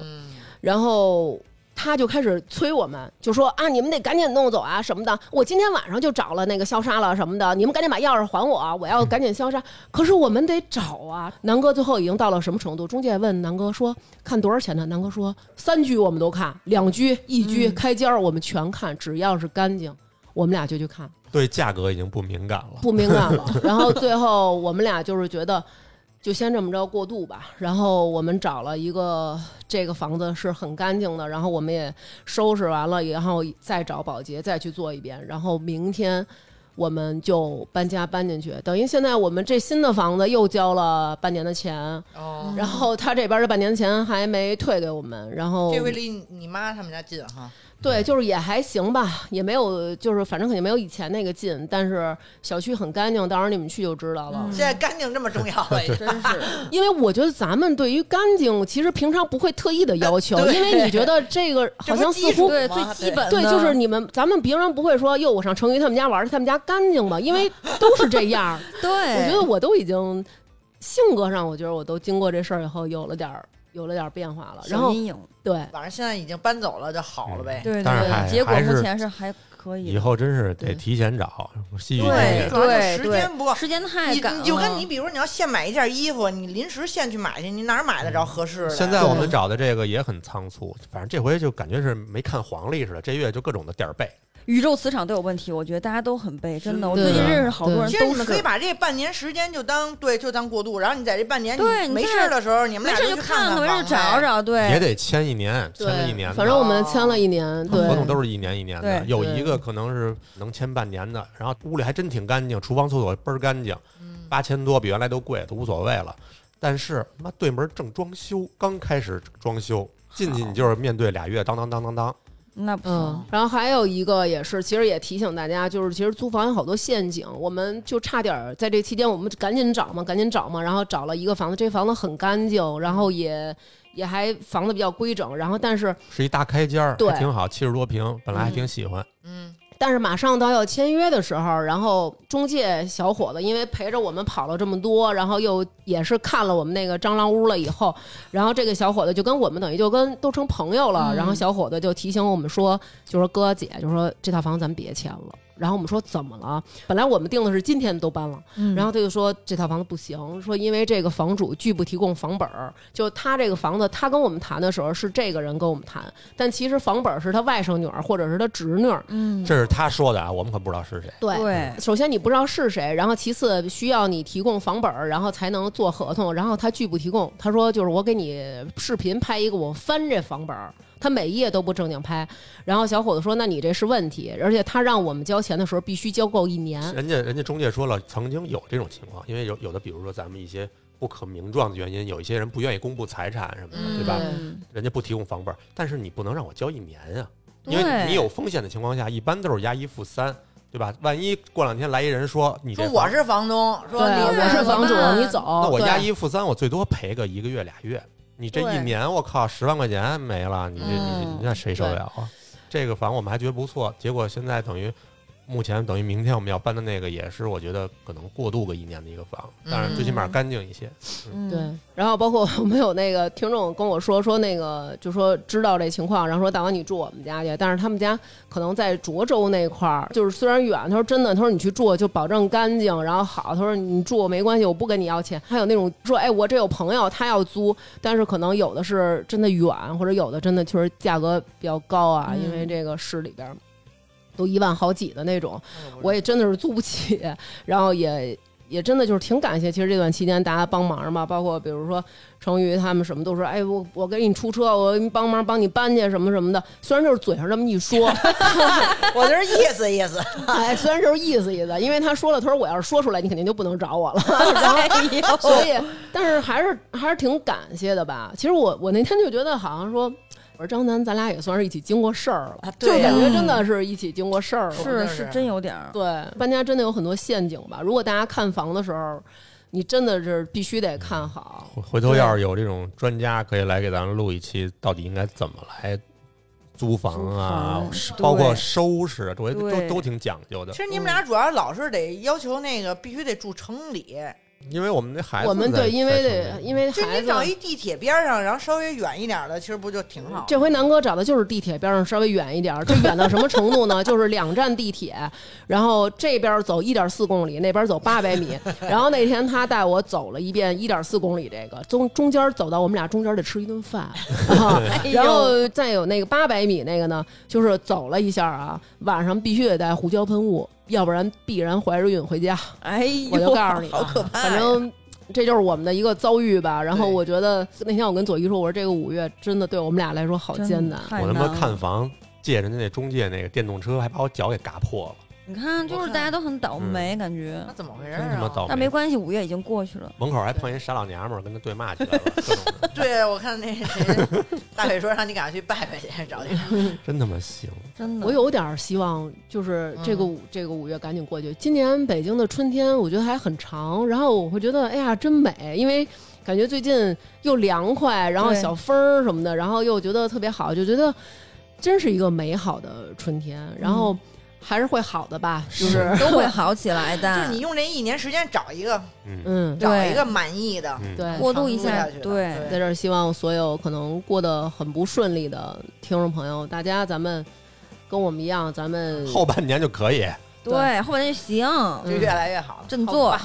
然后他就开始催我们，就说啊，你们得赶紧弄走啊什么的。我今天晚上就找了那个消杀了什么的，你们赶紧把钥匙还我啊，我嗯要赶紧消杀。可是我们得找啊。南哥最后已经到了什么程度？中介问南哥说看多少钱呢？南哥说三居我们都看，两居、一居、嗯开间儿我们全看，只要是干净，我们俩就去看。对价格已经不敏感了。不敏感了。然后最后我们俩就是觉得，就先这么着过渡吧。然后我们找了一个这个房子是很干净的，然后我们也收拾完了，然后再找保洁再去做一遍。然后明天我们就搬家搬进去。等于现在我们这新的房子又交了半年的钱，哦，然后他这边的半年钱还没退给我们。然后这回离你妈他们家近哈，对，就是也还行吧，也没有，就是反正肯定没有以前那个近，但是小区很干净，到时候你们去就知道了。嗯现在干净这么重要 了，真是 因为我觉得咱们对于干净，其实平常不会特意的要求，呃对因为你觉得这个好像似乎。对我妈最基本的对，就是你们，咱们别人不会说，哟，我上成渝他们家玩儿，他们家干净吧？因为都是这样儿。对，我觉得我都已经性格上，我觉得我都经过这事儿以后，有了点儿，有了点儿变化了。然小后阴影。对，晚上现在已经搬走了就好了呗。对对但是对，还结果还目是前是还可以以的。后真是得提前找，戏剧经对验。主要对是时对，间不够时间太你赶了。你就跟你，比如你要现买一件衣服，你临时现去买去，你哪儿买得着合适的？嗯现在我们找的这个也很仓促，反正这回就感觉是没看黄历似的，这月就各种的点儿背。宇宙磁场都有问题，我觉得大家都很背，真的。我对最近认识好多人其实都你可以是。把这半年时间就当对，就当过渡，然后你在这半年对你你没事在儿的时候，你们没俩事就去看看没事房就呗找。找，也对，得签一年，签了一年对，的，反正我们签了一年，对，合同都是一年一年的，对有对一个可能是能签半年的，然后屋里还真挺干净，厨房厕所倍儿干净，八千多比原来都贵，都无所谓了。但是妈对门正装修，刚开始装修，进去你就是面对俩月当当当当当，那不行嗯。，然后还有一个也是，其实也提醒大家，就是其实租房有好多陷阱，我们就差点儿在这期间，我们赶紧找嘛，赶紧找嘛，然后找了一个房子，这房子很干净，然后也也还房子比较规整，然后但是是一大开间儿，对还挺好，七十多平，本来还挺喜欢。嗯，但是马上到要签约的时候，然后中介小伙子因为陪着我们跑了这么多，然后又也是看了我们那个蟑螂屋了以后，然后这个小伙子就跟我们等于就跟都成朋友了，然后小伙子就提醒我们说，就说哥姐，就说这套房咱们别签了。然后我们说怎么了？本来我们定的是今天都搬了，嗯然后他就说这套房子不行，说因为这个房主拒不提供房本儿，就他这个房子，他跟我们谈的时候是这个人跟我们谈，但其实房本儿是他外甥女儿或者是他侄女儿，嗯，这是他说的啊，我们可不知道是谁。对对，首先你不知道是谁，然后其次需要你提供房本儿，然后才能做合同。然后他拒不提供，他说就是我给你视频拍一个，我翻这房本儿，他每一页都不正经拍。然后小伙子说，那你这是问题，而且他让我们交钱的时候必须交够一年。人家人家中介说了，曾经有这种情况，因为有有的，比如说咱们一些不可名状的原因，有一些人不愿意公布财产什么的，对吧？嗯人家不提供房本儿，但是你不能让我交一年啊，对因为你有风险的情况下，一般都是押一付三，对吧？万一过两天来一人说你这说房我，是房东，对，说啊啊你我是房主怎么，办你走。那我哦对押一付三，我最多赔个一个月俩月，你这对一年我靠十万块钱没了，你这你这嗯你那谁受得了啊？这个房我们还觉得不错，结果现在等于。目前等于明天我们要搬的那个也是，我觉得可能过渡个一年的一个房，但是最起码干净一些。嗯对，然后包括我们有那个听众跟我说说那个，就说知道这情况，然后说大王你住我们家去，但是他们家可能在涿州那块儿，就是虽然远，他说真的，他说你去住就保证干净，然后好，他说你住没关系，我不跟你要钱。还有那种说，哎，我这有朋友他要租，但是可能有的是真的远，或者有的真的确实价格比较高啊，嗯因为这个市里边儿都一万好几的那种，我也真的是租不起， 然后也也真的就是挺感谢，其实这段期间大家帮忙嘛，包括比如说成宇他们什么都说，哎，我我给你出车，我给你帮忙帮你搬去什么什么的，虽然就是嘴上这么 一说，我就是意思意思。哎，虽然就是意思意思，因为他说了，他说我要是说出来，你肯定就不能 找我了，然后所哎以，但是还是还是挺感谢的吧。其实我我那天就觉得好像说。我说张楠，咱俩也算是一起经过事儿了，啊就对呀感觉真的是一起经过事儿了。是就是啊是真有点儿。对，搬家真的有很多陷阱吧？如果大家看房的时候，你真的是必须得看好。回回头要是有这种专家，可以来给咱们录一期，到底应该怎么来租房啊，租房包括对收拾，我觉得对都都挺讲究的其。实你们俩主要老是得要求那个必须得住城里，因为我们那孩子我们在对，因为在城得里因为就孩你子找一地铁边儿上，然后稍微远一点儿的，其实不就挺好？这回南哥找的就是地铁边上稍微远一点儿，这远到什么程度呢？ 就是两站地铁，然后这边走一点四公里，那边走八百米。然后那天他带我走了一遍一点四公里，这个中中间走到我们俩中间得吃一顿饭，啊然后再有那个八百米那个呢，就是走了一下啊，晚上必须得带胡椒喷雾，要不然必然怀着孕回家。哎呦，我就告诉你吧好可怕呀！反正这就是我们的一个遭遇吧。然后对我觉得那天我跟左一说，我说这个五月真的对我们俩来说好真艰难。太我他难妈了看房借人家那中介那个电动车，还把我脚给嘎破了，你看，就我是看大家都很倒霉，感觉那。怎么回事真儿他妈啊？倒但没霉。关系，五月已经过去了。门口还碰一傻老娘们儿，跟他对骂起来了，各种的 对，我看那谁大伟说让你赶快去拜拜去，找去。真他妈行。真的，我 有点儿希望，就是嗯这个五、这个五月赶紧过去。今年北京的春天，我觉得还很长，然后我会觉得，哎呀，真美，因为感觉最近又凉快，然后对小风儿什么的，然后又觉得特别好，就觉得真是一个美好的春天。然嗯后还是会好的吧，就是都会好起来 就是的。你用这一年时间找一个，嗯嗯，嗯找对一个满意的。嗯，对。过渡一长下久下去，了对，对在这儿希望所有可能过得很不顺利的听众朋友，大家咱们跟我们一样，咱嗯们后半年就可以。对，后面就行，就嗯嗯越来越好了。振作，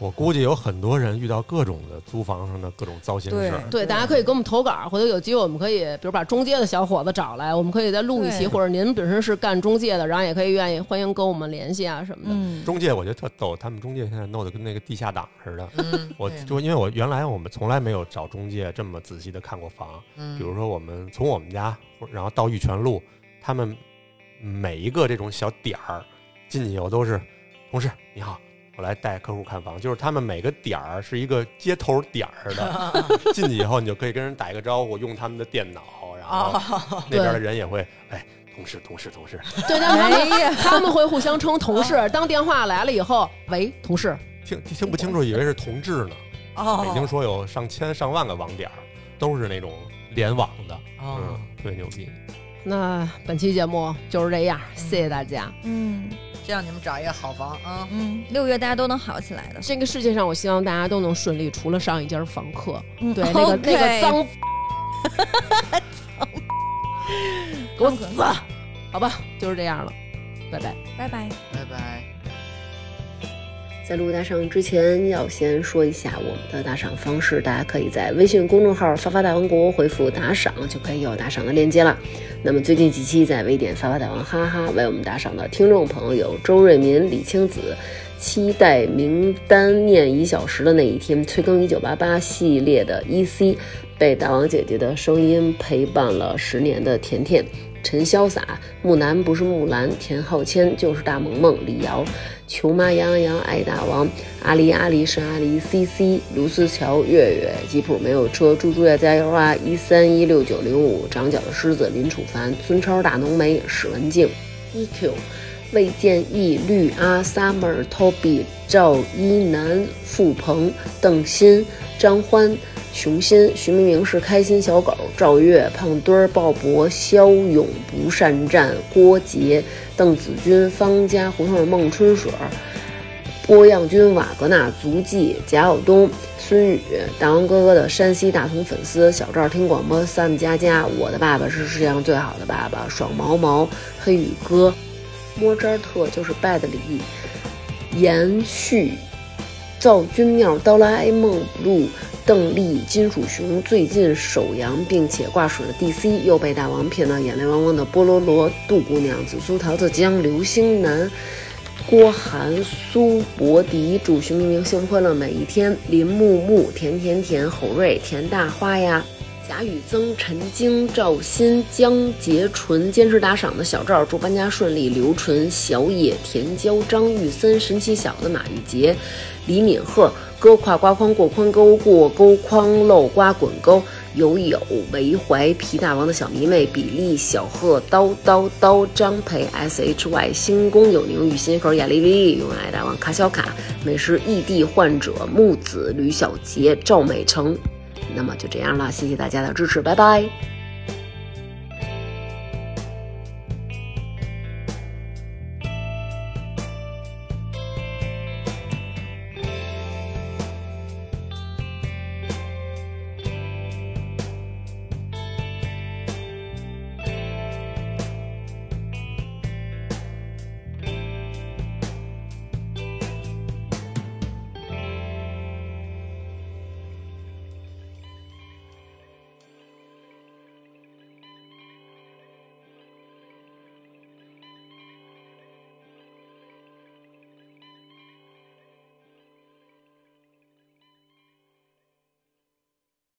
我估计有很多人遇到各种的租房上的各种糟心事儿。对，大家可以给我们投稿，回头有机会我们可以，比如把中介的小伙子找来，我们可以再录一期，对或者您本身是干中介的，然后也可以愿意欢迎跟我们联系啊什么的。嗯，中介我觉得特逗，他们中介现在弄得跟那个地下党似的。嗯，我对就因为我原来我们从来没有找中介这么仔细的看过房，嗯比如说我们从我们家，或然后到玉泉路，他们每一个这种小点儿进去以后都是同事你好，我来带客户看房，就是他们每个点儿是一个接头点儿 似的，进去以后你就可以跟人打一个招呼，用他们的电脑，然后哦那边的人也会哎。同事，同事，同事，对，但他们他们会互相称同事，当电话来了以后，喂，同事，听听不清楚，以为是同志呢。北京哦说有上千上万个网点儿，都是那种联网的，哦，嗯，特别牛逼。那本期节目就是这样，谢谢大家。嗯这样你们找一个好房啊。嗯，六月大家都能好起来的。这个世界上，我希望大家都能顺利，除了上一家房客，嗯对那个 OK 那个 脏，给我死，好吧，就是这样了，拜拜。拜拜。拜拜。在录打赏之前，要先说一下我们的打赏方式，大家可以在微信公众号“发发大王国”回复“打赏”，就可以有打赏的链接了。那么最近几期在微店“发发大王哈哈”为我们打赏的听众朋友有周瑞民、李青子。期待名单念一小时的那一天，催更一九八八系列的 EC，被大王姐姐的声音陪伴了十年的甜甜，陈潇洒，木兰不是木兰，田浩谦就是大萌萌，李瑶，球妈杨洋洋爱大王，阿狸阿狸是阿狸，C C 卢思乔月月吉普没有车，猪猪要加油啊！一三一六九零五长角的狮子林楚凡，孙超大浓眉史文静，EQ 魏建义绿阿 summer Toby 赵一楠付鹏邓鑫张欢。熊心、徐明明是开心小狗，赵月、胖墩儿、鲍勃、肖勇不善战，郭杰、邓子君、方家胡同、孟春水儿、波漾君、瓦格纳、足迹、贾晓东、孙宇、大王哥哥的山西大同粉丝、小赵听广播、Sam 佳佳、我的爸爸是世界上最好的爸爸、爽毛毛、黑羽哥、莫扎特就是拜的礼、延续、赵君妙、哆啦 A 梦、路、邓丽、金属熊最近首阳并且挂水的 DC 又被大王骗到眼泪汪汪的菠萝罗、杜姑娘、紫苏桃子江、刘星男。郭涵、苏博迪，祝徐明明幸福快乐每一天。林木木、甜甜甜、侯瑞、田大花呀，贾雨增、陈晶、赵鑫、江杰纯坚持打赏的小赵，祝搬家顺利。刘纯、小野、田娇、张玉森、神奇小子、马玉杰、李敏赫、哥跨瓜筐过宽沟，过沟筐漏瓜滚沟。友友、为怀、皮大王的小迷妹、比利、小贺、刀刀刀、张培、S H Y、星宫、有宁、雨心口、雅丽丽、永远爱大王、卡小卡、美食异地患者、木子、吕小杰、赵美成。那么就这样了，谢谢大家的支持，拜拜。